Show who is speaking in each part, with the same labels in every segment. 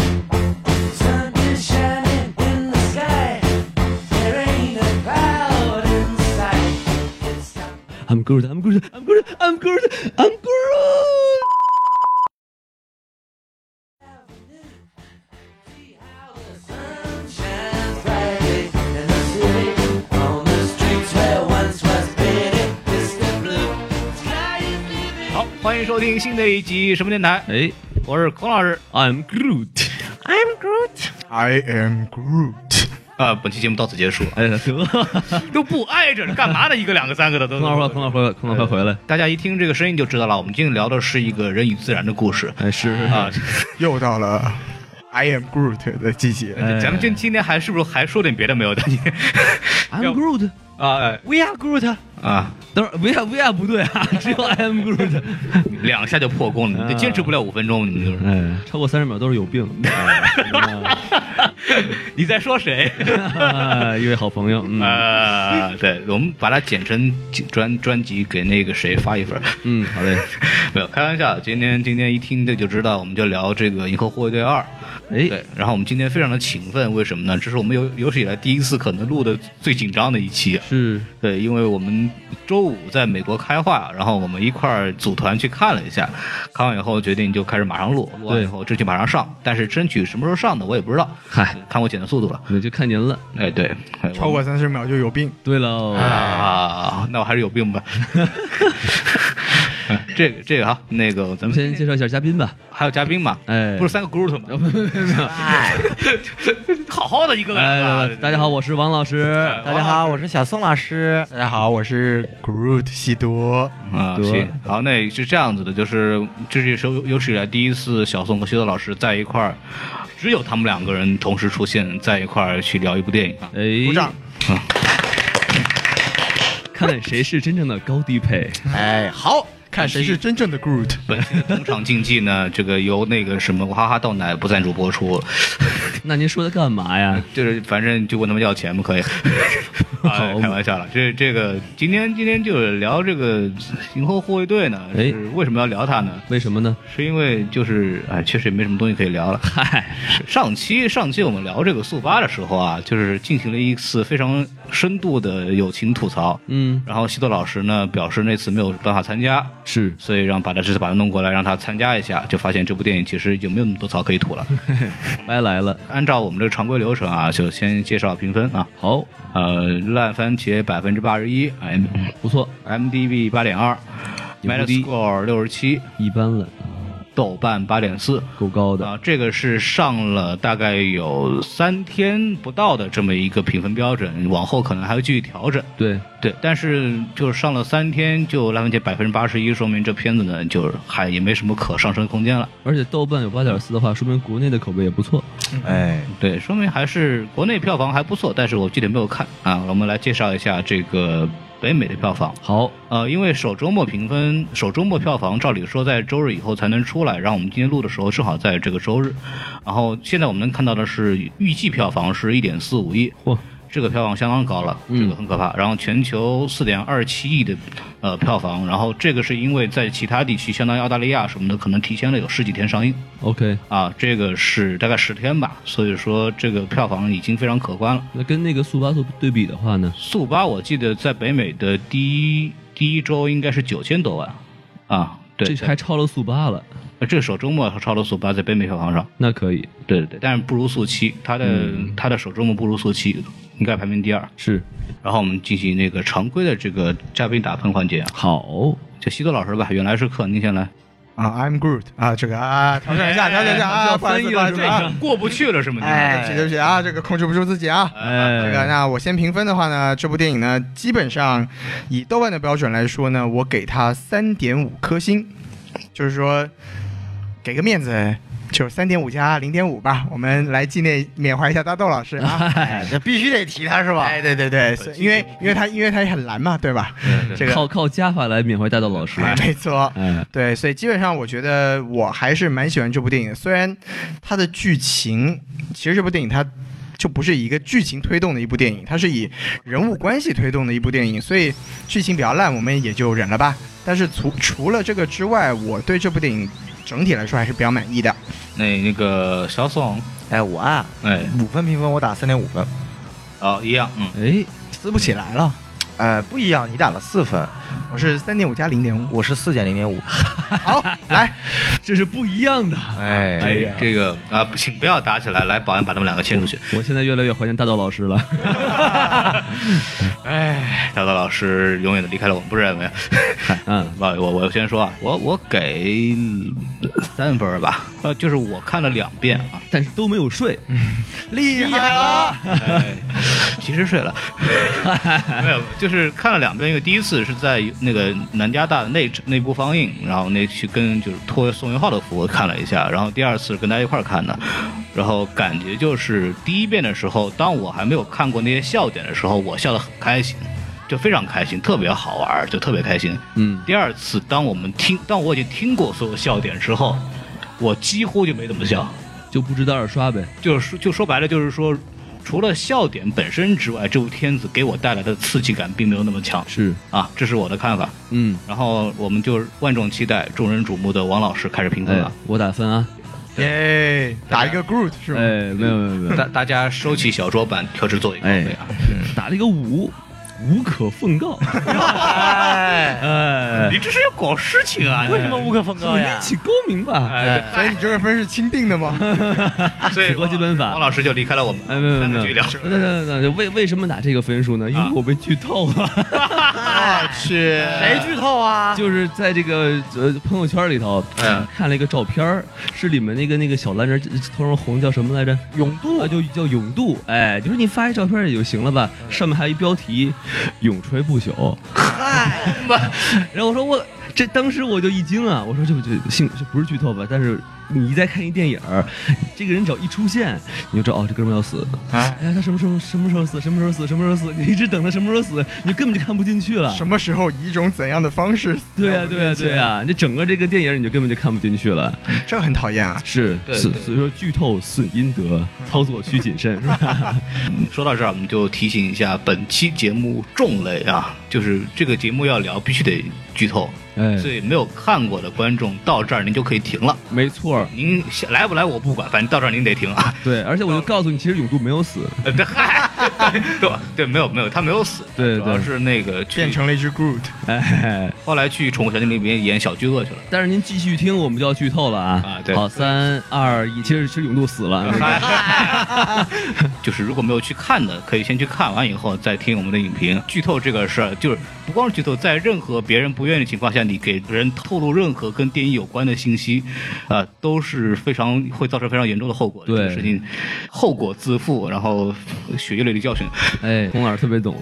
Speaker 1: Sun is shining in the sky. There ain't a cloud in sight. It's time.
Speaker 2: I'm good. I'm good. I'm good. I'm good. I'm good.
Speaker 1: Sunshine
Speaker 3: 好，欢迎收听新的一集什么电台？
Speaker 2: 哎
Speaker 3: 我是孔老师。
Speaker 2: ，I'm Groot。
Speaker 4: I am Groot。
Speaker 3: 啊，本期节目到此结束。
Speaker 2: 哎，得，
Speaker 3: 都不挨着，干嘛呢？一个两个三个的都。
Speaker 2: 空老师，空老师回来，空老师快
Speaker 5: 哎
Speaker 2: 回来。
Speaker 3: 大家一听这个声音就知道了，我们今天聊的是一个人与自然的故事。
Speaker 2: 哎，是
Speaker 3: 啊，
Speaker 4: 又到了 I am Groot 的季节。
Speaker 2: 哎
Speaker 3: 咱们今今天还是不是还说点别的没有？今天
Speaker 2: ，I'm Groot。
Speaker 3: 啊
Speaker 2: We are Groot。
Speaker 3: 啊，
Speaker 2: 等会儿，We are We are 不对啊， 只有 I'm Groot。
Speaker 3: 两下就破功了，你
Speaker 2: 啊
Speaker 3: 就坚持不了五分钟，你们就是
Speaker 2: 哎，超过三十秒都是有病。
Speaker 3: 你在说 谁？
Speaker 2: 啊一位好朋友，嗯
Speaker 3: 啊，对，我们把它剪成专专辑给那个谁发一份儿，
Speaker 2: 嗯，好嘞。
Speaker 3: 没有开玩笑。今天今天一听这就知道，我们就聊这个《银河护卫队二》。
Speaker 2: 哎
Speaker 3: 对，，然后我们今天非常的勤奋，为什么呢？这是我们有有史以来第一次可能录的最紧张的一期。啊
Speaker 2: 是
Speaker 4: 嗯
Speaker 3: 对，因为我们周五在美国开会，然后我们一块儿组团去看了一下，看完以后决定就开始马上录，录完以后争取马上上，但是争取什么时候上的我也不知道，
Speaker 2: 嗨，
Speaker 3: 看我剪的速度了。
Speaker 2: 那就看您了。
Speaker 3: 哎，对，哎
Speaker 4: 超过三十秒就有病。
Speaker 2: 对喽，
Speaker 3: 啊，那我还是有病吧。 这个这个哈，那个咱
Speaker 2: 咱们
Speaker 3: 们
Speaker 2: 先介绍一下嘉宾吧。
Speaker 3: 还有嘉宾嘛，
Speaker 2: 哎，
Speaker 3: 不是三个 group 吗？ 好好的一个
Speaker 2: 哎，来
Speaker 3: 啊
Speaker 2: 来，大家好，我是王老师。
Speaker 3: 大家
Speaker 4: 好，我是小宋老师。大家好，我是 Groot 西多。
Speaker 3: 啊，
Speaker 2: 得
Speaker 3: 行，好，那是这样子的，就是这是有有史以来第一次小宋和西多老师在一块儿，只有他们两个人同时出现在一块儿去聊一部电影啊。
Speaker 2: 哎，
Speaker 4: 鼓掌。
Speaker 2: 看看谁是真正的高低配。
Speaker 4: 哎，好看谁是真正的 Groot。
Speaker 3: 本 期的东厂竞技呢，这个由那个什么哈哈到奶不赞助播出，
Speaker 2: 哎那您说他干嘛呀？
Speaker 3: 啊就是反正就问他们要钱嘛， 可以。啊，开玩笑了，这这个今天今天就是聊这个银河护卫队呢，
Speaker 2: 哎
Speaker 3: 是为什么要聊它呢？
Speaker 2: 为什么呢？
Speaker 3: 是因为就是哎，确实也没什么东西可以聊了。
Speaker 2: 嗨，
Speaker 3: 上期上期我们聊这个速八的时候啊，就是进行了一次非常深度的友情吐槽。
Speaker 2: 嗯，
Speaker 3: 然后西多老师呢表示那次没有办法参加，
Speaker 2: 是
Speaker 3: 所以让把他这次把他弄过来让他参加一下，就发现这部电影其实就没有那么多槽可以吐 了。
Speaker 2: 白来了。
Speaker 3: 按照我们这个常规流程啊，就先介绍评分啊，
Speaker 2: 好，
Speaker 3: 呃，烂番茄百分之八十一，M 哎
Speaker 2: 不错，
Speaker 3: M D B 八点二
Speaker 2: 也不低
Speaker 3: ，Metascore 六十七，
Speaker 2: 一般了，
Speaker 3: 豆瓣八点四，
Speaker 2: 够高的。
Speaker 3: 啊，这个是上了大概有三天不到的这么一个评分标准，往后可能还会继续调整。
Speaker 2: 对，
Speaker 3: 对，但是就是上了三天就烂番茄百分之八十一，说明这片子呢就是还也没什么可上升空间了。
Speaker 2: 而且豆瓣有八点四的话，说明国内的口碑也不错。
Speaker 6: 哎，
Speaker 3: 对，说明还是国内票房还不错，但是我具体没有看啊。我们来介绍一下这个北美的票房。
Speaker 2: 好，
Speaker 3: 呃，因为首周末评分，首周末票房照理说在周日以后才能出来，然后我们今天录的时候正好在这个周日，然后现在我们能看到的是预计票房是一点四五亿，
Speaker 2: 嚯，
Speaker 3: 这个票房相当高了，
Speaker 2: 嗯
Speaker 3: 这个很可怕。然后全球四点二七亿的呃票房，然后这个是因为在其他地区，相当于澳大利亚什么的，可能提前了有十几天上映
Speaker 2: OK，
Speaker 3: 啊，这个是大概十天吧，所以说这个票房已经非常可观了。
Speaker 2: 那跟那个速八做对比的话呢？
Speaker 3: 速八我记得在北美的第一第一周应该是九千多万啊，对，
Speaker 2: 这还超了速八了，
Speaker 3: 呃这首周末超了速八在北美票房上，
Speaker 2: 那可以
Speaker 3: 对对对，但是不如速七，它的、它的首周末不如速七，应该排名第二。
Speaker 2: 是
Speaker 3: 然后我们进行那个常规的这个嘉宾打分环节啊，
Speaker 2: 好。
Speaker 3: 就西多老师吧，原来是客，您先来。
Speaker 4: 啊，I'm Groot 啊，这个啊，调整一下，调整一下啊，不好
Speaker 3: 翻
Speaker 4: 意
Speaker 3: 译
Speaker 4: 思，不好
Speaker 3: 了
Speaker 4: 意
Speaker 3: 这
Speaker 4: 思啊
Speaker 3: 个，过不去了是吗？
Speaker 4: 哎，对不起，对不起
Speaker 2: 嗯
Speaker 4: 啊，这个控制不住自己啊。
Speaker 3: 哎，
Speaker 4: 这个，那我先评分的话呢，这部电影呢，基本上以豆瓣的标准来说呢，我给它三点五颗星，就是说给个面子，就三点五加零点五吧，我们来纪念缅怀一下大豆老师啊。
Speaker 2: 哎，这必须得提他是吧？
Speaker 4: 哎，对对对，是因为因为他因为他也很蓝嘛，对吧？这个
Speaker 2: 靠靠加法来缅怀大道老 师。
Speaker 4: 没错，
Speaker 2: 哎，
Speaker 4: 对，所以基本上我觉得我还是蛮喜欢这部电影的，虽然它的剧情，其实这部电影它。就不是一个剧情推动的一部电影，它是以人物关系推动的一部电影，所以剧情比较烂，我们也就忍了吧。但是除除了这个之外，我对这部电影整体来说还是比较满意的。
Speaker 3: 那那个小宋，
Speaker 6: 哎，我啊，
Speaker 3: 哎，
Speaker 6: 五分评分我打三点五分，
Speaker 3: 好，一样，嗯，
Speaker 2: 哎，
Speaker 4: 撕不起来了，
Speaker 6: 呃，不一样，你打了四分，
Speaker 4: 我是三点五加零点五。
Speaker 6: 我是四点零点五。
Speaker 4: 好，来，
Speaker 2: 这是不一样的。
Speaker 6: 哎
Speaker 3: 哎，这个啊，请不要打起来，来，保安把他们两个牵出去。
Speaker 2: 我现在越来越怀念大道老师了。
Speaker 3: 哎，大道老师永远的离开了我们，不是没有。
Speaker 2: 嗯，
Speaker 3: 我我我先说啊，我我给三分儿吧，呃，就是我看了两遍啊，
Speaker 2: 但是都没有睡。
Speaker 4: 厉害了！
Speaker 3: 哎， 其实睡了，没有，就是看了两遍。因为第一次是在那个南加大内内部放映，然后那去跟就是托宋元浩的福看了一下，然后第二次跟大家一块儿看的，然后感觉就是第一遍的时候，当我还没有看过那些笑点的时候，我笑得很开心。就非常开心，特别好玩儿，就特别开心。
Speaker 2: 嗯，
Speaker 3: 第二次，当我们听，当我已经听过所有笑点之后，我几乎就没怎么笑。
Speaker 2: 就不知道二刷呗。
Speaker 3: 就是说就说白了，就是说，除了笑点本身之外，这部片子给我带来的刺激感并没有那么强
Speaker 2: 是，
Speaker 3: 啊，这是我的看法。
Speaker 2: 嗯，
Speaker 3: 然后我们就万众期待、众人瞩目的王老师开始评分
Speaker 2: 哎
Speaker 3: 了，，
Speaker 2: 我打分啊。
Speaker 4: 耶，打一个 Groot 是吗？
Speaker 2: 哎，没有没有没有，
Speaker 3: 大大家收起小桌板，调制座椅靠
Speaker 2: 哎
Speaker 3: 背啊。
Speaker 2: 打了一个五，无可奉告。哎，
Speaker 3: 你这是要搞事情 啊！
Speaker 6: 为什么无可奉告
Speaker 2: 我们
Speaker 6: 呀
Speaker 2: 一？起共鸣吧。
Speaker 3: 哎？
Speaker 4: 所以你这个分是钦定的吗？
Speaker 3: 所以
Speaker 2: 祖国基本法
Speaker 3: 王老师就离开了我们，
Speaker 2: 哎，没有没有
Speaker 3: 三
Speaker 2: 没
Speaker 3: 个
Speaker 2: 有，
Speaker 3: 剧
Speaker 2: 没
Speaker 3: 聊
Speaker 2: 有。没有没有，没有为为什么打这个分数呢？因为我被剧透了，
Speaker 4: 我
Speaker 3: 啊
Speaker 4: 去，
Speaker 6: 谁剧透啊？
Speaker 2: 就是在这个呃朋友圈里头
Speaker 3: 嗯
Speaker 2: 看了一个照片儿，是里面那个那个小蓝人头上红叫什么来着？
Speaker 6: 永
Speaker 2: 啊，就叫永渡，哎，就是你发一照片也就行了吧，上面还有一标题“永垂不朽”， 然后我说我这当时我就一惊啊，我说这不这幸这不是剧透吧？但是你一再看一电影儿，这个人只要一出现，你就知道哦，这哥们儿要死，
Speaker 4: 哎
Speaker 2: 哎呀，他什么时候什么时候死，什么时候死，什么时候死，你一直等他什么时候死，你根本就看不进去了。
Speaker 4: 什么时候以一种怎样的方式死在
Speaker 2: 对
Speaker 4: 我
Speaker 2: 呀、
Speaker 4: 们
Speaker 2: 对呀、
Speaker 4: 面前
Speaker 2: 对呀、你整个这个电影你就根本就看不进去了。
Speaker 4: 这很讨厌啊！
Speaker 2: 是，
Speaker 3: 对
Speaker 2: 所
Speaker 3: 对
Speaker 2: 所以说剧透损阴德，操作需谨慎，是吧？
Speaker 3: 说到这儿，我们就提醒一下本期节目重雷啊，就是这个节目要聊，必须得剧透。
Speaker 2: 哎，
Speaker 3: 所以没有看过的观众到这儿您就可以停了。
Speaker 2: 没错儿。
Speaker 3: 您想来不来我不管，反正到这儿您得停啊。
Speaker 2: 对，而且我就告诉你，其实永渡没有死。
Speaker 3: 呃对，嗨，对吧对，没有没有，他没有死，
Speaker 2: 对对
Speaker 3: 主要是那个去
Speaker 4: 变成了一只 Groot。
Speaker 2: 哎，
Speaker 3: 后来去《宠物小精灵》里面演小巨鳄去了。
Speaker 2: 但是您继续听，我们就要剧透了啊！
Speaker 3: 啊对
Speaker 2: 好，三二一，其实是永渡死了。
Speaker 3: 就是如果没有去看的，可以先去看完以后再听我们的影评。剧透这个事儿，就是不光是剧透，在任何别人不愿意的情况下，你给人透露任何跟电影有关的信息，啊、都是非常会造成非常严重的后果的。
Speaker 2: 对
Speaker 3: 这个事情后果自负，然后血液里的教训。
Speaker 2: 哎，红老师特别懂。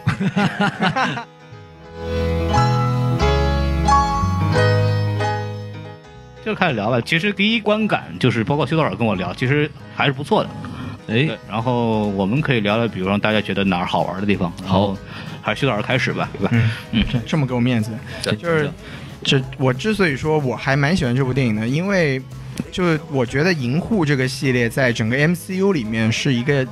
Speaker 3: 就开始聊吧。其实第一观感就是，包括修道尔跟我聊，其实还是不错的。
Speaker 2: 哎
Speaker 3: 对，，然后我们可以聊聊，比如让大家觉得哪儿好玩的地方。然后还是修道尔开始吧，对吧？
Speaker 4: 嗯
Speaker 3: 嗯
Speaker 4: 这这么给我面子，就是这我之所以说我还蛮喜欢这部电影的，因为就是我觉得《银护》这个系列在整个 MCU 里面是一个。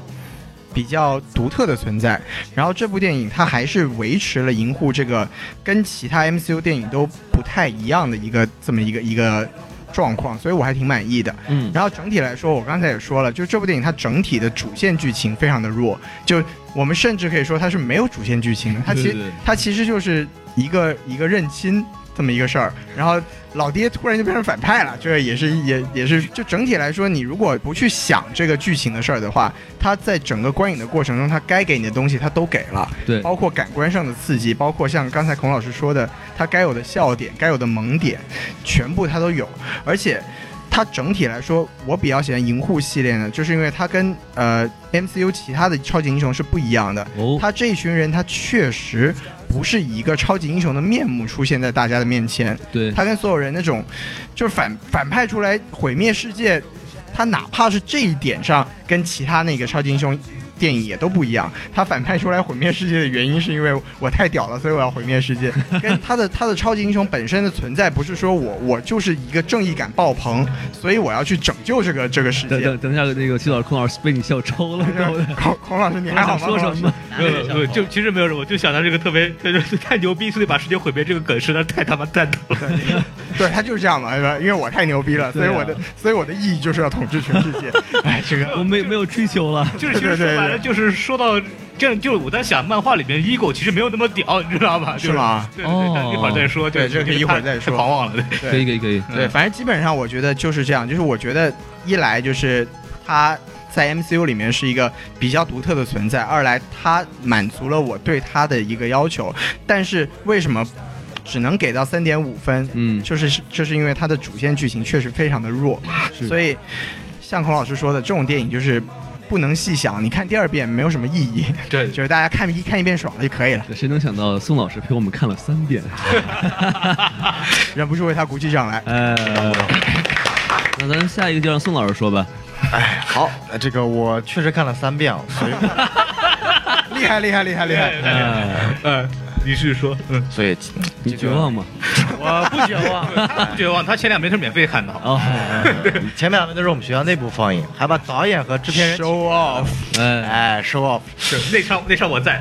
Speaker 4: 比较独特的存在，然后这部电影它还是维持了《银护》这个跟其他 MCU 电影都不太一样的一个这么一个一个状况，所以我还挺满意的。
Speaker 2: 嗯，
Speaker 4: 然后整体来说，我刚才也说了，就这部电影它整体的主线剧情非常的弱，就我们甚至可以说它是没有主线剧情的，它其
Speaker 2: 对对对
Speaker 4: 它其实就是一个一个认亲，这么一个事儿，然后老爹突然就变成反派了，这也是也也是就整体来说，你如果不去想这个剧情的事儿的话，他在整个观影的过程中，他该给你的东西他都给了，
Speaker 2: 对
Speaker 4: 包括感官上的刺激，包括像刚才孔老师说的，他该有的笑点、该有的萌点，全部他都有，而且。它整体来说，我比较喜欢银护系列呢，就是因为它跟呃 MCU 其他的超级英雄是不一样的。
Speaker 2: 哦，
Speaker 4: 他这一群人，他确实不是以一个超级英雄的面目出现在大家的面前。
Speaker 2: 对，
Speaker 4: 他跟所有人那种，就是反反派出来毁灭世界，他哪怕是这一点上跟其他那个超级英雄电影也都不一样。他反派出来毁灭世界的原因是因为我太屌了，所以我要毁灭 世界。跟他的他的超级英雄本身的存在，不是说我我就是一个正义感爆棚，所以我要去拯救这个这个世
Speaker 2: 等
Speaker 4: 界。
Speaker 2: 等等一下，那个徐老师、孔老师被你笑抽了，对不对？
Speaker 4: 孔孔老师，你还好吗？
Speaker 2: 说什
Speaker 4: 孔老师
Speaker 2: 么？
Speaker 3: 没有没有，就其实没有什么，就想到这个特别 就是太牛逼，所以把世界毁灭这个梗实在是太他妈蛋疼了。
Speaker 4: 对他就是这样嘛，是吧？因为我太牛逼了，所以我
Speaker 2: 啊
Speaker 4: 的所以我的意义就是要统治全世界。 哎，这个
Speaker 2: 我没没有追求了，
Speaker 3: 就是其实说白了，就是说到这样，就是我在想漫画里面 ego 其实没有那么屌，你知道吧？就是
Speaker 4: 吗？
Speaker 3: 对对对，但一会儿再说，
Speaker 4: 对
Speaker 3: 就是
Speaker 4: 这个一会儿再说
Speaker 3: 太狂妄了， 对
Speaker 2: 可以可以可以，
Speaker 4: 对，反正基本上我觉得就是这样，就是我觉得一来就是他在 MCU 里面是一个比较独特的存在，二来他满足了我对他的一个要求，但是为什么只能给到三点五分？
Speaker 2: 嗯，
Speaker 4: 就是就是因为它的主线剧情确实非常的弱，
Speaker 2: 是
Speaker 4: 所以像孔老师说的，这种电影就是不能细想，你看第二遍没有什么意义，
Speaker 3: 对
Speaker 4: 就是大家看一看一遍爽了就可以了，
Speaker 2: 谁能想到宋老师陪我们看了三遍？
Speaker 4: 忍不住为他鼓起掌来。
Speaker 2: 呃，那咱下一个就让宋老师说吧。
Speaker 6: 哎，好，呃这个我确实看了三遍哦，所以
Speaker 4: 厉害厉害厉害厉害！
Speaker 2: 哎，
Speaker 3: 嗯，你是 说，嗯，
Speaker 6: 所以
Speaker 2: 你绝望吗？
Speaker 6: 我不绝望。
Speaker 3: 呃 绝望，他前两遍是免费看的，好吧
Speaker 2: 哦，
Speaker 6: 前面两位都是我们学校内部放映，还把导演和制片人
Speaker 4: Show off，
Speaker 2: 哎，
Speaker 6: 哎 show off。
Speaker 3: 是那场那场我在，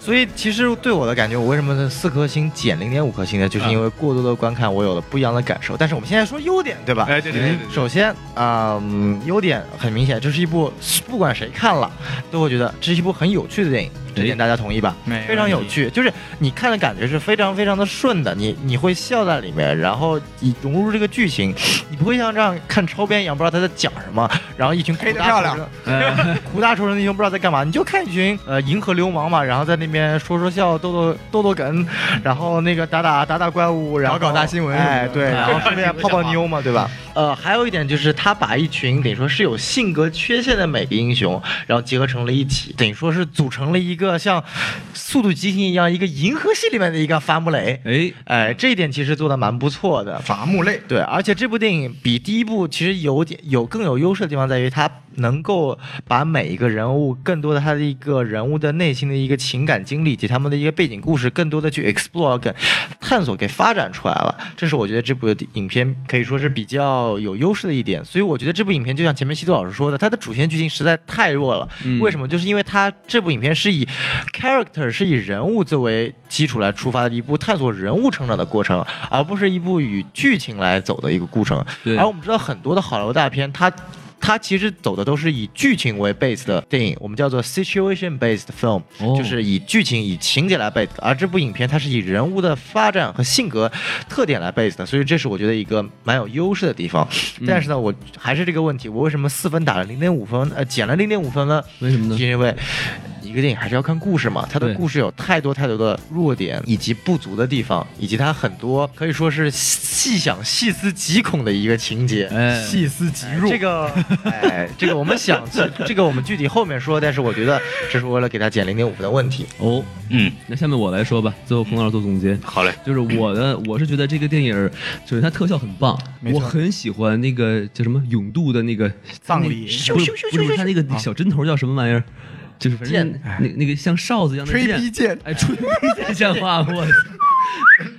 Speaker 6: 所以其实对我的感觉，我为什么四颗星减零点五颗星
Speaker 4: 嗯
Speaker 6: 呢？就是因为过多的观看，我有了不一样的感受。但是我们现在说优点，对吧？
Speaker 3: 哎，对对对对对，
Speaker 6: 首先，嗯，优点很明显，这是一部不管谁看了都会觉得这是一部很有趣的电影，这点大家同意吧？
Speaker 4: 没有
Speaker 6: 非常有趣，就是你看的感觉是非常非常的顺的，你你会笑在里面，然后你融入这个剧情，你不会像这样看超编一样不知道他在讲什么，然后一群苦
Speaker 4: 黑得
Speaker 6: 大
Speaker 4: 漂
Speaker 6: 仇
Speaker 4: 亮
Speaker 6: 深
Speaker 2: 哎
Speaker 6: 苦大仇深的英雄不知道在干嘛，你就看一群呃银河流氓嘛，然后在那边说说笑、逗逗逗逗哏，然后那个打打打打怪物，然后
Speaker 4: 搞搞大新闻
Speaker 6: 哎，对，
Speaker 4: 嗯
Speaker 6: 然后顺便泡泡妞嘛，对吧？ 呃，还有一点就是他把一群等于说是有性格缺陷的每个英雄，然后结合成了一体，等于说是组成了一个像《速度与激情》一样一个银河系里面的一个伐木雷。
Speaker 2: 哎，
Speaker 6: 哎，这一点其实做的蛮不错的，
Speaker 4: 伐木类。
Speaker 6: 对，而且这部电影比第一部其实有点有更有优势的地方在于，它能够把每一个人物更多的他的一个人物的内心的一个情感经历以及他们的一个背景故事，更多的去 explore 跟探索给发展出来了。这是我觉得这部影片可以说是比较有优势的一点。所以我觉得这部影片就像前面西多老师说的，它的主线剧情实在太弱了。
Speaker 2: 嗯
Speaker 6: 为什么？就是因为它这部影片是以 character 是以人物作为基础来出发的一部探索人物成长的过程，而不是一部以剧情来走的一个过程。
Speaker 2: 对
Speaker 6: 而我们知道很多的好莱坞大片，它。它其实走的都是以剧情为 base 的电影，我们叫做 situation based film，、
Speaker 2: 哦
Speaker 6: 就是以剧情、以情节来 base 的。而这部影片它是以人物的发展和性格特点来 base 的，所以这是我觉得一个蛮有优势的地方。
Speaker 2: 嗯
Speaker 6: 但是呢，我还是这个问题，我为什么四分打了零点五分，呃，减了零点五分呢？
Speaker 2: 为什么呢
Speaker 6: 是因为一个电影还是要看故事嘛，它的
Speaker 2: 对
Speaker 6: 故事有太多太多的弱点以及不足的地方，以及它很多可以说是细想、细思极恐的一个情节。
Speaker 2: 哎，
Speaker 4: 细思极入，
Speaker 6: 这个， 哎，这个我们想，这个我们具体后面说。但是我觉得这是为了给他减零点五分的问题。
Speaker 2: 哦，
Speaker 3: 嗯，
Speaker 2: 那下面我来说吧，最后孔老师做总结。
Speaker 3: 好嘞，
Speaker 2: 就是我的，我是觉得这个电影儿，首先它特效很棒，
Speaker 4: 没
Speaker 2: 我
Speaker 4: 错
Speaker 2: 很喜欢那个叫什么永渡的那个
Speaker 4: 葬礼
Speaker 2: 不是不是他那个小针头叫什么玩意儿，就是反正
Speaker 6: 剑
Speaker 2: 那那个像哨子一样的
Speaker 4: 吹
Speaker 2: 剑
Speaker 4: 逼，剑，
Speaker 2: 哎，吹逼剑像话吗？我操！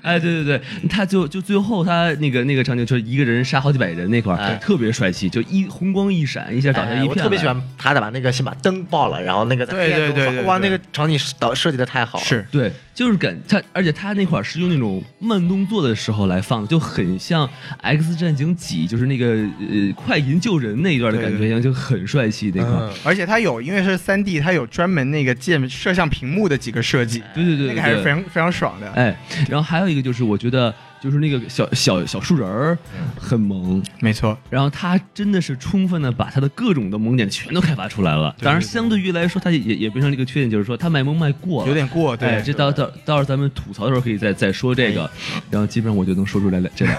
Speaker 2: 哎，对对对，他就就最后他那个那个场景，就是一个人杀好几百人那块儿、
Speaker 6: 哎
Speaker 2: 特别帅气，就一红光一闪，一下倒下一片、
Speaker 6: 哎我特别喜。欢他的把那个先把灯爆了，然后那个在
Speaker 4: 对对
Speaker 6: 黑暗中
Speaker 4: 对
Speaker 6: 发
Speaker 4: 对对
Speaker 6: 哇，
Speaker 4: 对
Speaker 6: 那个场景导设计的太好了。
Speaker 4: 是
Speaker 2: 对，就是感他，而且他那块儿是用那种慢动作的时候来放，就很像《X 战警几》，就是那个呃快银救人那一段的感觉一样，就很帅气那块儿。
Speaker 6: 嗯，
Speaker 4: 而且它有，因为是三 D，它有专门那个建摄像屏幕的几个设计，
Speaker 2: 哎对对对对
Speaker 4: 那
Speaker 2: 对，
Speaker 4: 个还是非常非常爽的。
Speaker 2: 哎，然后还有一个就是，我觉得就是那个小小小树人儿
Speaker 6: 嗯
Speaker 2: 很萌，
Speaker 4: 没错，
Speaker 2: 然后他真的是充分的把他的各种的萌点全都开发出来了。当然，相对于来说，他也也也变成了一个缺点，就是说他卖萌卖过了，
Speaker 4: 有点过，
Speaker 2: 哎，
Speaker 4: 对，
Speaker 2: 这到到到时候咱们吐槽的时候可以再再说这个，然后基本上我就能说出来了这俩。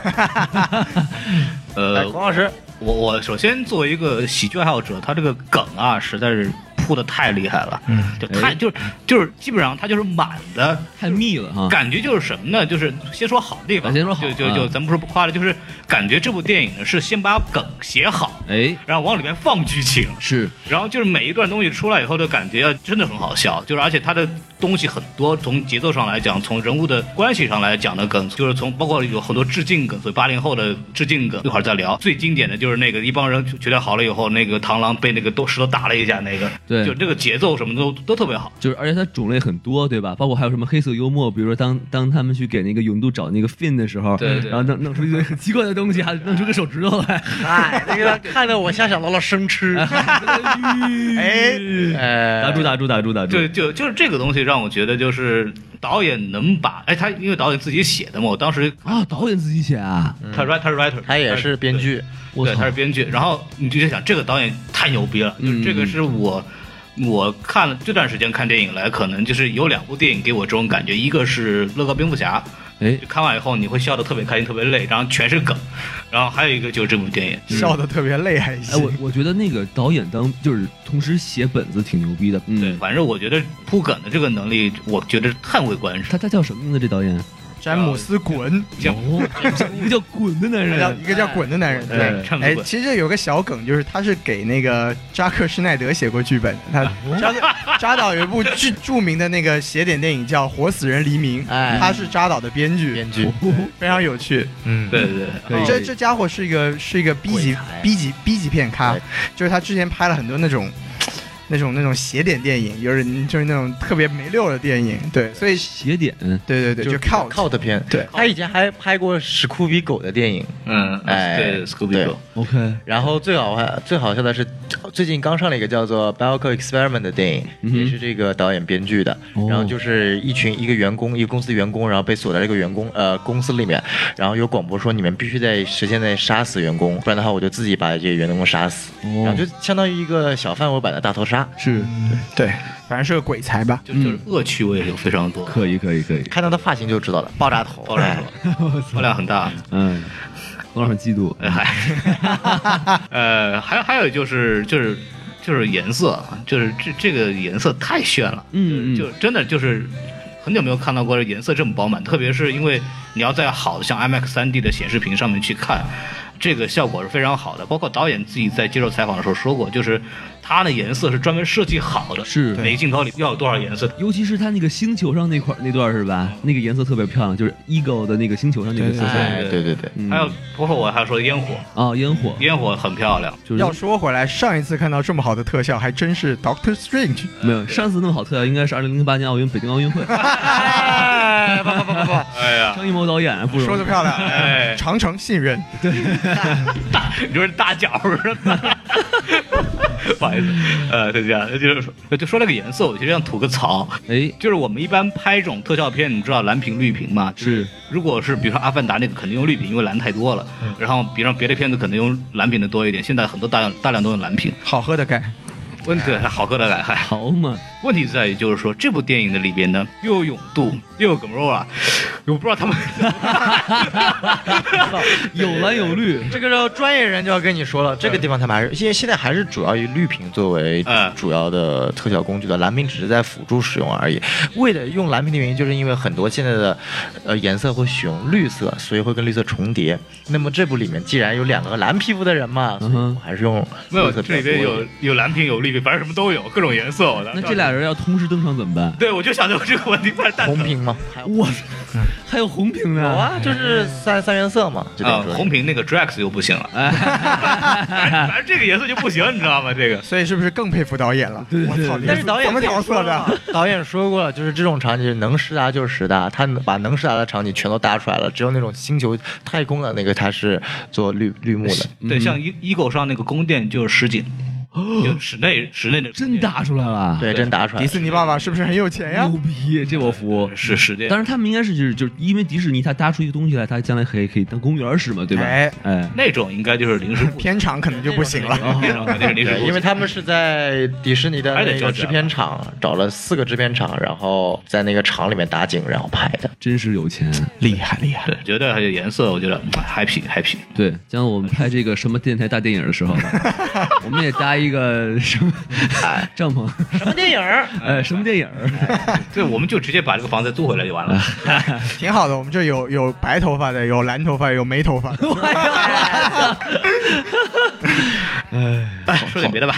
Speaker 3: 呃，
Speaker 6: 哎，孔老师，
Speaker 3: 我我首先作为一个喜剧爱好者，他这个梗啊，实在是铺的太厉害了，嗯，就太就是就是基本上他就是满的，
Speaker 2: 哎太密了哈。
Speaker 3: 感觉就是什么呢？就是先说好地方，
Speaker 2: 啊先说好
Speaker 3: 就就
Speaker 2: 啊
Speaker 3: 就咱不是不夸了，就是感觉这部电影呢是先把梗写好，
Speaker 2: 哎，
Speaker 3: 然后往里面放剧情，
Speaker 2: 是
Speaker 3: 然后就是每一段东西出来以后的感觉要真的很好笑，就是而且它的东西很多，从节奏上来讲，从人物的关系上来讲的梗，就是从包括有很多致敬梗，所以八零后的致敬梗一会儿再聊。最经典的就是那个一帮人觉得好了以后，那个螳螂被那个都石头打了一下，那个
Speaker 2: 对
Speaker 3: 就这个节奏什么都都特别好。
Speaker 2: 就是，而且它种类很多，对吧？包括还有什么黑色幽默，比如说当当他们去给那个勇度找那个 Fin 的时候，
Speaker 3: 对对
Speaker 2: 然后弄弄出一堆很奇怪的东西，还弄出个手指头来，
Speaker 6: 哎，那个看得我像想到了生吃， 哎，
Speaker 2: 打
Speaker 6: 哎，
Speaker 2: 住打住打住打住，
Speaker 3: 对，就就是这个东西让我觉得就是导演能把哎他因为导演自己写的嘛，我当时
Speaker 2: 啊，导演自己写啊，
Speaker 3: 他 writer 他是 writer，
Speaker 6: 他也是编剧，
Speaker 2: 我
Speaker 3: 对，
Speaker 2: 操
Speaker 3: 他是编剧。然后你就在想，这个导演太牛逼了，就是
Speaker 2: 嗯
Speaker 3: 这个是我。我看了这段时间看电影来，可能就是有两部电影给我这种感觉，一个是《乐高蝙蝠侠》，
Speaker 2: 哎
Speaker 3: 就，看完以后你会笑得特别开心、特别累，然后全是梗，然后还有一个就是这部电影，
Speaker 4: 笑的特别累，还
Speaker 2: 哎，我
Speaker 4: 行。
Speaker 2: 我觉得那个导演当就是同时写本子挺牛逼的，嗯
Speaker 3: 对，，反正我觉得铺梗的这个能力，我觉得叹为观止。
Speaker 2: 他他叫什么名字？这导演
Speaker 4: 詹姆斯滚，
Speaker 2: 哦，一个叫滚的男
Speaker 4: 一个叫
Speaker 2: 人，
Speaker 4: 一个叫滚的男人，
Speaker 3: 对
Speaker 4: 对。
Speaker 3: 唱
Speaker 4: 哎，
Speaker 3: 滚
Speaker 4: 其实有个小梗，就是他是给那个扎克施耐德写过剧本的，他扎克扎导有一部著著名的那个邪典电影叫《活死人黎明》，
Speaker 6: 哎
Speaker 4: 他是扎导的编剧，
Speaker 6: 编剧，
Speaker 4: 非常有趣。
Speaker 6: 嗯，
Speaker 3: 对对对，
Speaker 2: 可以
Speaker 4: 这这家伙是一个是一个 B 级
Speaker 6: 鬼才
Speaker 4: B 级 B 级片咖
Speaker 6: 对，
Speaker 4: 就是他之前拍了很多那种。那种那种邪典电影，就是就是那种特别没溜的电影，对，所以
Speaker 2: 写点，
Speaker 4: 对对对，就靠
Speaker 6: 靠的片，
Speaker 4: 对
Speaker 6: 他以前还拍过史酷比狗的电影，
Speaker 3: 嗯，
Speaker 6: 哎
Speaker 3: 对，Scooby
Speaker 6: 对
Speaker 3: Doo，
Speaker 2: OK，
Speaker 6: 然后最好还最好笑的是，最近刚上了一个叫做《b a l c o Experiment》的电影，
Speaker 2: 嗯哼
Speaker 6: 也是这个导演编剧的。
Speaker 2: 哦
Speaker 6: 然后就是一群一个员工，一个公司员工，然后被锁在这个员工呃公司里面，然后有广播说你们必须在时间内杀死员工，不然的话我就自己把这些员工杀死。
Speaker 2: 哦
Speaker 6: 然后就相当于一个小范围版的大逃杀。
Speaker 2: 是
Speaker 4: 对，反正是个鬼才吧。
Speaker 3: 就
Speaker 6: 嗯
Speaker 3: 就是恶趣味有非常多，
Speaker 2: 可以可以可以，
Speaker 6: 看他的发型就知道了，爆炸头，
Speaker 3: 爆 炸头，爆量很大。
Speaker 2: 嗯，我很嫉妒，
Speaker 3: 哎 嗨，呃，还还有就是就是就是颜色啊，就是这这个颜色太炫了，
Speaker 2: 嗯嗯
Speaker 3: 就真的就是很久没有看到过颜色这么饱满，特别是因为你要在好的像 IMAX 3D 的显示屏上面去看。这个效果是非常好的，包括导演自己在接受采访的时候说过，就是他的颜色是专门设计好的，
Speaker 2: 是
Speaker 3: 每个镜头里要有多少颜色，
Speaker 2: 尤其是他那个星球上那块儿那段儿是吧？那个颜色特别漂亮，就是 Ego 的那个星球上那个色彩。
Speaker 6: 哎，对对对，
Speaker 2: 嗯
Speaker 3: 还有包括我还说烟火，
Speaker 2: 啊，烟火，
Speaker 3: 烟火很漂亮，
Speaker 2: 就是
Speaker 4: 要说回来，上一次看到这么好的特效，还真是 Doctor Strange。
Speaker 2: 没有上次那么好特效，应该是二零零八年奥运北京奥运会，
Speaker 6: 哎，不不不不不，
Speaker 3: 哎呀，
Speaker 2: 张艺谋导演不容易。
Speaker 4: 说的漂亮，
Speaker 3: 哎
Speaker 4: 长城信任，
Speaker 3: 大，你说是大脚是吧？ 不好意思，呃，就这样，就是说就说这个颜色，我其实想吐个槽，
Speaker 2: 哎，
Speaker 3: 就是我们一般拍这种特效片，你知道蓝屏绿屏嘛？就是如果是比如说《阿凡达》那个，肯定用绿屏，因为蓝太多了。
Speaker 2: 嗯
Speaker 3: 然后比如说别的片子可能用蓝屏的多一点，现在很多大量大量都用蓝屏。
Speaker 4: 好喝的盖。
Speaker 3: 问
Speaker 2: 哎
Speaker 3: 题好哥的来，嗨，
Speaker 2: 好嘛，
Speaker 3: 问题在于就是说这部电影的里边呢，又有勇度，又有 Gamora，我不知道他们
Speaker 2: 有蓝有绿，
Speaker 6: 这个时候专业人就要跟你说了，这个地方他们还是因为现在还是主要以绿屏作为
Speaker 3: 嗯
Speaker 6: 主要的特效工具的，蓝屏只是在辅助使用而已。为了用蓝屏的原因，就是因为很多现在的呃颜色会使用绿色，所以会跟绿色重叠。那么这部里面既然有两个蓝皮肤的人嘛，所
Speaker 2: 嗯
Speaker 6: 以
Speaker 2: 哼
Speaker 6: 我还是用
Speaker 3: 没有
Speaker 6: 绿色
Speaker 3: 这里
Speaker 6: 比较多一
Speaker 3: 边
Speaker 6: 点
Speaker 3: 有有蓝屏有绿屏，反正什么都有，各种颜色。我的
Speaker 2: 那这俩人要同时登场怎么办？
Speaker 3: 对我就想着这个问题，太蛋疼
Speaker 6: 红
Speaker 3: 了
Speaker 6: 屏吗？还有
Speaker 2: 我还有红屏呢。
Speaker 6: 有啊，就是三三原色嘛，就等
Speaker 3: 嗯啊，
Speaker 6: 于说
Speaker 3: 红屏那个 Drax 就不行了，
Speaker 2: 哎
Speaker 3: 反正 这个颜色就不行，你知道吗？这个
Speaker 4: 所以是不是更佩服导演了？我操，
Speaker 6: 但是导演
Speaker 4: 怎么调色的？？
Speaker 6: 导演说过了，就是这种场景能实达就是实达，他把能实达的场景全都搭出来了，只有那种星球太空的那个他是做绿绿幕的。
Speaker 3: 嗯对，像 E- Ego 上那个宫殿就是实景，就室内室内的
Speaker 2: 真答出来了，
Speaker 6: 对，真答出来
Speaker 4: 迪
Speaker 6: 了。
Speaker 4: 士尼爸爸是不是很有钱呀
Speaker 6: 嗯
Speaker 2: 牛？逼，这我服。
Speaker 3: 是室内。
Speaker 2: 但是他们应该是就是就是因为迪士尼，他搭出一个东西来，他将来可以可以当公园使嘛，对吧？
Speaker 4: 哎
Speaker 2: 哎，
Speaker 3: 那种应该就是临时布置，
Speaker 4: 片场可能就不行了。
Speaker 3: 那种肯定是临时布
Speaker 6: 对，
Speaker 3: 置，
Speaker 6: 因为他们是在迪士尼的
Speaker 3: 还得
Speaker 6: 那
Speaker 3: 交
Speaker 6: 个
Speaker 3: 钱
Speaker 6: 制片厂找了四个制片厂，然后在那个厂里面打景，然后拍的。
Speaker 2: 真是有钱。
Speaker 4: 厉害厉害
Speaker 3: 对，绝对还有颜色，我觉得嗯 happy happy。
Speaker 2: 对，将我们拍这个什么电台大电影的时候，我们也搭一个什么帐篷，
Speaker 6: 什么电影？
Speaker 2: 哎，什么电影？
Speaker 3: 对，我们就直接把这个房子租回来就 完了。
Speaker 4: 挺好的。我们这有有白头发的，有蓝头发，有没头发的。
Speaker 3: 哎说点别的吧，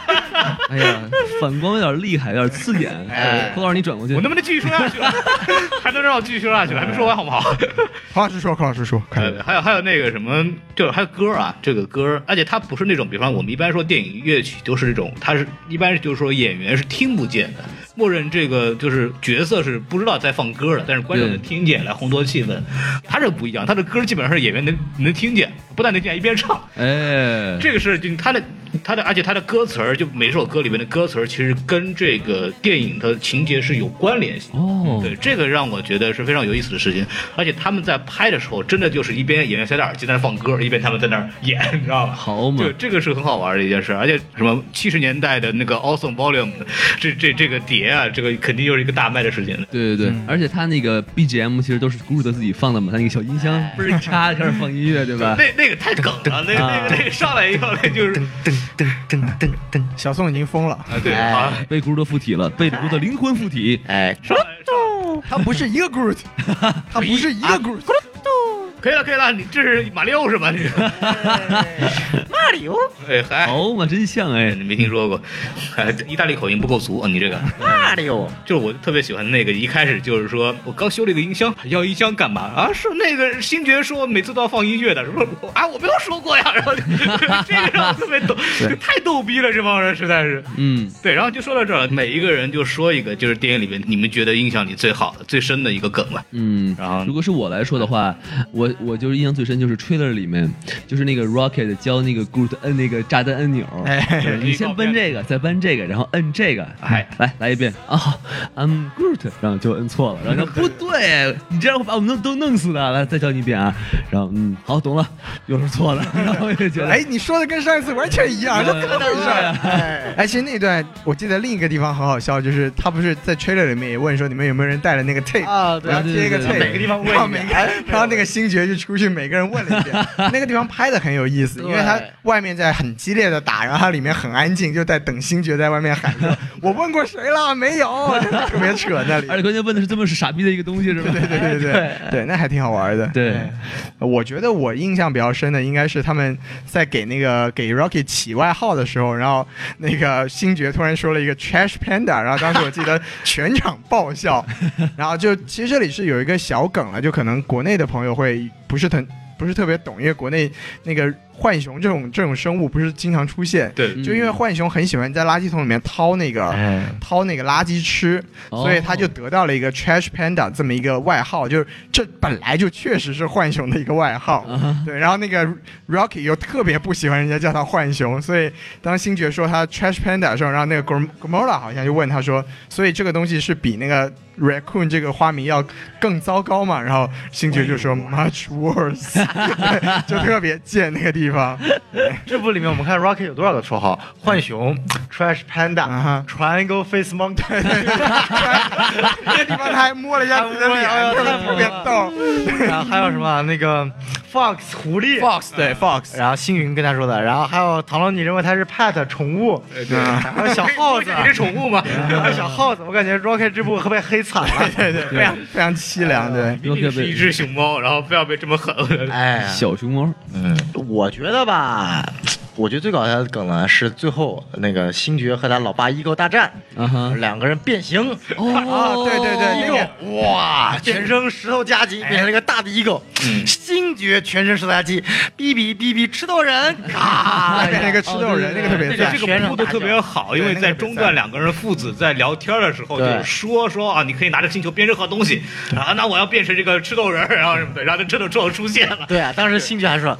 Speaker 2: 哎呀，反光有点厉害，有点刺眼。
Speaker 4: 哎
Speaker 2: 胡老师，你转过去
Speaker 3: 我能。不能继续说下去啊？ 还能让我继续说下去？还没说完好不好？
Speaker 4: 孔老师说，孔老师说，快
Speaker 6: 哎
Speaker 3: 呃，还有还有那个什么，就是还有歌啊，这个歌，而且它不是那种，比方我们一般说电影乐曲都是这种，它是一般就是说演员是听不见的，默认这个就是角色是不知道在放歌的，但是观众能
Speaker 2: 对
Speaker 3: 听见来烘托气氛。它这不一样，它的歌基本上是演员能能听见，不但能听见一边唱，
Speaker 2: 哎，
Speaker 3: 这个是就它的它的，而且它的歌词儿，就每首歌里面的歌词儿，其实跟这个电影的情节是有关联性。
Speaker 2: 哦
Speaker 3: 对，这个让我觉得是非常有意思的事情。而且他们在拍的时候，真的就是一边演员塞着耳机在那放歌，一边他们在那儿演， 你知道吧？
Speaker 2: 好嘛
Speaker 3: 就这个是很好玩的一件事，而且什么七十年代的那个 Awesome Volume，这这这个碟啊，这个肯定又是一个大卖的事情了。
Speaker 2: 对对对，而且他那个 BGM 其实都是古鲁德自己放的嘛，他那个小音箱嘣儿一插开始放音乐，对 吧？
Speaker 3: 那那个太梗了，那个那个那个上来以后，那就是
Speaker 6: 噔噔噔噔噔。
Speaker 4: 小宋已经疯了，
Speaker 3: 啊，对
Speaker 2: 哎
Speaker 3: 啊，
Speaker 2: 被古鲁德附体了，被古鲁德灵魂附体。
Speaker 6: 哎，
Speaker 3: 上来上来
Speaker 4: 他不是一个 Groot，他不是一个 Groot。
Speaker 3: 可以了，可以了，你这是马里奥是吧？这个马里奥， 哎，还
Speaker 2: 好嘛，真像哎
Speaker 3: 你！没听说过，哎，意大利口音不够足啊！你这个嗯
Speaker 6: 那里
Speaker 2: 哦
Speaker 6: 有
Speaker 3: 就是我特别喜欢那个，一开始就是说我刚修了一个音箱，要音箱干嘛啊？是那个星爵说每次都要放音乐的，说啊我没有说过呀，然后就 这个让我特别 逗，太逗逼了，这帮人实在是。
Speaker 2: 嗯，
Speaker 3: 对，然后就说到这儿，每一个人就说一个，就是电影里面你们觉得印象里最好的、最深的一个梗了。
Speaker 2: 嗯，
Speaker 3: 然后
Speaker 2: 如果是我来说的话，我我就是印象最深就是 trailer 里面，就是那个 Rocket 教那个 Groot 摁那个炸弹按钮，就是你先搬这个，再搬这个，然后摁这个，
Speaker 3: 哎
Speaker 2: 来来一遍啊、i m Groot，然后就摁错了，然后就不对，你这样会把我们都都弄死的，来再教你一遍啊，然后嗯，好懂了，又是错了， 然后我就觉得，
Speaker 4: 哎，你说的跟上一次完全一样，这怎么回事
Speaker 2: 哎
Speaker 4: 儿？哎哎，其实那段我记得另一个地方很好笑，就是他不是在 trailer 里面也问说你们有没有人带了那个 tape，
Speaker 6: 啊，
Speaker 4: 我要贴一个
Speaker 2: 对对
Speaker 4: tape，
Speaker 2: 对
Speaker 6: 每个地方问一遍
Speaker 4: 然后每个
Speaker 6: 哎
Speaker 4: 然后那个星爵就出去每个人问了一遍，那个地方拍的很有意思，因为他
Speaker 6: 对
Speaker 4: 外面在很激烈的打，然后他里面很安静，就在等星爵在外面喊 说我问过谁了没有， 真的特别扯那里。
Speaker 2: 而且关键问的是这么是傻逼的一个东西是吧？
Speaker 4: 对对 对对对对，那还挺好玩的。
Speaker 2: 对
Speaker 4: 哎，我觉得我印象比较深的应该是他们在给那个给 Rocky 起外号的时候，然后那个星爵突然说了一个 Trash Panda，然后当时我记得全场爆笑。然后就其实这里是有一个小梗了，就可能国内的朋友会不是很。不是特别懂，因为国内那个浣熊这种这种生物不是经常出现，
Speaker 3: 对，
Speaker 2: 嗯
Speaker 4: 就因为浣熊很喜欢在垃圾桶里面掏那个、
Speaker 6: 哎
Speaker 4: 掏那个垃圾吃，
Speaker 2: 哦
Speaker 4: 所以他就得到了一个 Trash Panda 这么一个外号，就是这本来就确实是浣熊的一个外号。
Speaker 2: 啊
Speaker 4: 对，然后那个 Rocky 又特别不喜欢人家叫他浣熊，所以当星爵说他 Trash Panda 的时候，然后那个 Grom- Gomora 好像就问他说，所以这个东西是比那个 Raccoon 这个花名要更糟糕嘛？然后星爵就说
Speaker 2: 哎
Speaker 4: Much worse，对 就特别贱那个地方。
Speaker 6: 这部里面我们看 Rocky 有多少个绰号？浣熊、Trash
Speaker 4: 啊哈
Speaker 6: Panda、Triangle Face Mountain。
Speaker 4: 那个地方他还摸了一下自己的
Speaker 2: 哎
Speaker 4: 脸，特别逗。
Speaker 6: 然后还有什么那个 Fox 狐狸
Speaker 4: Fox 对 Fox，
Speaker 6: 然后星云跟他说的，然后还有螳螂，你认为它是 pet 宠物，还有小耗 子，
Speaker 3: 你是宠物吗？
Speaker 6: 还有小耗子，我感觉 Rocket 这部会被黑惨了。
Speaker 4: 对对，非常非常凄凉，对。
Speaker 3: 明明是一只熊猫，然后非要被这么狠。
Speaker 6: 哎呀，
Speaker 2: 小熊猫，
Speaker 6: 我觉得吧，我觉得最搞笑的梗呢是最后那个星爵和他老爸 ego 大战，
Speaker 2: 啊哈，
Speaker 6: 两个人变形，
Speaker 4: 啊，
Speaker 2: 哦
Speaker 4: 对对对，那个
Speaker 6: ego 哇，全身石头夹击变成了一个大的 ego，星爵全身石头夹击，哔哔哔哔吃豆人，
Speaker 4: 那
Speaker 6: 嘎，
Speaker 4: 变成一个吃豆
Speaker 2: 哦
Speaker 4: 人，那个特别
Speaker 3: 那个
Speaker 4: 赞
Speaker 3: 这。个铺的特别好，因为在中段两个人父子在聊天的时候，就
Speaker 6: 对
Speaker 3: 是说说啊，你可以拿着星球变任何东西啊，那我要变成这个吃豆人啊儿，然后什么的，然后这吃豆之后出现了。
Speaker 6: 对啊，当时星爵还说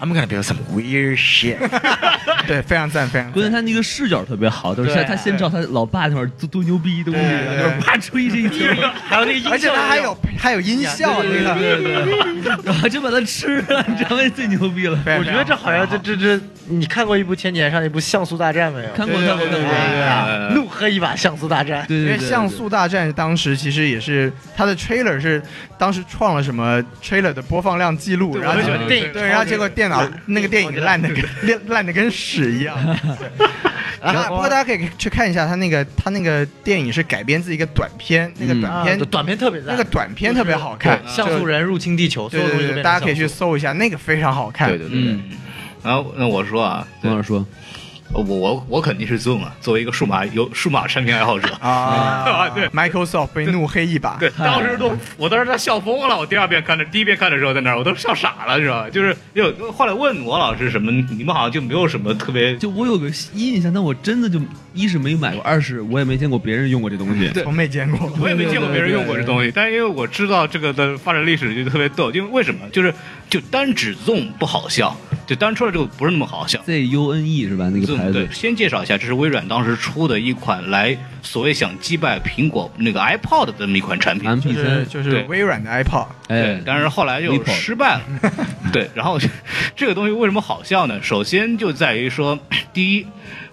Speaker 6: ，I'm gonna build some weird shit，
Speaker 4: 对，非常赞，非常
Speaker 2: 关键
Speaker 4: 赞。
Speaker 2: 他那个视角特别好，就是他
Speaker 6: 对
Speaker 2: 他先知道他老爸那会儿多多牛逼，多牛逼，
Speaker 4: 对对对
Speaker 2: 就是啪吹这一听，
Speaker 6: 还有那个音 效，
Speaker 4: 而且他还有还有音效，
Speaker 2: 对
Speaker 4: 那个
Speaker 2: 对对对，然后还真把他吃了，你知道吗？最牛逼了。
Speaker 4: 非常
Speaker 6: 我觉得这好像这这这，你看过一部前几年上的一部《像素大战》没有？
Speaker 2: 看过看过看过，
Speaker 3: 呃
Speaker 6: 怒喝一把《像素大战》。
Speaker 2: 对
Speaker 4: 因
Speaker 2: 对
Speaker 4: 为
Speaker 2: 对，
Speaker 4: 《像素大战》当时其实也是它的 trailer 是当时创了什么 trailer 的播放量记录，然后结
Speaker 2: 就喜
Speaker 4: 果
Speaker 2: 欢
Speaker 6: 电影
Speaker 4: 对，然后结果电脑那个电影烂的跟 烂的跟屎一样。 然后不过大家可以去看一下，它那个它那个电影是改编自一个短片，那个
Speaker 2: 嗯
Speaker 4: 短
Speaker 6: 啊
Speaker 4: 片
Speaker 6: 短片特别赞，
Speaker 4: 那个短片特别好看，
Speaker 6: 对像素人入侵地球，所
Speaker 4: 对
Speaker 6: 有东西
Speaker 4: 对
Speaker 6: 都
Speaker 4: 对，
Speaker 6: 变成
Speaker 4: 大家可以去
Speaker 6: 像素
Speaker 4: 搜一下，那个非常好看。
Speaker 3: 对对对对
Speaker 2: 嗯。
Speaker 3: 然后那我说啊，对
Speaker 2: 王老师说，
Speaker 3: 我我我肯定是 Zoom 啊，作为一个数码有数码产品爱好者，
Speaker 4: 啊，
Speaker 3: 对
Speaker 4: ，Microsoft 被怒黑一把，
Speaker 3: 对，当时都，我当时他笑疯了。我第二遍看的，第一遍看的时候在那儿，我都笑傻了，是吧？就是有后来问我老师什么，你们好像就没有什么特别，
Speaker 2: 就我有个印象，但我真的就一是没买过，二是我也没见过别人用过这东西。
Speaker 3: 对
Speaker 4: 从没见过。
Speaker 3: 我也没见过别人用过这东西。但是因为我知道这个的发展历史，就特别逗。因为为什么？就是就单指 Zoom 不好笑，就单说了这个不是那么好笑。
Speaker 2: Z U N E 是吧？那个
Speaker 3: Zoom
Speaker 2: 牌
Speaker 3: 对
Speaker 2: 子，，
Speaker 3: 先介绍一下，这是微软当时出的一款来所谓想击败苹果那个 iPod 的这么一款产品。
Speaker 2: M
Speaker 4: 就
Speaker 2: P
Speaker 4: 是
Speaker 2: 三，
Speaker 4: 就是
Speaker 3: 对
Speaker 4: 微软的 iPod，
Speaker 2: 哎
Speaker 3: 对，，但是后来又
Speaker 2: Ripple
Speaker 3: 失 败了。对，然后这个东西为什么好笑呢？首先就在于说，第一。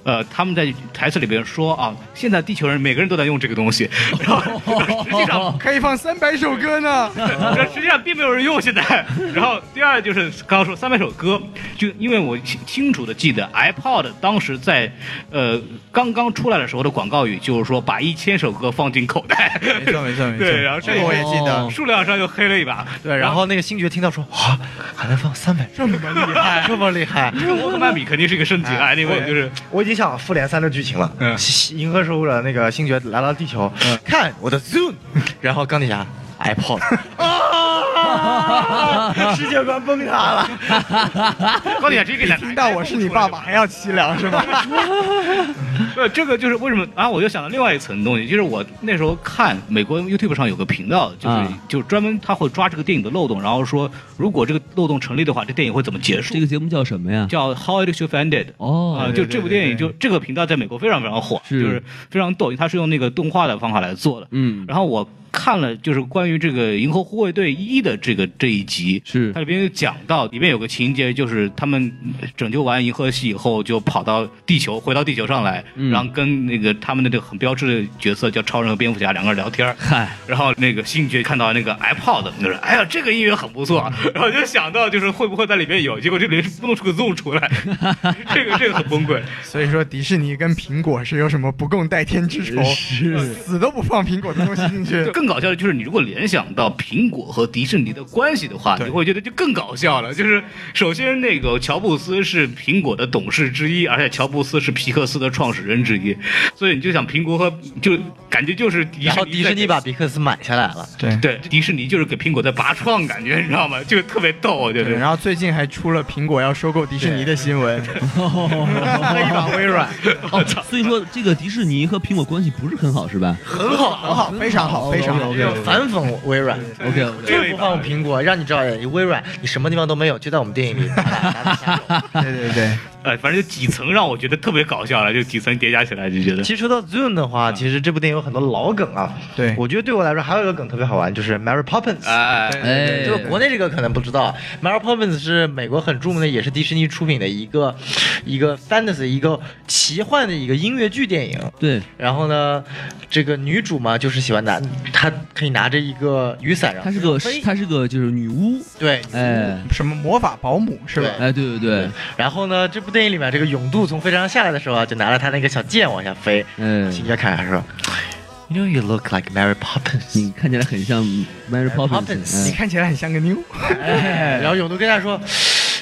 Speaker 3: 呃，他们在台词里边说啊，现在地球人每个人都在用这个东西，然后 实际上
Speaker 4: 可以放三百首歌呢。
Speaker 3: 这实际上并没有人用现在。然后第二就是刚刚说三百首歌，就因为我清清楚的记得 iPod 当时在呃刚刚出来的时候的广告语就是说把一千首歌放进口袋，
Speaker 4: 没 错没错没错，
Speaker 3: 对然后这
Speaker 4: 个我也记得
Speaker 2: 哦，
Speaker 3: 数量上又黑了一把。
Speaker 6: 对，然后那个星爵听到说，哇，还能放三百，
Speaker 4: 这么厉害，
Speaker 6: 这么厉害！
Speaker 3: 这个沃克曼比肯定是一个升级
Speaker 4: 哎
Speaker 3: ，anyway
Speaker 4: 对
Speaker 3: 就是
Speaker 6: 我已经想好复联三的剧情了。
Speaker 3: 嗯
Speaker 6: 西银河守护者那个星爵来到地球，看我的 Zoom，然后钢铁侠哎 iPod，啊，世界观崩塌了。
Speaker 3: 高铁直接给他
Speaker 4: 听到我是你爸爸还要凄凉是吧？
Speaker 3: 对，这个就是为什么啊？我又想到另外一层东西，就是我那时候看美国 YouTube 上有个频道，就是、
Speaker 2: 啊
Speaker 3: 就专门他会抓这个电影的漏洞，然后说如果这个漏洞成立的话，这电影会怎么结束？
Speaker 2: 这个节目叫什么呀？
Speaker 3: 叫 How It Should Have Ended。
Speaker 2: 哦
Speaker 3: 啊，就这部电影，就这个频道在美国非常非常火，
Speaker 2: 是
Speaker 3: 就是非常逗，因为它是用那个动画的方法来做的。
Speaker 2: 嗯，
Speaker 3: 然后我看了就是关于这个《银河护卫队一》的这个这一集，
Speaker 2: 是
Speaker 3: 它里边有讲到，里面有个情节就是他们拯救完银河系以后，就跑到地球，回到地球上来，
Speaker 2: 嗯
Speaker 3: 然后跟那个他们的这个很标志的角色叫超人和蝙蝠侠两个人聊天儿，
Speaker 2: 嗨，
Speaker 3: 然后那个星爵看到那个 iPod，就是哎呀，这个音乐很不错， 然后就想到就是会不会在里面有，结果这里面是不弄出个 Zoom 出来， 这个这个很崩溃。
Speaker 4: 所以说迪士尼跟苹果是有什么不共戴天之仇，死都不放苹果的东西进 去。
Speaker 3: 更搞笑的就是，你如果联想到苹果和迪士尼的关系的话，
Speaker 4: 对
Speaker 3: 你会觉得就更搞笑了。就是首先，那个乔布斯是苹果的董事之一，而且乔布斯是皮克斯的创始人之一，所以你就想苹果和就感觉就是迪士尼在
Speaker 6: 然后迪士尼把比克斯买下来 了。
Speaker 4: 对
Speaker 3: 对迪士尼就是给苹果在拔创，感觉你知道吗？就是特别逗，我觉
Speaker 4: 对，
Speaker 3: 得。
Speaker 4: 然后最近还出了苹果要收购迪士尼的新 闻，喝一把微 软，
Speaker 2: 哦，所以说这个迪士尼和苹果关系不是很好，是吧
Speaker 4: 很好很好，非常好非常好。
Speaker 6: 反讽微软，
Speaker 2: ？OK，
Speaker 6: 就是不放苹果，让你知道微软你什么地方都没有，就在我们电影里。
Speaker 4: 对对对，
Speaker 3: 呃，反正就几层让我觉得特别搞笑了，就几层叠加起来就觉得。
Speaker 6: 其实说到 Zoom 的话，其实这部电影有很多老梗啊。
Speaker 4: 对
Speaker 6: 我觉得对我来说还有一个梗特别好玩，就是 Mary Poppins。
Speaker 3: 哎，
Speaker 2: 哎，
Speaker 4: 呃
Speaker 6: 就是国内这个可能不知道，Mary Poppins 是美国很著名的，也是迪士尼出品的一个一个 fantasy 一个奇幻的一个音乐剧电影。
Speaker 2: 对，
Speaker 6: 然后呢，这个女主嘛，就是喜欢拿她可以拿着一个雨伞，然后
Speaker 2: 她是个
Speaker 6: 飞
Speaker 2: 她是个就是女巫，
Speaker 6: 对，
Speaker 2: 哎
Speaker 4: 什么魔法保姆是吧？
Speaker 2: 哎，对对对，
Speaker 6: 然后呢，这部电影里面这个勇度从飞船上下来的时候啊，就拿着他那个小剑往下飞，
Speaker 2: 哎，
Speaker 6: 星爵看着他说，You know you look like Mary Poppins。
Speaker 2: 你看起来很像 Mary Poppins，
Speaker 4: 你看起来很像个妞，
Speaker 2: 哎，
Speaker 6: 然后勇度跟他说，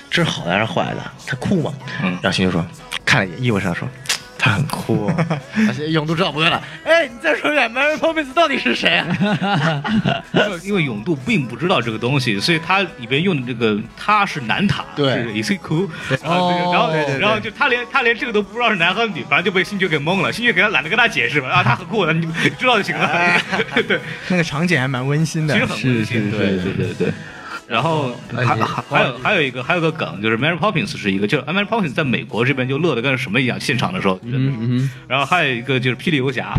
Speaker 6: 这是好的还是坏的？他酷吗？然后星爵说，看了一眼，意味上说。他很酷、哦，而且勇度知道不对了。哎，你再说一遍，Mary Poppins 到底是谁啊？
Speaker 3: 因为永度并不知道这个东西，所以他里边用的这个他是南塔，
Speaker 6: 对
Speaker 3: 是 i 哭，然后这个然后
Speaker 4: 对对对
Speaker 3: 然后就他连他连这个都不知道是男和女，反正就被星爵给蒙了。星爵给他懒得跟他解释吧，啊，他很酷的，你你 知道就行了。对，
Speaker 4: 那个场景还蛮温馨的
Speaker 3: 其实。很温馨，
Speaker 2: 是是是
Speaker 3: 对对对对。然后
Speaker 6: 哎
Speaker 3: 还
Speaker 6: 你
Speaker 3: 还还有还有一个还有个梗，就是 Mary Poppins 是一个，就是 Mary Poppins 在美国这边就乐的跟什么一样，现场的时候，真的是。
Speaker 2: 嗯
Speaker 3: 然后还有一个就是霹雳游侠，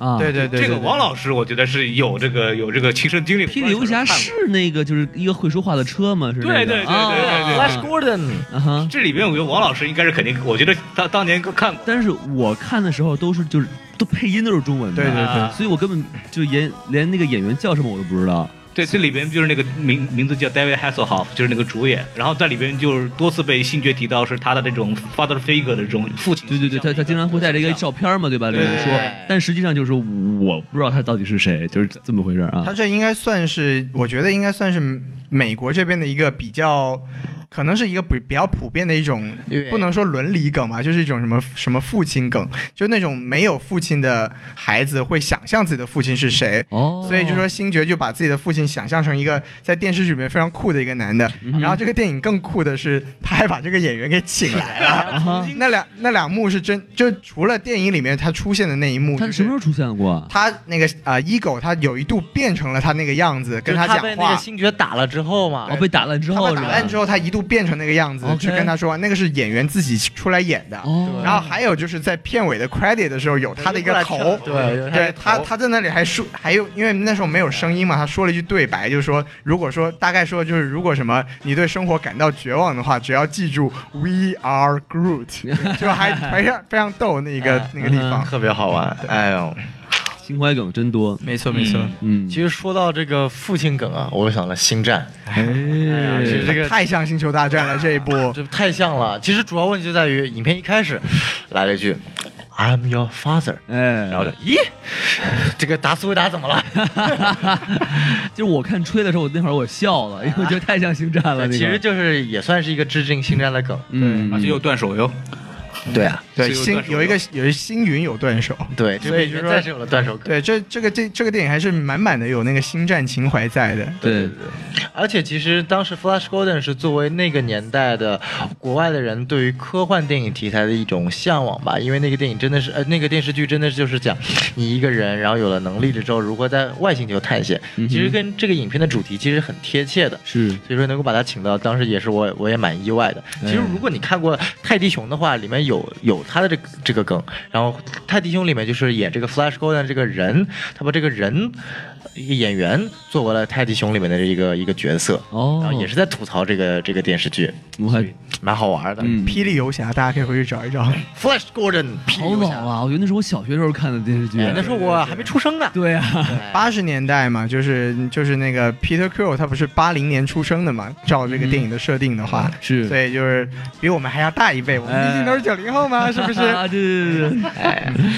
Speaker 2: 嗯啊，
Speaker 4: 对对对，
Speaker 3: 这个
Speaker 4: 对
Speaker 3: 王老师我觉得是有这个有这个亲身经 历。
Speaker 2: 霹雳游侠是那个就是一个会说话的车吗？是那个
Speaker 3: 对对对对
Speaker 2: 啊
Speaker 3: 对
Speaker 2: 啊
Speaker 4: 嗯
Speaker 6: Flash Gordon，
Speaker 2: 啊哈。
Speaker 3: 这里边我觉得王老师应该是肯定，我觉得当当年看过。
Speaker 2: 但是我看的时候都是就是都配音都是中文的，
Speaker 4: 对对
Speaker 3: 对
Speaker 2: 所以我根本就演连那个演员叫什么我都不知道。
Speaker 3: 对，这里边就是那个名名字叫 David Hasselhoff，就是那个主演，然后在里边就是多次被星爵提到是他的这种 father figure 的这种父亲
Speaker 2: 对
Speaker 3: 形象
Speaker 2: 对
Speaker 3: 的一个。
Speaker 2: 对，他他经常会带着一个照片嘛，对吧？里面说，但实际上就是我不知道他到底是谁，就是这么回事啊
Speaker 4: 他。这应该算是，我觉得应该算是美国这边的一个比较，可能是一个比比较普遍的一种
Speaker 6: 对，
Speaker 4: 不能说伦理梗吧，就是一种什么什么父亲梗，就那种没有父亲的孩子会想象自己的父亲是谁。
Speaker 2: 哦，
Speaker 4: 所以就说星爵就把自己的父亲想象成一个在电视剧里面非常酷的一个男的，
Speaker 2: 嗯
Speaker 4: 然后这个电影更酷的是他还把这个演员给请来 了，
Speaker 2: 啊，
Speaker 4: 那两那两幕是真，就除了电影里面他出现的那一幕，
Speaker 2: 他
Speaker 4: 就是
Speaker 2: 什么时候出现过啊？
Speaker 4: 他那个啊，一、狗他有一度变成了他那个样子，跟
Speaker 6: 就是
Speaker 4: 讲
Speaker 6: 被那
Speaker 4: 话
Speaker 6: 个。星爵打了之 后嘛
Speaker 2: 哦，，被打烂之
Speaker 4: 他
Speaker 2: 后
Speaker 4: 们
Speaker 2: 是吧？
Speaker 4: 打烂之后，他一度变成那个样子
Speaker 2: OK
Speaker 4: 去跟他说话，那个是演员自己出来演的。
Speaker 2: 哦，
Speaker 4: 然后还有就是在片尾的 credit 的时候，有他的一个头，
Speaker 6: 对，有
Speaker 4: 对
Speaker 6: 他
Speaker 4: 他
Speaker 6: 一个头
Speaker 4: 他在那里还说，还有因为那时候没有声音嘛，他说了一句对白，就是说如果说大概说就是如果什么你对生活感到绝望的话，只要记住 We are Groot，就还非常非常逗那个
Speaker 6: 嗯
Speaker 4: 那个地方。啊
Speaker 6: 特别好玩，哎呦，
Speaker 2: 情怀梗真多。
Speaker 4: 没错
Speaker 3: 没错
Speaker 2: 嗯，
Speaker 6: 其实说到这个父亲梗啊，我又想了《星战》，
Speaker 2: 哎
Speaker 6: 其实这个
Speaker 4: 太像星球大战了这一部。
Speaker 6: 这太像了。其实主要问题就在于影片一开始来了一句 “I'm your father”，
Speaker 2: 哎，
Speaker 6: 然后就咦，这个达斯维达怎么了？
Speaker 2: 就是我看吹的时候，我那会儿我笑了，因为我觉得太像星战了。那个
Speaker 6: 其实就是也算是一个致敬星战的梗。
Speaker 2: 嗯，
Speaker 3: 而且又断手哟，
Speaker 6: 对啊，
Speaker 4: 对，
Speaker 3: 所以有
Speaker 4: 星
Speaker 3: 断手
Speaker 4: 有一个有一星云有断手，
Speaker 6: 对，
Speaker 4: 所以
Speaker 6: 这
Speaker 4: 就
Speaker 6: 个
Speaker 4: 说
Speaker 6: 暂时有了断手梗。
Speaker 4: 对，这这个这这个电影还是满满的有那个星战情怀在的。
Speaker 2: 对，
Speaker 6: 而且其实当时 Flash Gordon 是作为那个年代的国外的人对于科幻电影题材的一种向往吧，因为那个电影真的是呃那个电视剧真的是就是讲你一个人然后有了能力了之后如何在外星球探险，
Speaker 2: 嗯哼
Speaker 6: 其实跟这个影片的主题其实很贴切的。
Speaker 2: 是
Speaker 6: 所以说能够把他请到，当时也是我我也蛮意外的。
Speaker 2: 嗯
Speaker 6: 其实如果你看过《泰迪熊》的话，里面有有他的这个这个梗，然后《泰迪熊》里面就是演这个 Flash Gordon 这个人，他把这个人一个演员作为了《泰迪熊》里面的一个一个角色，
Speaker 2: 哦，
Speaker 6: 然后也是在吐槽这个这个电视剧，
Speaker 2: 我还
Speaker 6: 蛮好玩的。
Speaker 2: 嗯，
Speaker 4: 霹雳游侠，大家可以回去找一找。
Speaker 6: Flash Gordon 霹雳
Speaker 2: 好
Speaker 6: 游
Speaker 2: 早
Speaker 6: 侠，
Speaker 2: 啊！我觉得那是我小学时候看的电视剧。
Speaker 6: 哎那时候我还没出生呢。
Speaker 2: 对啊，
Speaker 4: 八十年代嘛，就是就是那个 Peter Quill，他不是八零年出生的嘛？照这个电影的设定的话，
Speaker 2: 是
Speaker 4: 所以就是比我们还要大一辈，我们毕竟都是九零后嘛，是不是？
Speaker 2: 啊， 对对 对对，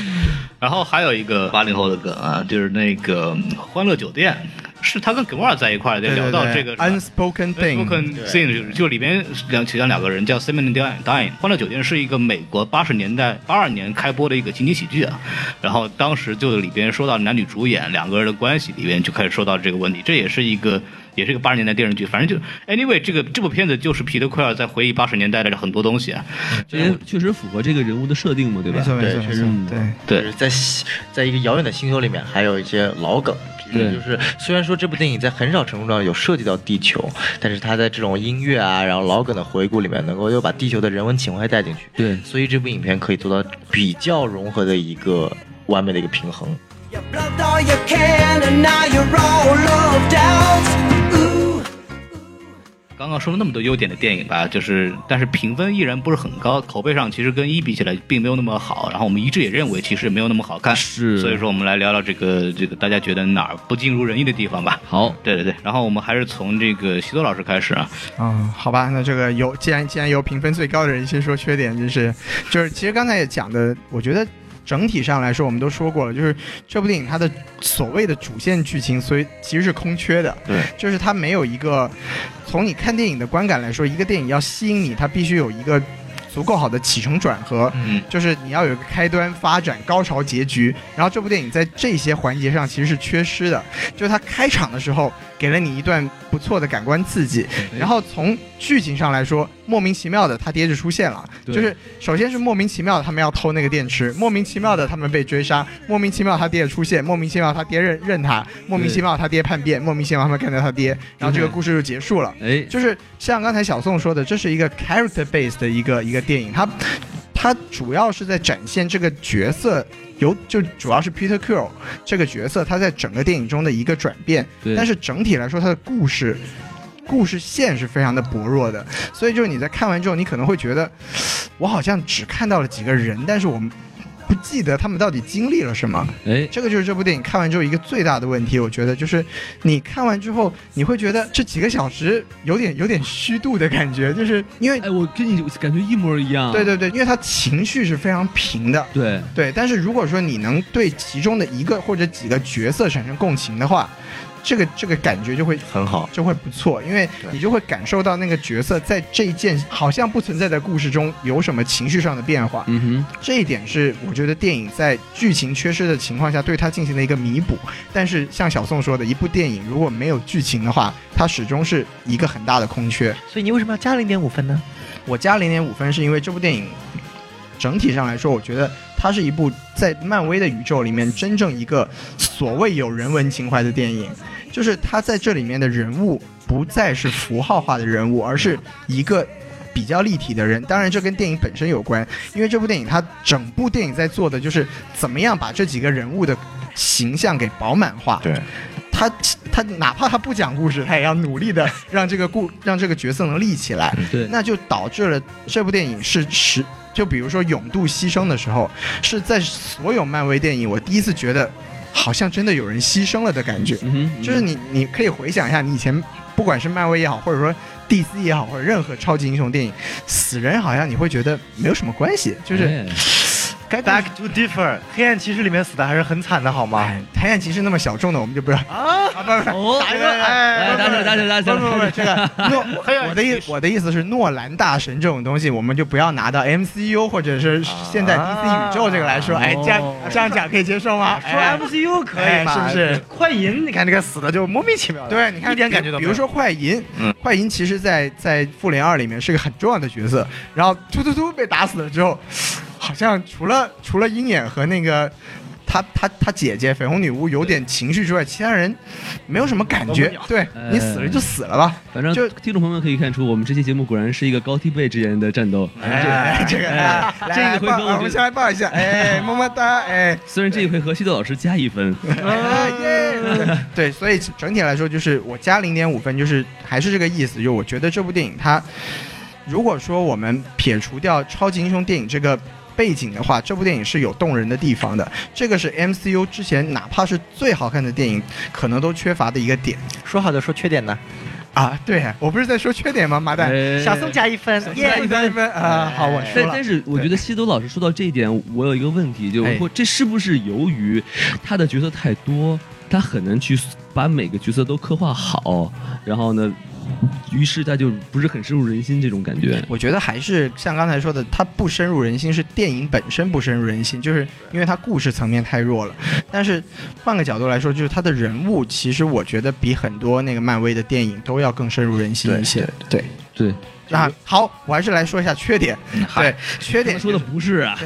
Speaker 3: 然后还有一个八零后的梗啊，就是那个《欢乐酒店》，是他跟 Gamora 在一块儿在
Speaker 4: 对
Speaker 3: 聊
Speaker 4: 对
Speaker 3: 到
Speaker 4: 对
Speaker 3: 这个
Speaker 4: unspoken thing，
Speaker 3: Spoken Thing 就是就里边两其中两个人叫 Simon and Dine，《欢乐酒店》是一个美国八十年代八二年开播的一个情景喜剧啊，然后当时就里边说到男女主演两个人的关系里边就开始说到这个问题，这也是一个也是一个八十年代电视剧，反正就 anyway 这个这部片子就是皮特奎尔在回忆八十年代的很多东西啊，
Speaker 2: 这也确实符合这个人物的设定嘛，对吧？
Speaker 4: 没错没
Speaker 6: 对
Speaker 4: 错
Speaker 6: 确
Speaker 4: 没
Speaker 6: 实
Speaker 4: 错，
Speaker 2: 嗯
Speaker 4: 对。
Speaker 3: 对
Speaker 6: 就是。在在一个遥远的星球里面，还有一些老梗。其实
Speaker 2: 对
Speaker 6: 就是虽然说这部电影在很少程度上有涉及到地球，但是它在这种音乐啊，然后老梗的回顾里面，能够又把地球的人文情怀带进去，
Speaker 2: 对
Speaker 6: 所以这部影片可以做到比较融合的一个完美的一个平衡。
Speaker 1: You blocked all you can, and now you're all loved out. Ooh.
Speaker 3: 刚刚说了那么多优点的电影吧，就是但是评分依然不是很高，口碑上其实跟一比起来并没有那么好。然后我们一致也认为其实也没有那么好看，
Speaker 2: 是
Speaker 3: 所以说我们来聊聊这个这个大家觉得哪儿不尽如人意的地方吧。
Speaker 2: 好，
Speaker 3: 对对对，然后我们还是从这个西多老师开始啊，
Speaker 4: 嗯，好吧，那这个由既然既然由评分最高的人先说缺点，就是就是其实刚才也讲的，我觉得整体上来说我们都说过了，就是这部电影它的所谓的主线剧情，所以其实是空缺的，
Speaker 6: 对，
Speaker 4: 就是它没有一个从你看电影的观感来说，一个电影要吸引你，它必须有一个足够好的起承转合，
Speaker 3: 嗯，
Speaker 4: 就是你要有一个开端、发展、高潮、结局。然后这部电影在这些环节上其实是缺失的，就是它开场的时候给了你一段不错的感官刺激，然后从剧情上来说，莫名其妙的他爹就出现了，
Speaker 2: 对
Speaker 4: 就是首先是莫名其妙的他们要偷那个电池，莫名其妙的他们被追杀，莫名其妙他爹出现，莫名其妙他爹认认他，莫名其妙他爹叛变，莫名其妙他们干掉他爹，然后这个故事就结束了。
Speaker 2: 哎，
Speaker 4: 就是像刚才小宋说的，这是一个 character based 的一个一个电影，它它主要是在展现这个角色由就主要是 Peter Quill 这个角色他在整个电影中的一个转变，
Speaker 2: 对
Speaker 4: 但是整体来说他的故事。故事线是非常的薄弱的，所以就是你在看完之后，你可能会觉得，我好像只看到了几个人，但是我们不记得他们到底经历了什么。
Speaker 2: 哎，
Speaker 4: 这个就是这部电影看完之后一个最大的问题，我觉得就是你看完之后，你会觉得这几个小时有点有点虚度的感觉，就是因为
Speaker 2: 哎，我跟你感觉一模一样。
Speaker 4: 对对对，因为它情绪是非常平的，
Speaker 2: 对，
Speaker 4: 对。但是如果说你能对其中的一个或者几个角色产生共情的话，这个这个感觉就会
Speaker 6: 很好。
Speaker 4: 就会不错，因为你就会感受到那个角色在这一件好像不存在的故事中有什么情绪上的变化。
Speaker 2: 嗯
Speaker 4: 这一点是我觉得电影在剧情缺失的情况下对它进行了一个弥补。但是像小宋说的，一部电影如果没有剧情的话，它始终是一个很大的空缺。
Speaker 6: 所以你为什么要加零点五分呢？
Speaker 4: 我加零点五分是因为这部电影整体上来说，我觉得它是一部在漫威的宇宙里面真正一个所谓有人文情怀的电影，就是它在这里面的人物不再是符号化的人物，而是一个。比较立体的人，当然这跟电影本身有关，因为这部电影它整部电影在做的就是怎么样把这几个人物的形象给饱满化。
Speaker 6: 对，
Speaker 4: 他他哪怕他不讲故事，他也要努力的让这个故让这个角色能立起来。
Speaker 2: 哼，对，
Speaker 4: 那就导致了这部电影是十，就比如说《勇度牺牲》的时候，是在所有漫威电影我第一次觉得，好像真的有人牺牲了的感觉。
Speaker 2: 嗯哼，
Speaker 4: 就是你，你可以回想一下，你以前不管是漫威也好，或者说 DC 也好，或者任何超级英雄电影，死人好像你会觉得没有什么关系，就是
Speaker 2: 哎
Speaker 4: 该
Speaker 6: Back to differ，黑暗骑士里面死的还是很惨的，好吗？
Speaker 4: 哎，黑暗骑士那么小众的，我们就不要啊，不不不，
Speaker 2: 哦，
Speaker 4: 打一个哎，
Speaker 2: 哎，打
Speaker 4: 不
Speaker 2: 起
Speaker 4: 不
Speaker 2: 打起 打起，
Speaker 4: 不不不，这个诺，我的意我的意思是，诺兰大神这种东西，我们就不要拿到 MCU 或者是现在 DC 宇宙这个来说。哎，这样这样讲可以接受吗？
Speaker 6: 说
Speaker 4: 哎
Speaker 6: MCU 可以嘛？
Speaker 4: 哎是不是？
Speaker 6: 快银，你看这个死的就莫名其妙的，
Speaker 4: 对，你看
Speaker 6: 一点感觉都没
Speaker 4: 比
Speaker 6: 有。
Speaker 4: 如说快银
Speaker 6: 嗯，
Speaker 4: 快银其实在在复联二里面是个很重要的角色，然后突突突被打死了之后，好像除了除了鹰眼和那个。他他他姐姐绯红女巫有点情绪之外，其他人没有什么感觉。对你死了就死了吧，
Speaker 2: 反正
Speaker 4: 就
Speaker 2: 听众朋友们可以看出，我们这期节目果然是一个高低辈之间的战斗。
Speaker 4: 哎，这个
Speaker 2: 哎
Speaker 4: 这
Speaker 2: 这
Speaker 4: 个
Speaker 2: 个回合我
Speaker 4: 我
Speaker 2: 觉
Speaker 4: 们
Speaker 2: 得
Speaker 4: 先来抱一下，哎，么么哒，哎，
Speaker 2: 虽然这一回合西多老师加一分，
Speaker 4: 哎耶！对，所以整体来说，就是我加零点五分，就是还是这个意思，就我觉得这部电影它，如果说我们撇除掉超级英雄电影这个。背景的话，这部电影是有动人的地方的，这个是 MCU 之前哪怕是最好看的电影，可能都缺乏的一个点
Speaker 6: 说好的说缺点呢？
Speaker 4: 啊！对我不是在说缺点吗？麻蛋，
Speaker 2: 哎
Speaker 6: 小宋加一分，
Speaker 4: 加
Speaker 6: 耶
Speaker 4: 一！分一分啊！好，我输
Speaker 2: 但
Speaker 4: 了
Speaker 2: 但。是我觉得西多老师说到这一点，我有一个问题，就
Speaker 4: 哎
Speaker 2: 或这是不是由于他的角色太多，他很难去把每个角色都刻画好，然后呢，于是他就不是很深入人心这种感觉。
Speaker 4: 我觉得还是像刚才说的，它不深入人心，是电影本身不深入人心，就是因为它故事层面太弱了。但是换个角度来说，就是它的人物，其实我觉得比很多那个漫威的电影都要更深入人心一些。对，
Speaker 2: 对，嗯
Speaker 4: 啊，好，我还是来说一下缺点。对，缺
Speaker 2: 他
Speaker 4: 点
Speaker 2: 说的不是啊，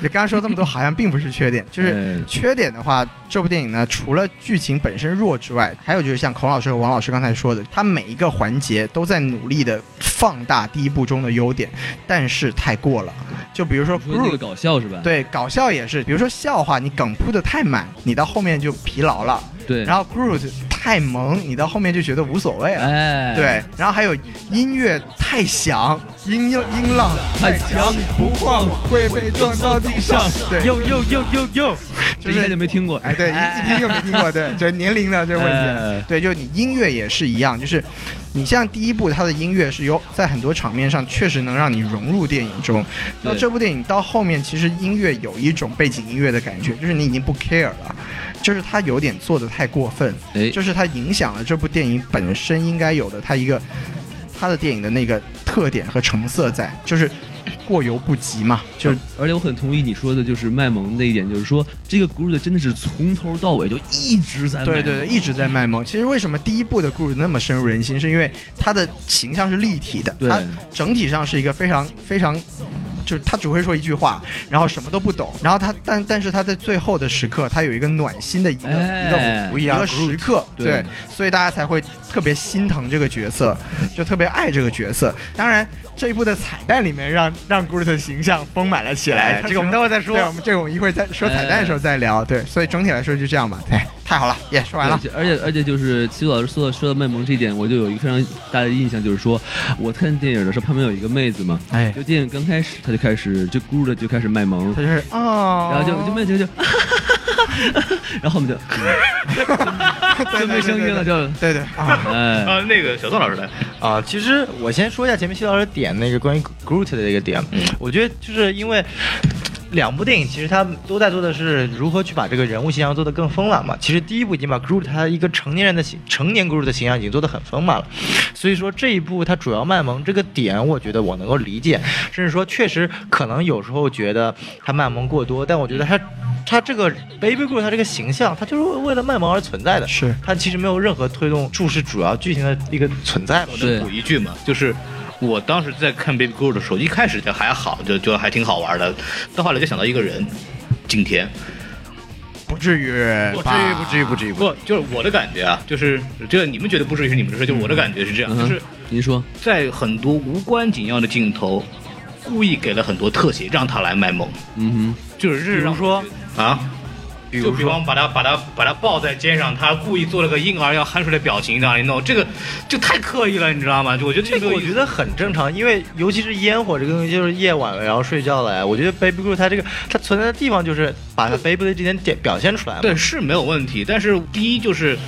Speaker 4: 你刚刚说这么多，好像并不是缺点，就是
Speaker 2: 哎
Speaker 4: 缺点的话，这部电影呢，除了剧情本身弱之外，还有就是像孔老师和王老师刚才说的，它每一个环节都在努力的放大第一部中的优点，但是太过了。就比如说
Speaker 2: 说那个
Speaker 4: Groot，
Speaker 2: 搞笑是吧？
Speaker 4: 对搞笑也是，比如说笑话，你梗铺的太满，你到后面就疲劳了；
Speaker 2: 对，
Speaker 4: 然后 Groot 太萌，你到后面就觉得无所谓了。
Speaker 2: 哎，
Speaker 4: 对，然后还有音乐太响，音音音浪
Speaker 2: 太强
Speaker 4: 不晃会被撞到地上。对，
Speaker 6: 呦呦呦呦呦！
Speaker 2: 这应该就没听过。
Speaker 4: 哎，对，一听就没听过，对，就是年龄的这个问
Speaker 2: 哎
Speaker 4: 题，对，就你音乐也是一样，就是你像第一部它的音乐是有在很多场面上确实能让你融入电影中，到
Speaker 2: 对
Speaker 4: 这部电影到后面其实音乐有一种背景音乐的感觉，就是你已经不 care 了，就是它有点做的太过分，
Speaker 2: 哎，
Speaker 4: 就是它影响了这部电影本身应该有的它一个它的电影的那个特点和成色在，就是过犹不及嘛，就
Speaker 2: 就而且我很同意你说的，就是卖萌的一点，就是说这个 Groot 真的是从头到尾就一直在卖萌
Speaker 4: 对对对，一直在卖萌。其实为什么第一部的 Groot 那么深入人心，是因为它的形象是立体的，
Speaker 2: 对
Speaker 4: 它整体上是一个非常非常，就是他只会说一句话，然后什么都不懂，然后他但但是他在最后的时刻，他有一个暖心的一个、
Speaker 2: 哎
Speaker 4: 一个舞一个时刻，
Speaker 2: 对
Speaker 4: 对，所以大家才会特别心疼这个角 色，就特别爱这个角色。当然，这一部的彩蛋里面让让 Groot 的形象丰满了起来，
Speaker 6: 哎这个我们待会儿再说
Speaker 4: 对我们这个我们一会儿再说彩蛋的时候再聊。对，所以整体来说就这样吧。哎，太好了，也说完了。
Speaker 2: 对而且而且就是齐鲁老师说到说到卖萌这一点，我就有一个非常大的印象，就是说我看电影的时候，旁边有一个妹子嘛，
Speaker 6: 哎
Speaker 2: 就电影刚开始，她就开始就咕噜的就开始卖萌
Speaker 4: 他，就是哦，
Speaker 2: 然后就就妹 子就，然后我们就就没声音了，就
Speaker 4: 对对啊，
Speaker 2: 哎。
Speaker 3: 啊，那个小宋老师来，
Speaker 6: 啊，其实我先说一下前面谢老师点那个关于 Groot 的这个点，我觉得就是因为。两部电影其实它都在做的是如何去把这个人物形象做得更丰满嘛。其实第一部已经把 Groot 他一个成年人的形成年 Groot 的形象已经做得很丰满了，所以说这一部它主要卖萌这个点，我觉得我能够理解，甚至说确实可能有时候觉得他卖萌过多，但我觉得他他这个 Baby Groot 他这个形象，他就是为了卖萌而存在的，
Speaker 4: 是
Speaker 6: 他其实没有任何推动注视主要剧情的一个存在吧。
Speaker 2: 对
Speaker 3: 补一句嘛，就是我当时在看 Baby Groot 的时候，一开始就还好，就就还挺好玩的，到后来就想到一个人，景甜。
Speaker 4: 不至于，啊
Speaker 3: 不至于不
Speaker 4: 至于，不至于。
Speaker 3: 不，就是我的感觉啊，就是这个你们觉得不至于是你们的事，就是我的感觉是这样，
Speaker 2: 嗯
Speaker 3: 就
Speaker 2: 哼
Speaker 3: 是
Speaker 2: 您说，
Speaker 3: 在很多无关紧要的镜头，故意给了很多特写，让他来卖萌，
Speaker 2: 嗯
Speaker 3: 就是比
Speaker 6: 比如说
Speaker 3: 啊，
Speaker 6: 比
Speaker 3: 就
Speaker 6: 如
Speaker 3: 比
Speaker 6: 说，
Speaker 3: 方把他把他把他抱在肩上，他故意做了个婴儿要酣睡的表情让你弄，这个就太刻意了，你知道吗？就我觉得这
Speaker 6: 这
Speaker 3: 个
Speaker 6: 个我觉得很正常，因为尤其是烟火这个东西，就是夜晚了，然后睡觉了呀。我觉得 Baby Groot 它这个它存在的地方就是把它 Baby 的这点点表现出来嘛。
Speaker 3: 对，是没有问题，但是第一就是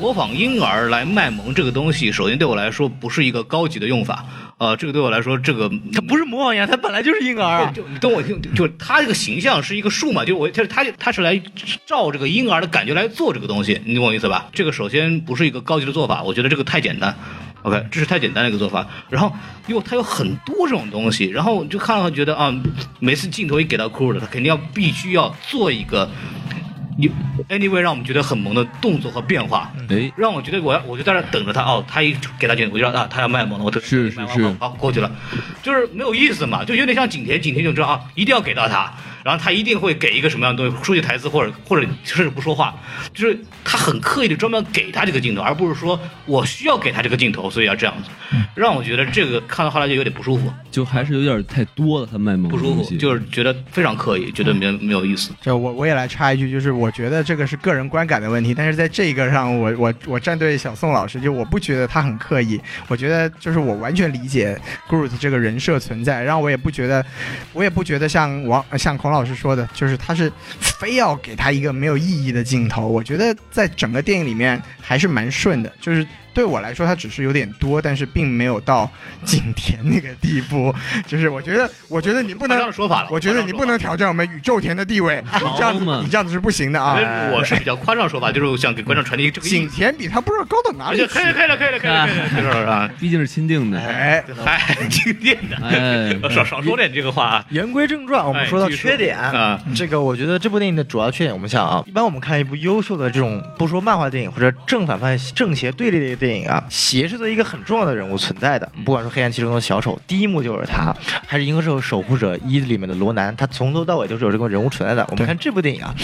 Speaker 3: 模仿婴儿来卖萌这个东西，首先对我来说不是一个高级的用法，呃，这个对我来说这个
Speaker 6: 它不是模仿呀，它本来就是婴儿 啊。
Speaker 3: 就你懂我听，就就他这个形象是一个数嘛，就我就是他他是来照这个婴儿的感觉来做这个东西，你懂我意思吧？这个首先不是一个高级的做法，我觉得这个太简单。OK，这是太简单的一个做法。然后又他有很多这种东西，然后我就看了觉得啊，每次镜头一给到库了，他肯定要必须要做一个。有 anyway 让我们觉得很萌的动作和变化，
Speaker 2: 哼，哎，
Speaker 3: 让我觉得我要我就在那等着他哦，他一给他钱，我就知道啊，他要卖萌了，我特
Speaker 2: 是
Speaker 3: 卖
Speaker 2: 是
Speaker 3: 完
Speaker 2: 是
Speaker 3: 好好过去了，就是没有意思嘛，就有点像景甜，景甜就知道啊，一定要给到他，然后他一定会给一个什么样的东西，说句台词或者或者甚至不说话，就是他很刻意的专门给他这个镜头，而不是说我需要给他这个镜头，所以要这样子，
Speaker 2: 嗯
Speaker 3: 让我觉得这个看到后来就有点不舒服，
Speaker 2: 就还是有点太多了，他卖萌
Speaker 3: 不
Speaker 2: 的
Speaker 3: 舒
Speaker 2: 东
Speaker 3: 服，
Speaker 2: 西
Speaker 3: 就是觉得非常刻意，觉得没有没有意思。
Speaker 4: 这我我也来插一句，就是我觉得这个是个人观感的问题，但是在这个上，我我我站队小宋老师，就我不觉得他很刻意，我觉得就是我完全理解 Groot 这个人设存在，然后我也不觉得，我也不觉得像王像孔老师说的，就是他是非要给他一个没有意义的镜头，我觉得在整个电影里面还是蛮顺的，就是。对我来说，它只是有点多，但是并没有到 景甜那个地步。就是我觉得，我觉得你不
Speaker 3: 夸张
Speaker 4: 能
Speaker 3: 的说法了，
Speaker 4: 我觉得你不能挑战我们宇宙田的地位，你这样子
Speaker 2: 嘛哎
Speaker 4: 你这样子是不行的
Speaker 3: 夸张
Speaker 4: 啊
Speaker 3: 的说。法，
Speaker 6: 哎
Speaker 3: 我是比较夸张的说法，就是想给观众传递这个意
Speaker 4: 景
Speaker 3: 思。
Speaker 4: 甜比他不知道高到哪
Speaker 3: 而
Speaker 6: 哎
Speaker 4: 里
Speaker 3: 且
Speaker 4: 去
Speaker 3: 啊可以。了，可以了，可以了，可以了，可以了，可以了，啊！
Speaker 2: 毕竟是 钦定的，
Speaker 4: 哎，
Speaker 3: 嗨，静电
Speaker 2: 哎
Speaker 3: 的， 少少说点这个话啊。
Speaker 6: 言归正传，我们
Speaker 3: 哎
Speaker 6: 说到
Speaker 3: 继续
Speaker 6: 缺点
Speaker 3: 说啊，
Speaker 6: 这个我觉得这部电影的主要缺点，我们想啊，一般我们看一部优秀的这种不说漫画电影或者正反派正邪对立的电影啊，邪是作为一个很重要的人物存在的，
Speaker 3: 嗯
Speaker 6: 不管是黑暗骑士中的小丑，第一幕就是他，还是银河守守护者一里面的罗南，他从头到尾都是有这个人物存在的。我们看这部电影啊，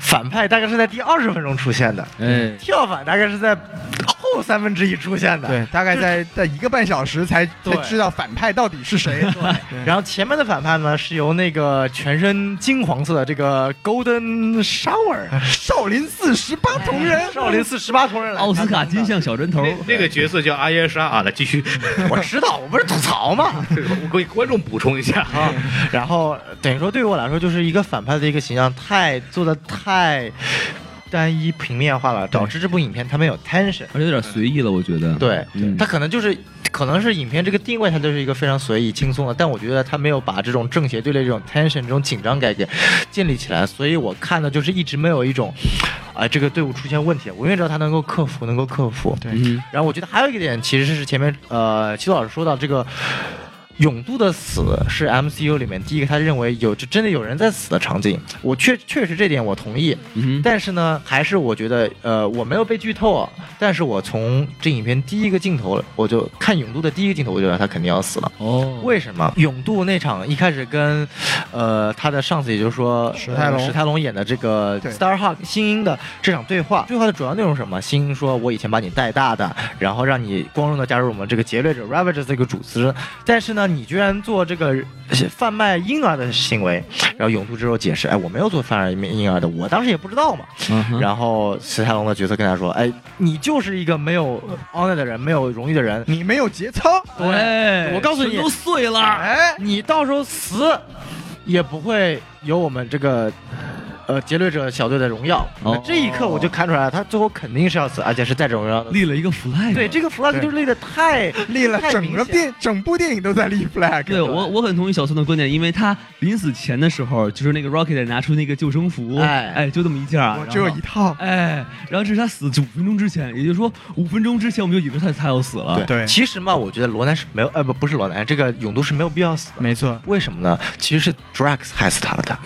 Speaker 6: 反派大概是在第二十分钟出现的，
Speaker 2: 哎，
Speaker 6: 跳反大概是在后三分之一出现的，
Speaker 4: 对，大概在在一个半小时才才
Speaker 6: 对
Speaker 4: 知道反派到底是谁。
Speaker 6: 然后前面的反派呢，是由那个全身金黄色的这个 Golden Shower
Speaker 4: 少林寺十八铜人，
Speaker 6: 少林寺十八铜人来
Speaker 2: 奥斯卡金像小针 头，哎
Speaker 3: 那个角色叫阿耶莎啊，来继续，
Speaker 6: 我知道，我不是吐槽嘛。
Speaker 3: 这个我给观众补充一下啊，
Speaker 6: 然后等于说对于我来说，就是一个反派的一个形象太做的太单一平面化了，导致这部影片它没有 tension。
Speaker 2: 而且有点随意了，我觉得。
Speaker 6: 对，
Speaker 2: 嗯
Speaker 6: 它可能就是，可能是影片这个定位，它就是一个非常随意、轻松的，但我觉得它没有把这种正邪对立、这种 tension、这种紧张感给建立起来，所以我看的就是一直没有一种，啊、这个队伍出现问题，我永远知道它能够克服，能够克服。对
Speaker 2: 嗯
Speaker 6: 然后我觉得还有一个点，其实是前面呃，齐老师说到这个。永度的死是 MCU 里面第一个他认为有就真的有人在死的场景，我确确实这点我同意。
Speaker 2: 嗯哼，
Speaker 6: 但是呢，还是我觉得，呃，我没有被剧透，啊，但是我从这影片第一个镜头，我就看永度的第一个镜头，我就知道他肯定要死了。
Speaker 2: 哦，
Speaker 6: 为什么？永度那场一开始跟，呃，他的上司，也就是说
Speaker 4: 史泰龙
Speaker 6: 呃史泰龙演的这个
Speaker 4: 对
Speaker 6: Starhawk 新英的这场对话，对话的主要内容是什么？新英说：“我以前把你带大的，然后让你光荣的加入我们这个劫掠者 Ravagers 这个组织，但是呢，你居然做这个呃贩卖婴儿的行为。”然后永度之后解释：“哎，我没有做贩卖婴儿的，我当时也不知道嘛。”
Speaker 2: 嗯哼
Speaker 6: 然后史泰龙的角色跟他说：“哎，你就是一个没有 honor 的人，没有荣誉的人。
Speaker 4: 你没有节操，
Speaker 2: 对，
Speaker 6: 我告诉你
Speaker 2: 唇都碎了，
Speaker 4: 哎，
Speaker 6: 你到时候死也不会有我们这个呃劫掠者小队的荣耀。
Speaker 2: 哦
Speaker 6: 那这一刻我就看出来，他最后肯定是要死，而且是带着荣耀的。
Speaker 2: 立了一个 flag。
Speaker 6: 对，这个 flag
Speaker 4: 对
Speaker 6: 就是立的太
Speaker 4: 立了
Speaker 6: 太明
Speaker 4: 整
Speaker 6: 显
Speaker 4: 个电整部电影都在立 flag。
Speaker 2: 对我，我很同意小孙的观点，因为他临死前的时候，就是那个 Rocket 拿出那个救生服，
Speaker 6: 哎
Speaker 2: 哎，就这么一件儿，
Speaker 4: 我
Speaker 2: 然
Speaker 4: 只有
Speaker 2: 后
Speaker 4: 一套。
Speaker 2: 哎，然后这是他死五分钟之前，也就是说五分钟之前我们就以为他他要死了，
Speaker 4: 对
Speaker 6: 其实嘛，我觉得罗南是没有，呃，不，不是罗南，这个永都是没有必要死的。
Speaker 4: 没错，
Speaker 6: 为什么呢？其实是 Drax 害死他了的。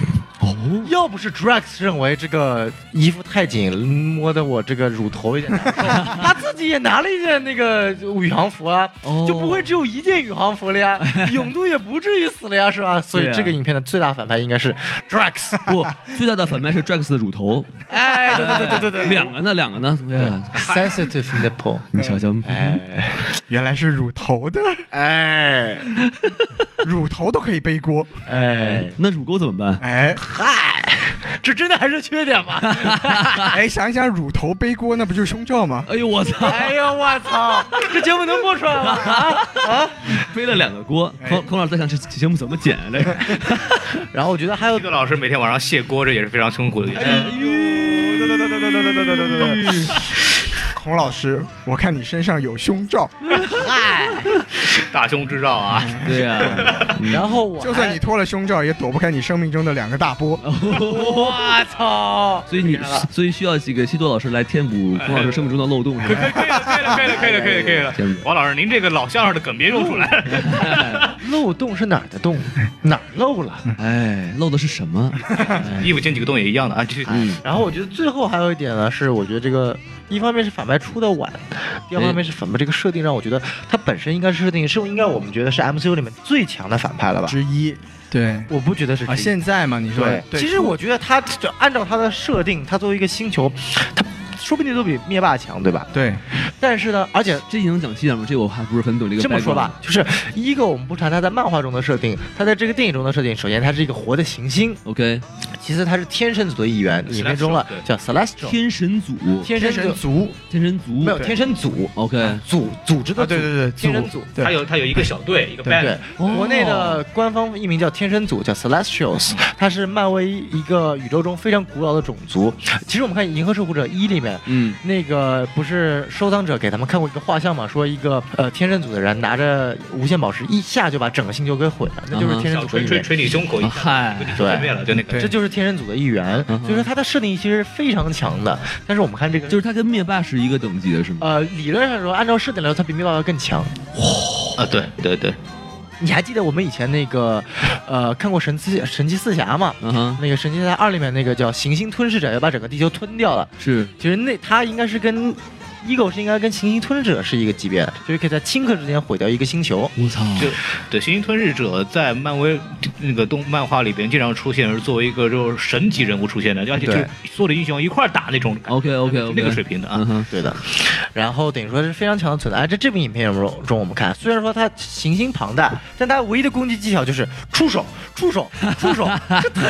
Speaker 6: 哦，要不是 Drax 认为这个衣服太紧，摸得我这个乳头有点 难受，他自己也拿了一件那个宇航服啊，
Speaker 2: 哦
Speaker 6: 就不会只有一件宇航服 了呀，永度也不至于死了呀，是吧？所以
Speaker 2: 对啊
Speaker 6: 这个影片的最大反派应该是 Drax。
Speaker 2: 不，最大的反派是 Drax 的乳头，
Speaker 6: 哎，对对对对对
Speaker 2: 两个呢，两个呢，哎
Speaker 6: ，sensitive nipple。
Speaker 2: 你瞧瞧，
Speaker 6: 哎
Speaker 4: 原来是乳头的，
Speaker 6: 哎
Speaker 4: 乳头都可以背锅。
Speaker 6: 哎，
Speaker 2: 那乳沟怎么办？
Speaker 4: 哎
Speaker 6: 嗨，这真的还是缺点 吗？
Speaker 4: 哎，想一想，乳头背锅，那不就是胸罩吗？
Speaker 2: 哎呦我操，
Speaker 6: 哎呦我操，这节目能播出来 吗？啊啊！
Speaker 2: 背了两个锅，
Speaker 6: 哎
Speaker 2: 孔孔老师在想这这节目怎么剪啊？这 个，
Speaker 6: 然后我觉得还有
Speaker 3: 这个老师每天晚上卸锅，这也是非常痛苦的一件事。
Speaker 4: 孔老师，我看你身上有胸罩，
Speaker 3: 大凶之兆啊！
Speaker 2: 对呀、
Speaker 6: 然后我
Speaker 4: 就算你脱了胸罩，也躲不开你生命中的两个大波。
Speaker 6: 我操，
Speaker 2: 所以你所以需要这个西多老师来填补孔老师生命中的漏洞，是吧？
Speaker 3: 可以了，可以了，可以了，可以了，可以了，可以了
Speaker 2: 真的
Speaker 3: 王老师，您这个老相声的梗别用出来。
Speaker 6: 漏洞是哪儿的 洞？哪儿漏了？
Speaker 2: 哎，漏的是什么？哎
Speaker 3: 嗯衣服进几个洞也一样的啊，这
Speaker 6: 然后我觉得最后还有一点呢，是我觉得这个一方面是反派出的晚，第二方面是反派这个设定让我觉得他本身应该是设定是应该我们觉得是 MCU 里面最强的反派了吧？
Speaker 4: 之一，对
Speaker 6: 我不觉得是
Speaker 4: 啊，
Speaker 6: 之一
Speaker 4: 现在嘛，你说
Speaker 6: 对，其实我觉得他就按照他的设定，他作为一个星球，他说不定都比灭霸强，对吧？
Speaker 4: 对
Speaker 6: 但是 呢，而且
Speaker 2: 这能讲啊细点吗？这我还不是很懂这个。
Speaker 6: 这么说吧，，就是一个我们不谈他在漫画中的设定，他在这个电影中的设定，首先他是一个活的行星，
Speaker 2: OK，
Speaker 6: 其次他是天神族的一员，影片中了叫 Celestial，
Speaker 2: 天神组，
Speaker 6: 天神
Speaker 4: 神
Speaker 6: 族
Speaker 4: 族
Speaker 2: 天神族
Speaker 6: 没有天神组
Speaker 2: OK，
Speaker 6: 组组织的
Speaker 4: 啊，
Speaker 6: 组
Speaker 4: 对对对，
Speaker 6: 天神组。
Speaker 3: 他
Speaker 4: 对
Speaker 3: 有他有一个小队，一个
Speaker 4: 对
Speaker 3: band，
Speaker 6: 对，哎国内的官方译名叫天神组，叫 Celestials，它是漫威一个宇宙中非常古老的种族。其实我们看《银河守护者一》里面，
Speaker 2: 嗯，
Speaker 6: 那个不是收藏者给他们看过一个画像嘛？说一个呃天神组的人拿着无限宝石，一下就把整个星球给毁了，那就是天神
Speaker 3: 小
Speaker 6: 组
Speaker 3: 锤
Speaker 6: 的一
Speaker 3: 锤
Speaker 6: 员。
Speaker 3: 锤你胸口一下，
Speaker 2: 啊嗨，
Speaker 3: 就灭了，就那个
Speaker 4: 对
Speaker 6: 这就是天神组的一员，
Speaker 2: 嗯哼
Speaker 6: 所以说它的设定其实非常强的。但是我们看这个，
Speaker 2: 就是他跟灭霸是一个等级的，是吗？
Speaker 6: 呃，理论上说，按照设定来说，它比灭霸要更强。
Speaker 3: 啊，对对对，
Speaker 6: 你还记得我们以前那个，呃，看过神奇神奇四侠吗？
Speaker 2: 嗯哼，
Speaker 6: 那个神奇四侠二里面那个叫行星吞噬者，要把整个地球吞掉了。
Speaker 2: 是
Speaker 6: 其实那他应该是跟 Ego 是应该跟行星吞噬者是一个级别的，就是可以在顷刻之间毁掉一个星球。
Speaker 2: 我操，
Speaker 3: 就对，行星吞噬者呃在漫威那个动漫画里边经常出现，是作为一个就是神级人物出现的，而且就是所有的英雄一块儿打那种
Speaker 6: 哦
Speaker 2: OK OK
Speaker 3: 就
Speaker 2: OK，
Speaker 3: 那个水平的啊
Speaker 2: 嗯。哼，
Speaker 6: 对的，然后等于说是非常强的存在。哎这这部影片中中我们看，虽然说它行星庞大，但它唯一的攻击技巧就是出手、出手、出手，这太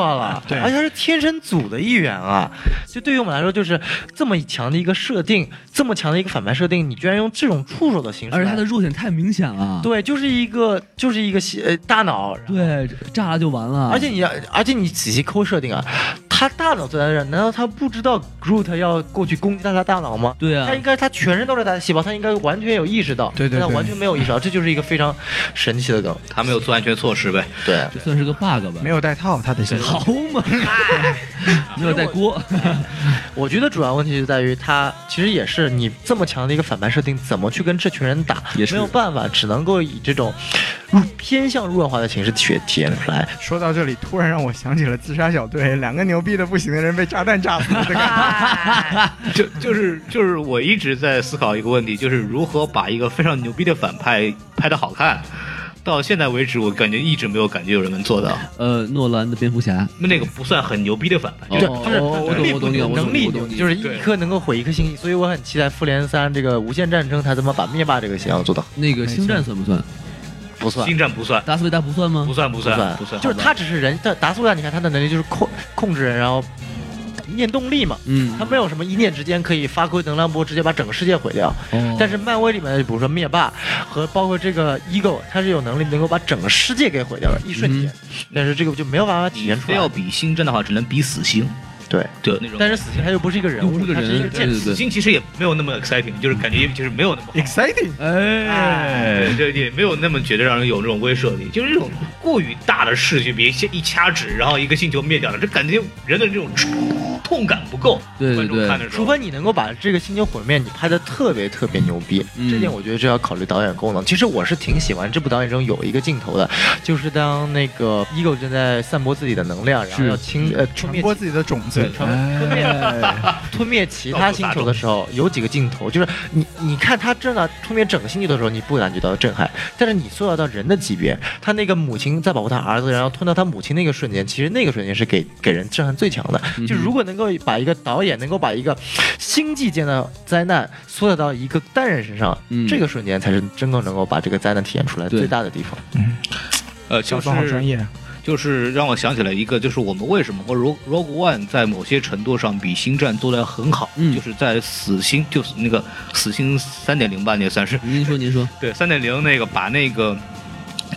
Speaker 6: 了。
Speaker 4: 对
Speaker 6: 而且它是天神组的一员啊，就对于我们来说，就是这么强的一个设定，这么强的一个反派设定，你居然用这种出手的形式来，
Speaker 2: 而且他的弱点太明显了，
Speaker 6: 对，就是一个就是一个呃大脑，然后
Speaker 2: 对，炸了就完了，
Speaker 6: 而且你要，而且你仔细抠设定啊，他大脑在那儿，难道他不知道 Groot 要过去攻击他的大脑吗？
Speaker 2: 对啊
Speaker 6: 他应该他全身都是他的细胞，他应该完全有意识到，
Speaker 4: 对对
Speaker 6: 但他
Speaker 4: 对
Speaker 6: 完全没有意识到，这就是一个非常神奇的梗。
Speaker 3: 他没有做安全措施呗。
Speaker 6: 对，
Speaker 2: 这算是个 bug 吧？
Speaker 4: 没有带套，他的心
Speaker 2: 好嘛，没有带锅，
Speaker 6: 我觉得主要问题就在于他其实也是你这么强的一个反派设定，怎么去跟这群人打？
Speaker 2: 也是
Speaker 6: 没有办法，只能够以这种入偏向弱化的形式去体现出来。
Speaker 4: 说到这里，突然让我想起了自杀小队，两个牛逼的不行的人被炸弹炸死 了的感
Speaker 3: 就就是就是我一直在思考一个问题，就是如何把一个非常牛逼的反派拍的好看。到现在为止，我感觉一直没有感觉有人能做到。
Speaker 2: 呃，诺兰的蝙蝠侠。
Speaker 3: 那个不算很牛逼的反派，
Speaker 2: 哦，我懂，我懂你，我懂
Speaker 6: 能力
Speaker 2: 我懂你，
Speaker 6: 就是一颗能够毁一颗星星，所以我很期待《复联三》这个无限战争，他怎么把灭霸这个形象啊做到？
Speaker 2: 那个星战算不算？
Speaker 6: 不算，
Speaker 3: 星战不算，
Speaker 2: 达斯维达不算吗
Speaker 3: 不？算不算不算，
Speaker 6: 就是他只是人，但达苏亚，你看他的能力就是控控制人，然后念动力嘛，
Speaker 2: 嗯
Speaker 6: 他没有什么一念之间可以发挥能量波，直接把整个世界毁掉。
Speaker 2: 哦
Speaker 6: 但是漫威里面，比如说灭霸和包括这个 Ego，他是有能力能够把整个世界给毁掉的，一瞬间。但是这个就没有办法体
Speaker 3: 你
Speaker 6: 现出
Speaker 3: 非要
Speaker 6: 来。
Speaker 3: 比星战的话，只能比死星，
Speaker 6: 对，
Speaker 3: 对那种。
Speaker 6: 但是死星他又不是一个人
Speaker 2: 又
Speaker 6: 物，
Speaker 2: 不是个
Speaker 6: 他一
Speaker 2: 人，
Speaker 6: 个
Speaker 2: 对
Speaker 6: 剑
Speaker 2: 对嗯
Speaker 3: 死
Speaker 2: 对。
Speaker 3: 星其实也没有那么 exciting，就是感觉就是没有那么好
Speaker 4: 觉。，exciting。
Speaker 2: 哎，
Speaker 3: 对，也没有那么觉得让人有那种威慑力，就是这种过于大的事情，比一掐指，然后一个星球灭掉了，这感觉人的这种痛感不够。
Speaker 2: 对对
Speaker 3: 观众
Speaker 2: 对
Speaker 3: 看的时
Speaker 6: 除
Speaker 3: 候，
Speaker 6: 非你能够把这个星球毁灭，你拍的特别特别牛逼，
Speaker 2: 嗯
Speaker 6: 这点我觉得这要考虑导演功能。其实我是挺喜欢这部导演中有一个镜头的，就是当那个 ego 正在散播自己的能量，然后
Speaker 2: 是
Speaker 6: 要清呃吞
Speaker 4: 传
Speaker 6: 灭
Speaker 4: 播
Speaker 6: 其
Speaker 4: 自己的种子，
Speaker 6: 传播
Speaker 4: 哎
Speaker 6: 吞灭吞灭其他星球的时候，有几个镜头就是你你看他真的吞灭整个星球的时候，你不感觉到震撼，但是你塑造到人的级别，他那个母亲在保护他儿子，然后吞到他母亲那个瞬间，其实那个瞬间是给给人震撼最强的。
Speaker 2: 嗯
Speaker 6: 就如果能够把一个导演能够把一个星际间的灾难缩小到一个单人身上，
Speaker 2: 嗯
Speaker 6: 这个瞬间才是真够能够把这个灾难体现出来
Speaker 2: 对
Speaker 6: 最大的地方。
Speaker 3: 呃，
Speaker 4: 小芳好专业啊。
Speaker 3: 就是让我想起来一个，就是我们为什么《Rogue Rogue One》在某些程度上比《星战》做的很好，
Speaker 2: 嗯
Speaker 3: 就是在死星，就是那个死星三点零吧，那算是
Speaker 2: 您说您说，
Speaker 3: 对三点零那个把那个。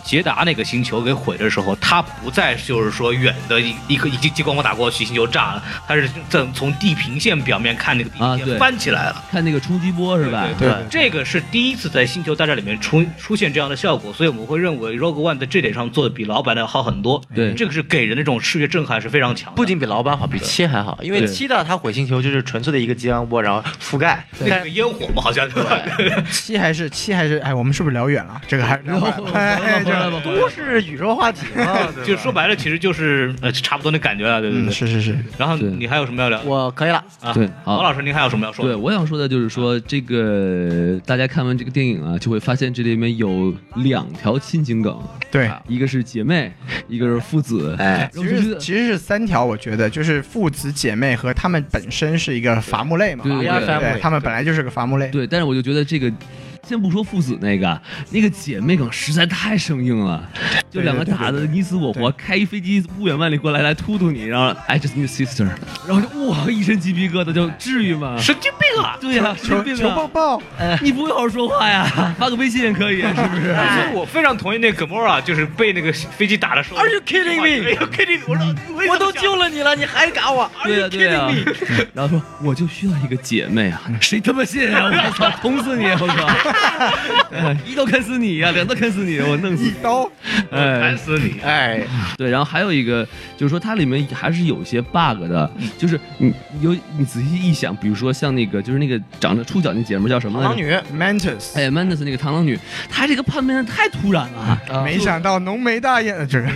Speaker 3: 捷达那个星球给毁的时候，他不再就是说远的一一个一激激光波打过去，星球炸了，他是在从地平线表面看那个地
Speaker 2: 啊
Speaker 3: 平
Speaker 2: 对
Speaker 3: 线翻起来了，
Speaker 2: 看那个冲击波是吧？
Speaker 3: 对
Speaker 6: 对
Speaker 3: 这个是第一次在《星球大战》里面出出现这样的效果，所以我们会认为 Rogue One 在这点上做的比老版的好很多。
Speaker 2: 对
Speaker 3: 这个是给人的这种视觉震撼是非常强的。
Speaker 6: 不仅比老版好，比七还好，因为
Speaker 2: 对
Speaker 6: 七的它毁星球就是纯粹的一个激光波，然后覆盖。
Speaker 3: 那个烟火嘛，好像对吧？
Speaker 4: 七还是七还是哎，我们是不是聊远了？这个还是聊远了 哎
Speaker 2: 回
Speaker 4: 这
Speaker 2: 来
Speaker 4: 个
Speaker 2: 吧，回来
Speaker 6: 都
Speaker 2: 吧。
Speaker 6: 是宇宙话题嘛，
Speaker 3: 就说白了，其实就是呃差不多那感觉了，对对
Speaker 4: 嗯，
Speaker 3: 对。
Speaker 4: 是是是，
Speaker 3: 然后
Speaker 2: 对
Speaker 3: 你还有什么要聊？
Speaker 6: 我可以了。
Speaker 3: 啊，
Speaker 2: 对好
Speaker 3: 王老师，您还有什么要说
Speaker 2: 对，
Speaker 3: 的？
Speaker 2: 我想说的就是
Speaker 4: 啊
Speaker 2: 说，这个大家看完这个电影啊，就会发现这里面有两条亲情梗，
Speaker 4: 对。
Speaker 2: 一个是姐妹，一个是父子。
Speaker 6: 哎，
Speaker 2: 然
Speaker 4: 啊其
Speaker 2: 后就觉
Speaker 4: 实
Speaker 2: 得
Speaker 4: 其实是三条，我觉得就是父子姐妹和他们本身是一个伐木类嘛，
Speaker 2: 对对对
Speaker 4: 对他们本来就是个伐木类，
Speaker 2: 对，但是我就觉得这个。先不说父子那个，那个姐妹梗实在太生硬了，就
Speaker 4: 对
Speaker 2: 两个
Speaker 4: 对对
Speaker 2: 打的你死我活，开一飞机不远万里过来来突突你，然后 I just need a sister，然后就哇一身鸡皮疙瘩，就至于吗？
Speaker 3: 神经病啊！
Speaker 2: 对呀、神
Speaker 4: 求
Speaker 2: 经病啊
Speaker 4: 求抱哎抱，
Speaker 2: 你不会好好说话呀？发个微信也可以，是不是？
Speaker 6: 哎
Speaker 3: 所以我非常同意那个 Gamora，就是啊被那个飞机打的时候。
Speaker 6: Are you kidding me？嗯
Speaker 3: 哎呦 kidding！我说我也
Speaker 6: 我都
Speaker 3: 想
Speaker 6: 救了你了，你还嘎我？
Speaker 2: 对呀、啊对呀、 然后说我就需要一个姐妹啊， 谁他妈信啊？我操，捅死你！我 靠，一刀砍死你啊呀、两刀砍死你，我弄死
Speaker 4: 一
Speaker 2: 你！
Speaker 4: 刀，
Speaker 2: 哎
Speaker 3: 砍，死你！
Speaker 6: 哎，
Speaker 2: 对，然后还有一个就是说它里面还是有一些 bug 的，就是你有你仔细一想，比如说像那个就是那个长着触角那姐们儿叫什么来
Speaker 6: 狼
Speaker 2: 着？
Speaker 6: 女，
Speaker 4: Mantis，
Speaker 2: 哎，Mantis 那个螳螂女，她这个叛变得太突然了。
Speaker 6: 啊
Speaker 4: 没想到浓眉大眼，这个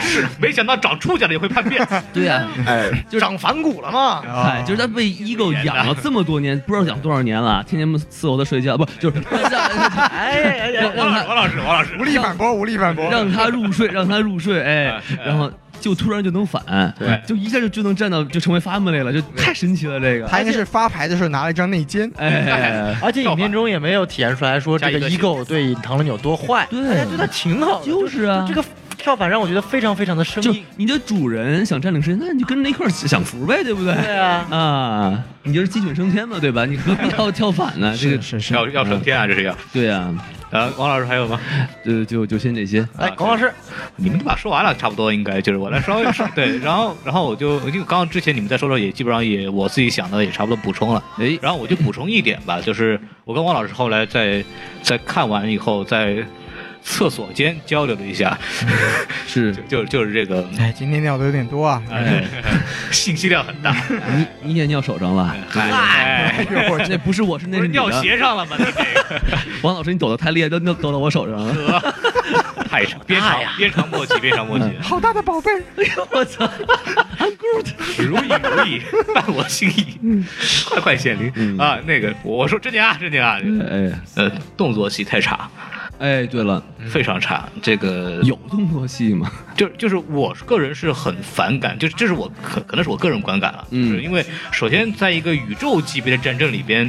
Speaker 3: 是，没想到长触角的也会叛 变。
Speaker 2: 对呀、
Speaker 6: 哎，
Speaker 2: 就是
Speaker 6: 长反骨了嘛。
Speaker 4: 啊
Speaker 2: 嗨，哎就是他被 ego 养了这么多年，不知道养多少年了，天天伺候他睡觉，不就是
Speaker 6: 哎哎哎，
Speaker 2: 让让他
Speaker 3: 王老师，王老师
Speaker 4: 无，力反驳，无力反驳，
Speaker 2: 让他入睡，让他入睡，哎
Speaker 3: 哎，
Speaker 2: 然后就突然就能反，
Speaker 3: 对
Speaker 2: 就一下就就能站到就成为 family 了，就太神奇了这个，
Speaker 4: 他应该是发牌的时候拿了一张内奸，
Speaker 2: 哎，
Speaker 6: 而且影片中也没有体现出来说这
Speaker 3: 加一
Speaker 6: 个
Speaker 3: 个
Speaker 6: ego 对唐龙有多坏，
Speaker 2: 对
Speaker 6: 大家觉得挺好的，
Speaker 2: 就是啊
Speaker 6: 这个。票反让我觉得非常非常的生
Speaker 2: 就
Speaker 6: 硬。
Speaker 2: 你的主人想占领时间，那你就跟着一块儿享福呗，对不对？
Speaker 6: 对啊，
Speaker 2: 啊，你就是鸡犬升天嘛，对吧？你 何必要跳反呢？这个
Speaker 4: 是是，
Speaker 3: 要要升天啊，这是要。
Speaker 2: 对啊，
Speaker 3: 呃，王老师还有吗？啊
Speaker 2: 就就就先这些。
Speaker 6: 哎，龚老师，
Speaker 3: 你们都把说完了，差不多应该就是我来稍微 说对，然后然后我就我就刚刚之前你们在说的时候也基本上也我自己想的也差不多补充了，
Speaker 2: 哎，
Speaker 3: 然后我就补充一点吧，就是我跟汪老师后来在在看完以后在厕所间交流了一 下，
Speaker 2: 是
Speaker 3: 就就就是这个。
Speaker 4: 哎，今天尿的有点多啊，
Speaker 3: 哎， 信息量很大，
Speaker 2: 你你也尿手上了？
Speaker 3: 哎，
Speaker 2: 那不是我，是那
Speaker 3: 不是
Speaker 2: 你
Speaker 3: 尿
Speaker 2: 的。
Speaker 3: 鞋上了吗？你这
Speaker 2: 王老师，你抖得太厉害，都都抖到我手上了。
Speaker 3: 个 太长，鞭长鞭长莫及，鞭长莫及，
Speaker 4: 哎嗯好大的宝贝儿，
Speaker 3: 哎
Speaker 2: 我操！
Speaker 3: 如意如意， 伴我心
Speaker 4: 嗯
Speaker 3: 意，快快显灵啊！那个，我说真的啊，真的啊，
Speaker 4: 嗯
Speaker 2: 哎
Speaker 3: 呃，动作戏太差，
Speaker 2: 哎，对了，
Speaker 3: 非常差。这个
Speaker 2: 有动作戏吗？
Speaker 3: 就就是我个人是很反感，就是这是我可可能是我个人观感了，啊
Speaker 2: 嗯
Speaker 3: 就是因为首先在一个宇宙级别的战争里边，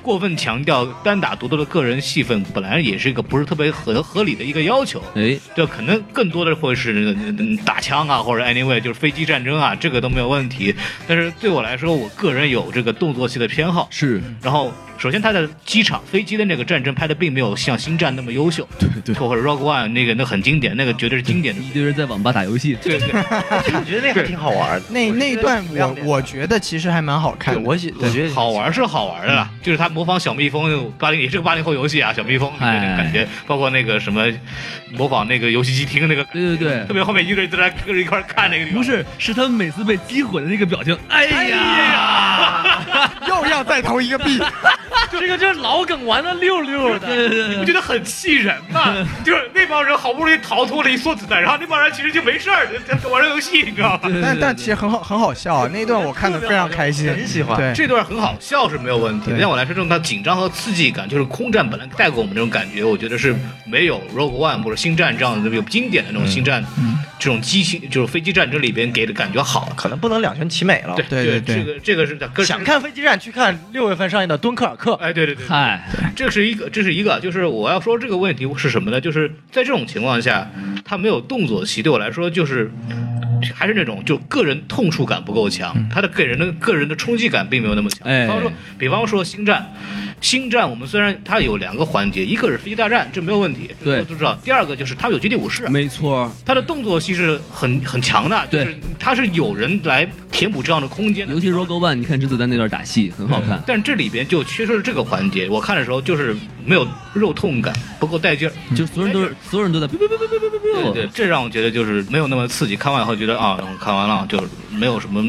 Speaker 3: 过分强调单打独斗的个人戏份，本来也是一个不是特别合合理的一个要求。
Speaker 2: 哎，
Speaker 3: 对，可能更多的会是嗯打枪啊，或者 anyway 就是飞机战争啊，这个都没有问题。但是对我来说，我个人有这个动作戏的偏好。
Speaker 2: 是，
Speaker 3: 然后，首先它的机场飞机的那个战争拍的并没有像《星战》那么优秀，对
Speaker 2: 对
Speaker 3: 或者《Rock One》那个那很经典，那个绝对是经典的。
Speaker 2: 一堆人在网吧打游戏。
Speaker 3: 对对，
Speaker 6: 我觉得那个挺好玩的。
Speaker 4: 那那一段
Speaker 6: 不要
Speaker 4: 我
Speaker 6: 脸
Speaker 4: 我觉得其实还蛮好看
Speaker 6: 对
Speaker 4: 的，
Speaker 6: 我喜我觉得
Speaker 3: 好玩是好玩的啦，就是他模仿小蜜蜂，八零也是个八零后游戏啊，小蜜蜂那个感觉，包括那个什么模仿那个游戏机厅那个，
Speaker 2: 对对对
Speaker 3: 特，别后面一个人在那跟着一块儿看那个地方，
Speaker 2: 不是，是他们每次被击毁的那个表情。哎呀，
Speaker 4: 又要再投一个币，
Speaker 7: 这个就是老梗玩的溜溜的。
Speaker 2: 对对
Speaker 3: 你不
Speaker 2: 对，
Speaker 3: 觉得很气人吗？ 就是那帮人好不容易逃脱了一梭子弹，然后那帮人其实就没事儿，在在玩儿游戏，你知道吗？
Speaker 4: 但但其实很好很好笑啊，那一段我看的非常开心，
Speaker 6: 很喜欢
Speaker 4: 对，
Speaker 3: 这段很好笑是没有问题，
Speaker 4: 哎对
Speaker 3: 但我来说，这种它紧张和刺激感，就是空战本来带给我们这种感觉，我觉得是没有 Rogue One 或者星战这样的有经典的那种星战，
Speaker 4: 嗯
Speaker 3: 这种机器就是飞机战争里边给的感觉好。
Speaker 6: 可能不能两全其美了。
Speaker 3: 对
Speaker 4: 对对
Speaker 3: 这个这个是跟
Speaker 6: 想。看飞机战，去看六月份上映的《敦刻尔克》。
Speaker 3: 哎，对对对，
Speaker 2: 嗨，
Speaker 3: 这是一个，这是一个，就是我要说这个问题是什么呢？就是在这种情况下，他没有动作戏，对我来说就是还是那种就个人痛处感不够强，他的给人的个人的冲击感并没有那么强。
Speaker 2: 嗯哎
Speaker 3: 比方说，比方说星战。星战，我们虽然它有两个环节，一个是飞机大战，这没有问题，
Speaker 2: 对
Speaker 3: 这都知道。第二个就是它有绝地武士，
Speaker 2: 没错，
Speaker 3: 它的动作戏是很很强的，
Speaker 2: 对
Speaker 3: 就是它是有人来填补这样的空间的
Speaker 2: 尤。其是 Rogue One，你看甄子丹那段打戏很好看。
Speaker 3: 但这里边就缺失了这个环节，我看的时候就是没有肉痛感，不够带劲儿。
Speaker 2: 就所有人都是，所有人都在哔哔哔哔哔哔哔。
Speaker 3: 对，这让我觉得就是没有那么刺激。看完以后觉得啊，看完了就是没有什么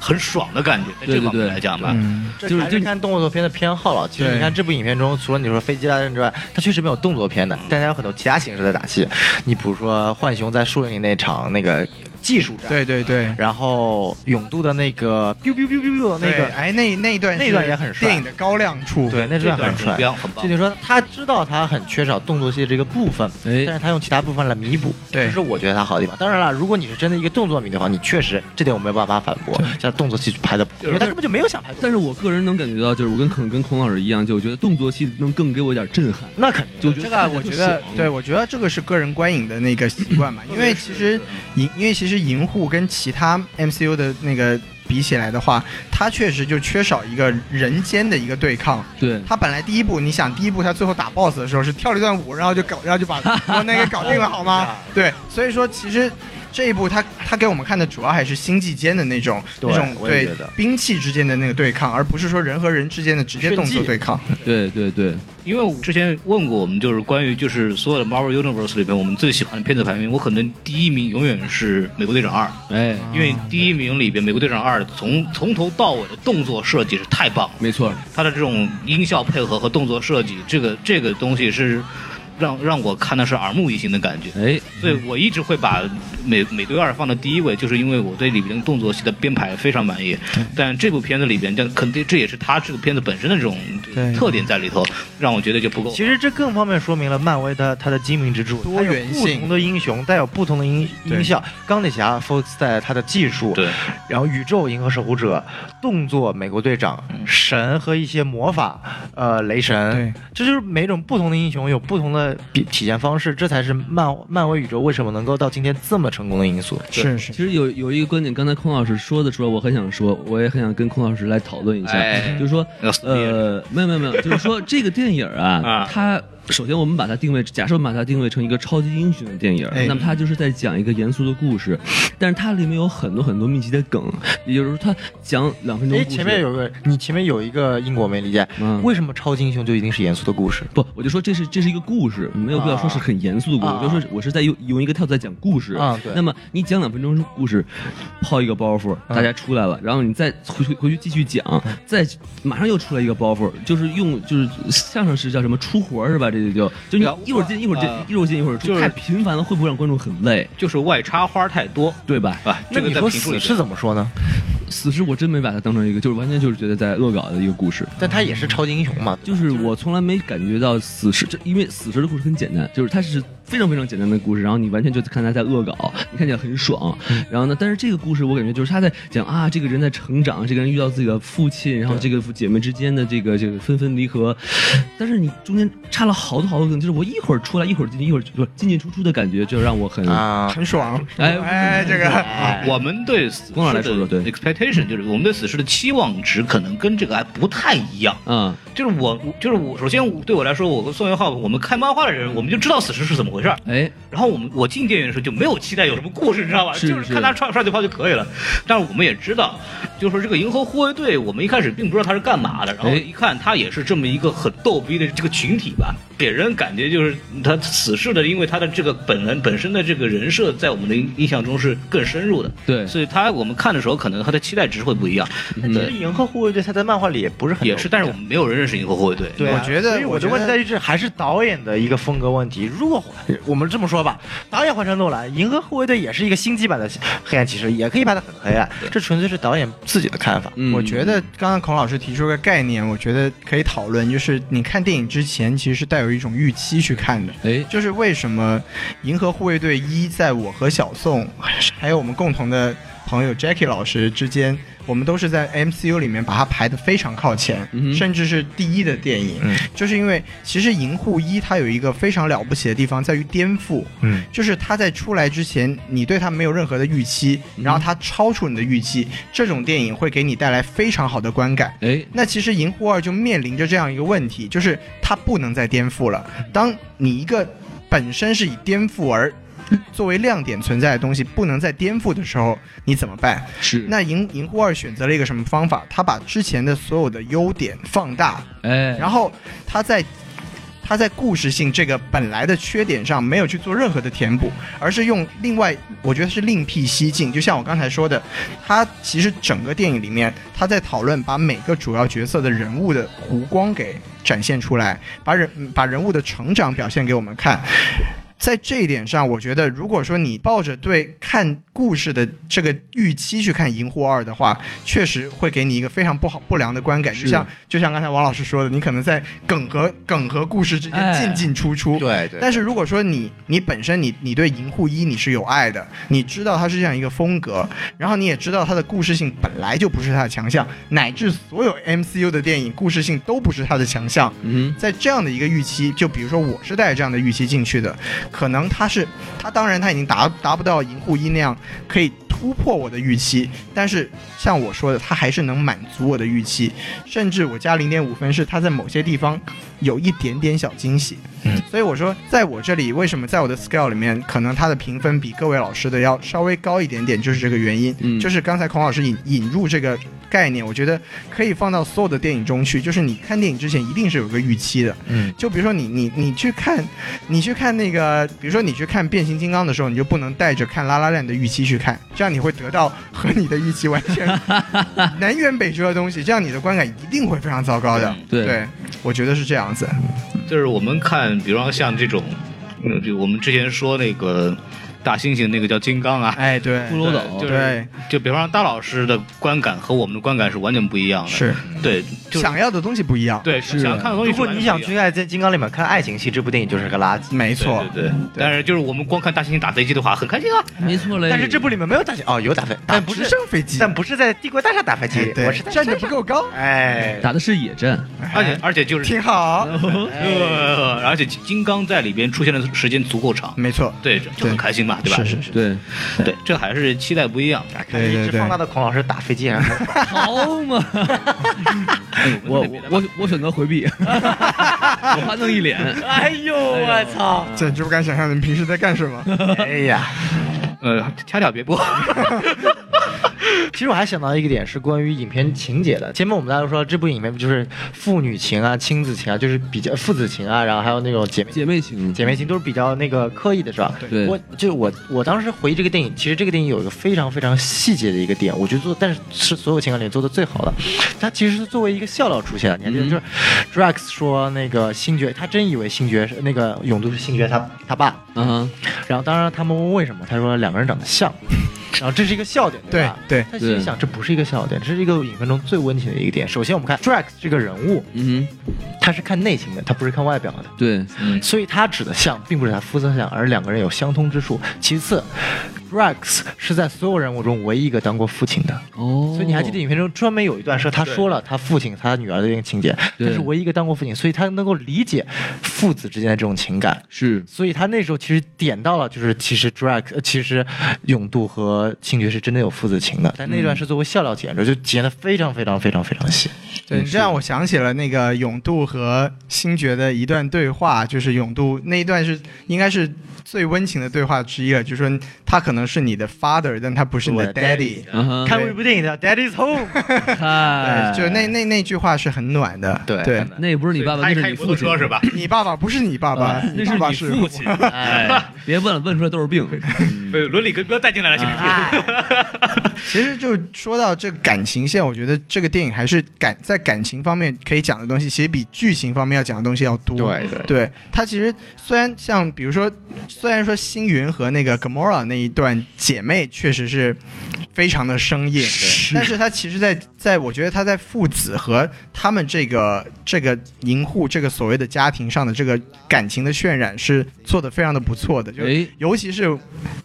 Speaker 3: 很爽的感觉。在这方面来讲吧，
Speaker 4: 嗯，
Speaker 6: 这
Speaker 2: 就是
Speaker 6: 还是看动作片的偏好了。其实
Speaker 4: 对
Speaker 6: 你看这部影片中，除了你说飞机大战之外，它确实没有动作片的，但它有很多其他形式的打戏。你比如说浣熊在树林里那场那个技术战，
Speaker 4: 对对对。
Speaker 6: 然后勇度的那个 biu biu biu biu biu 的那
Speaker 4: 对
Speaker 6: 个，
Speaker 4: 哎，那那一段
Speaker 6: 那
Speaker 4: 是
Speaker 6: 段也很帅
Speaker 4: 电影的高亮处。
Speaker 6: 对，那
Speaker 3: 这
Speaker 6: 段
Speaker 3: 段
Speaker 6: 很
Speaker 3: 指
Speaker 6: 帅。
Speaker 3: 标很棒
Speaker 6: 这。就说他知道他很缺少动作戏这个部分，
Speaker 2: 哎
Speaker 6: 但是他用其他部分来弥补，
Speaker 4: 对
Speaker 6: 这是我觉得他好的地方。当然了，如果你是真的一个动作迷的话，你确实这点我没有办法反驳，像动作戏拍的，因为他根本就没有想拍动作。
Speaker 2: 但是我个人能感觉到，就是我跟可能跟孔老师一样，就我觉得动作戏能更给我一点震撼。
Speaker 6: 那肯定，
Speaker 2: 就
Speaker 4: 这
Speaker 2: 觉
Speaker 4: 个
Speaker 2: 得
Speaker 4: 我觉得，对我觉得这个是个人观影的那个习惯嘛，因为其实银，因为其实银护跟其他 MCU 的那个比起来的话，它确实就缺少一个人间的一个对抗。
Speaker 2: 对，
Speaker 4: 他本来第一部，你想第一部他最后打 BOSS 的时候是跳了一段舞，然后就搞，然后就把我那个搞定了，好 吗？对，所以说其实这一部他他给我们看的主要还是星际间的那种
Speaker 6: 对
Speaker 4: 那种
Speaker 6: 我也
Speaker 4: 对
Speaker 6: 觉得
Speaker 4: 兵器之间的那个对抗，而不是说人和人之间的直接动作对抗。
Speaker 2: 对对对，
Speaker 3: 因为我之前问过我们，就是关于就是所有的 Marvel Universe 里边，我们最喜欢的片子排名，我可能第一名永远是《美国队长二》，
Speaker 2: 哎，
Speaker 3: 因为第一名里边，《美国队长二》从从头到尾的动作设计是太棒了。
Speaker 2: 没错，
Speaker 3: 它的这种音效配合和动作设计，这个这个东西是让让我看的是耳目一新的感觉。
Speaker 2: 哎，
Speaker 3: 所以我一直会把美美队二放到第一位，就是因为我对里边的动作戏的编排非常满意。但这部片子里边，但肯定这也是它这个片子本身的这种
Speaker 4: 对
Speaker 3: 特点在里头，让我觉得就不够。
Speaker 6: 其实这更方面说明了漫威它它的精明之处，
Speaker 4: 多元性
Speaker 6: 它有不同的英雄带有不同的音
Speaker 4: 对
Speaker 6: 音效。钢铁侠 focus 在它的技术，
Speaker 3: 对，
Speaker 6: 然后宇宙银河守护者、动作美国队长、
Speaker 4: 嗯
Speaker 6: 神和一些魔法，呃，雷神，
Speaker 4: 对，
Speaker 6: 这就是每种不同的英雄有不同的的比体现方式，这才是漫漫威宇宙为什么能够到今天这么成功的因素。
Speaker 4: 是是
Speaker 2: 其实有有一个观点，刚才孔老师说的时候，我很想说，我也很想跟孔老师来讨论一下，
Speaker 3: 哎
Speaker 2: 就是说，
Speaker 3: 要撕裂
Speaker 2: 呃，没有没有没 有，就是说这个电影啊
Speaker 3: 啊，
Speaker 2: 它首先我们把它定位，假设我们把它定位成一个超级英雄的电影
Speaker 4: 哎，
Speaker 2: 那么它就是在讲一个严肃的故事，但是它里面有很多很多密集的梗，也就是说它讲两分钟
Speaker 6: 哎，
Speaker 2: 故事
Speaker 6: 前面有个你前面有一个因果没理解，
Speaker 2: 嗯
Speaker 6: 为什么超级英雄就一定是严肃的故事？
Speaker 2: 不，我就说这是这是一个故事，没有必要说是很严肃的故事，
Speaker 6: 啊
Speaker 2: 就说是我是在用用一个跳在讲故事。
Speaker 6: 啊对
Speaker 2: 那么你讲两分钟故事，抛一个包袱，大家出来了，然后你再回去回去继续讲，再马上又出来一个包袱，就是用就是相声是叫什么出活儿是吧？这就就就你
Speaker 3: 对啊
Speaker 2: 一会儿进一会儿进
Speaker 3: 啊
Speaker 2: 一会儿进一会儿出，
Speaker 3: 就是
Speaker 2: 太频繁了会不会让观众很累？
Speaker 3: 就是外插花太多
Speaker 2: 对吧？
Speaker 3: 啊。
Speaker 6: 那
Speaker 3: 这个
Speaker 6: 你
Speaker 3: 在
Speaker 6: 说
Speaker 3: 评述
Speaker 6: 死
Speaker 3: 里
Speaker 6: 是怎么说呢？
Speaker 2: 死尸我真没把它当成一个，就是完全就是觉得在恶搞的一个故事。
Speaker 6: 但他也是超级英雄嘛，
Speaker 2: 就是我从来没感觉到死侍，这因为死侍的故事很简单，就是它是非常非常简单的故事，然后你完全就看他在恶搞，你看起来很爽。然后呢，但是这个故事我感觉就是他在讲啊，这个人在成长，这个人遇到自己的父亲，然后这个姐妹之间的这个这个分分离合，但是你中间插了好多好多梗，就是我一会儿出来，一会儿进去，一会儿就进进出出的感觉，就让我很。
Speaker 6: 啊，
Speaker 4: 很爽。
Speaker 2: 哎
Speaker 4: 哎，这 个
Speaker 3: 我们对死
Speaker 2: 光老来说说
Speaker 3: 尸的
Speaker 2: 对
Speaker 3: expectation 就是我们对死尸的期望值可能跟这个还不太一样。
Speaker 2: 嗯，
Speaker 3: 就是我，我就是我，首先我对我来说，我和宋元浩，我们看漫画的人，我们就知道死尸是怎么回事儿。
Speaker 2: 哎，
Speaker 3: 然后我们我进电影的时候就没有期待有什么故事，你知道吧？
Speaker 2: 是
Speaker 3: 就是
Speaker 2: 是
Speaker 3: 看他踹踹对方就可以了。但是我们也知道，就是说这个银河护卫队，我们一开始并不知道他是干嘛的，然后
Speaker 2: 哎
Speaker 3: 一看他也是这么一个很逗逼的这个群体吧，给人感觉就是他死侍的，因为他的这个本人本身的这个人设在我们的印印象中是更深入的，
Speaker 2: 对嗯
Speaker 3: 所以他我们看的时候可能他的期待值会不一样，
Speaker 6: 其实银河护卫队他在漫画里也不是
Speaker 3: 嗯
Speaker 6: 很
Speaker 3: 也是，但是我们没有人认识银河护卫队，
Speaker 6: 对啊，
Speaker 4: 我觉得
Speaker 6: 所以我的
Speaker 4: 我觉得
Speaker 6: 问题在于这还是导演的一个风格问题。如果我们这么说吧，导演换成诺兰，《银河护卫队》也是一个星际版的黑暗骑士，也可以拍的很黑暗，这纯粹是导演自己的看法。
Speaker 2: 嗯
Speaker 4: 我觉得刚刚孔老师提出个概念，我觉得可以讨论，就是你看电影之前其实是带有一种预期去看的。
Speaker 2: 哎，
Speaker 4: 就是为什么《银河护卫队一》在我和小宋， 还有我们共同的朋友 Jackie 老师之间，我们都是在 MCU 里面把它排得非常靠前，
Speaker 2: 嗯哼
Speaker 4: 甚至是第一的电影。
Speaker 6: 嗯
Speaker 4: 就是因为其实《银护一》它有一个非常了不起的地方，在于颠覆。
Speaker 6: 嗯，
Speaker 4: 就是它在出来之前，你对它没有任何的预期，然后它超出你的预期，这种电影会给你带来非常好的观感。
Speaker 2: 哎，
Speaker 4: 那其实《银护二》就面临着这样一个问题，就是它不能再颠覆了。当你一个本身是以颠覆而作为亮点存在的东西不能再颠覆的时候，你怎么办？
Speaker 2: 是，
Speaker 4: 那银银护二选择了一个什么方法？他把之前的所有的优点放大，
Speaker 2: 哎，
Speaker 4: 然后他在他在故事性这个本来的缺点上没有去做任何的填补，而是用另外我觉得是另辟蹊径。就像我刚才说的，他其实整个电影里面他在讨论把每个主要角色的人物的弧光给展现出来，把人嗯把人物的成长表现给我们看。在这一点上，我觉得如果说你抱着对看故事的这个预期去看《银护二》的话，确实会给你一个非常不好不良的观感。
Speaker 2: 是
Speaker 4: 就像就像刚才王老师说的，你可能在梗和梗和故事之间
Speaker 2: 哎
Speaker 4: 进进出出。
Speaker 6: 对对
Speaker 4: 但是如果说你你本身你你对银护一你是有爱的，你知道它是这样一个风格，然后你也知道它的故事性本来就不是它的强项，乃至所有 MCU 的电影故事性都不是它的强项，
Speaker 2: 嗯
Speaker 4: 在这样的一个预期，就比如说我是带着这样的预期进去的，可能他是他当然他已经达达不到银护一那样可以突破我的预期，但是像我说的，他还是能满足我的预期，甚至我加零点五分是他在某些地方有一点点小惊喜。
Speaker 6: 嗯，
Speaker 4: 所以我说，在我这里为什么在我的 scale 里面，可能他的评分比各位老师的要稍微高一点点，就是这个原因。
Speaker 2: 嗯
Speaker 4: 就是刚才孔老师引引入这个概念，我觉得可以放到所有的电影中去，就是你看电影之前一定是有个预期的。
Speaker 6: 嗯，
Speaker 4: 就比如说你你你去看，你去看那个，比如说你去看变形金刚的时候，你就不能带着看拉拉链的预期去看，这样你会得到和你的预期完 全南辕北辙的东西，这样你的观感一定会非常糟糕的。
Speaker 6: 嗯
Speaker 2: 对
Speaker 4: 我觉得是这样子。
Speaker 3: 呃就是我们看，比方像这种，嗯就我们之前说那个大猩猩那个叫金刚啊，
Speaker 4: 哎，对
Speaker 2: 骷，髅岛
Speaker 3: 对就是
Speaker 4: 对
Speaker 3: 就比方说大老师的观感和我们的观感是完全不一样的，
Speaker 4: 是
Speaker 3: 对，就是
Speaker 4: 想要的东西不一样，，
Speaker 3: 对
Speaker 2: 是
Speaker 3: 想看的东西
Speaker 6: 如
Speaker 3: 是
Speaker 6: 果
Speaker 3: 完全不一
Speaker 6: 你
Speaker 3: 样
Speaker 6: 想
Speaker 3: 的，
Speaker 6: 去爱在金刚里面看爱情戏，这部电影就是个垃圾。
Speaker 4: 没错，
Speaker 3: 对对对，但是就是我们光看大猩猩打飞机的话，很开心啊，
Speaker 2: 没错嘞。
Speaker 6: 哎但是这部里面没有打飞哦，有打飞，哎但不
Speaker 4: 直
Speaker 6: 是，
Speaker 4: 升飞机，哎
Speaker 6: 但不是在帝国大厦打飞机，
Speaker 4: 对
Speaker 6: 我是在
Speaker 4: 站
Speaker 6: 山
Speaker 4: 得
Speaker 6: 上
Speaker 4: 不够高，
Speaker 6: 哎，
Speaker 2: 打的是野战，
Speaker 3: 而且而且就是
Speaker 4: 挺 好，
Speaker 3: 呃，而且金刚在里边出现的时间足够长，
Speaker 4: 没错，
Speaker 3: 对，就就很开心嘛，对吧？
Speaker 4: 是是是，
Speaker 2: 对，
Speaker 3: 对，这还是期待不一 样。
Speaker 4: 对对
Speaker 6: 哎一直
Speaker 4: 对
Speaker 6: 放大的孔老师打飞机 啊，
Speaker 2: 好嘛！我我我我选择回 避，我花弄一脸。
Speaker 7: 哎呦，我操！
Speaker 4: 简直不敢想象你们平时在干什么。
Speaker 6: 哎呀。
Speaker 3: 呃，掐掉别 播。
Speaker 6: 其实我还想到一个点是关于影片情节的。前面我们大家都说这部影片就是父女情啊、亲子情啊，就是比较父子情啊，然后还有那种姐妹
Speaker 2: 姐妹情，
Speaker 6: 姐妹情都是比较那个刻意的，是吧？
Speaker 2: 对
Speaker 6: 我就我我当时回忆这个电影，其实这个电影有一个非常非常细节的一个点，我觉得做，但是是所有情感里做的最好的。它其实是作为一个笑料出现的，你还
Speaker 2: 嗯
Speaker 6: 记得就是 Drax 说那个星爵，他真以为星爵是那个勇度是星爵他他爸，
Speaker 2: 啊，
Speaker 6: 然后当然他们问为什么，他说两个人长得像，然后这是一个笑点，
Speaker 4: 对
Speaker 6: 吧？
Speaker 4: 对，
Speaker 6: 他心里想，这不是一个笑点，这是一个影片中最温情的一个点。首先，我们看 Drax 这个人物，
Speaker 2: 嗯哼，
Speaker 6: 他是看内情的，他不是看外表的，
Speaker 2: 对，
Speaker 6: 所以他指的像，并不是他肤色像，而两个人有相通之处。其次，Rex 是在所有人物中唯一一个当过父亲的，
Speaker 2: 哦，
Speaker 6: 所以你还记得影片中专门有一段是他说了他父亲他女儿的一个情节，
Speaker 2: 对
Speaker 6: 他是唯一一个当过父亲，所以他能够理解父子之间的这种情感。
Speaker 2: 是
Speaker 6: 所以他那时候其实点到了，就是其实 drag，呃其实勇度和星爵是真的有父子情的，嗯但那段是作为笑料剪的，就剪得非常非常非常非常细。
Speaker 4: 对你这让我想起了那个勇度和星爵的一段对话，就是勇度那一段是应该是最温情的对话之一了，就说他可能是你的 father，但他不是你的
Speaker 6: 我的 daddy
Speaker 4: daddy。
Speaker 2: 啊哈，
Speaker 6: 嗯看过一部电影叫《Daddy's Home》，
Speaker 2: 看
Speaker 6: 哎
Speaker 4: 对，就是那那那句话是很暖的。
Speaker 6: 对
Speaker 4: 对
Speaker 6: 很，暖
Speaker 2: 那不是你爸爸，那是
Speaker 3: 开
Speaker 2: 你
Speaker 3: 摩
Speaker 2: 父
Speaker 3: 托
Speaker 2: 亲
Speaker 3: 车是？ 吧？
Speaker 4: 你爸爸不是你爸爸，
Speaker 2: 啊那
Speaker 4: 爸爸
Speaker 2: 是
Speaker 4: 是
Speaker 2: 你父亲。哎，别问了，问出来都是病。
Speaker 3: 对，呃伦理哥不要带进来了，行不行？
Speaker 4: 其实就说到这个感情线，我觉得这个电影还是感在感情方面可以讲的东西，其实比剧情方面要讲的东西要多。
Speaker 6: 对对
Speaker 4: 对，它其实虽然像比如说，虽然说星云和那个 Gamora 那一段姐妹确实是非常的生硬，但是它其实在在我觉得它在父子和他们这个这个银护这个所谓的家庭上的这个感情的渲染是做的非常的不错的，就
Speaker 2: 哎
Speaker 4: 尤其是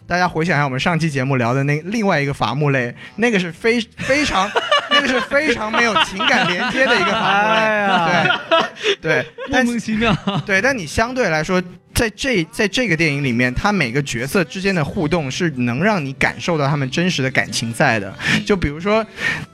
Speaker 4: 大家回想一下我们上期节目聊的那另外一个伐木类，那个是非非常那个是非常没有情感连接的一个伐木类，对对，
Speaker 2: 哎莫
Speaker 4: 但
Speaker 2: 名其妙，
Speaker 4: 对，但你相对来说，在这在这个电影里面，它每个角色之间的互动是能让你感受到他们真实的感情在的。就比如说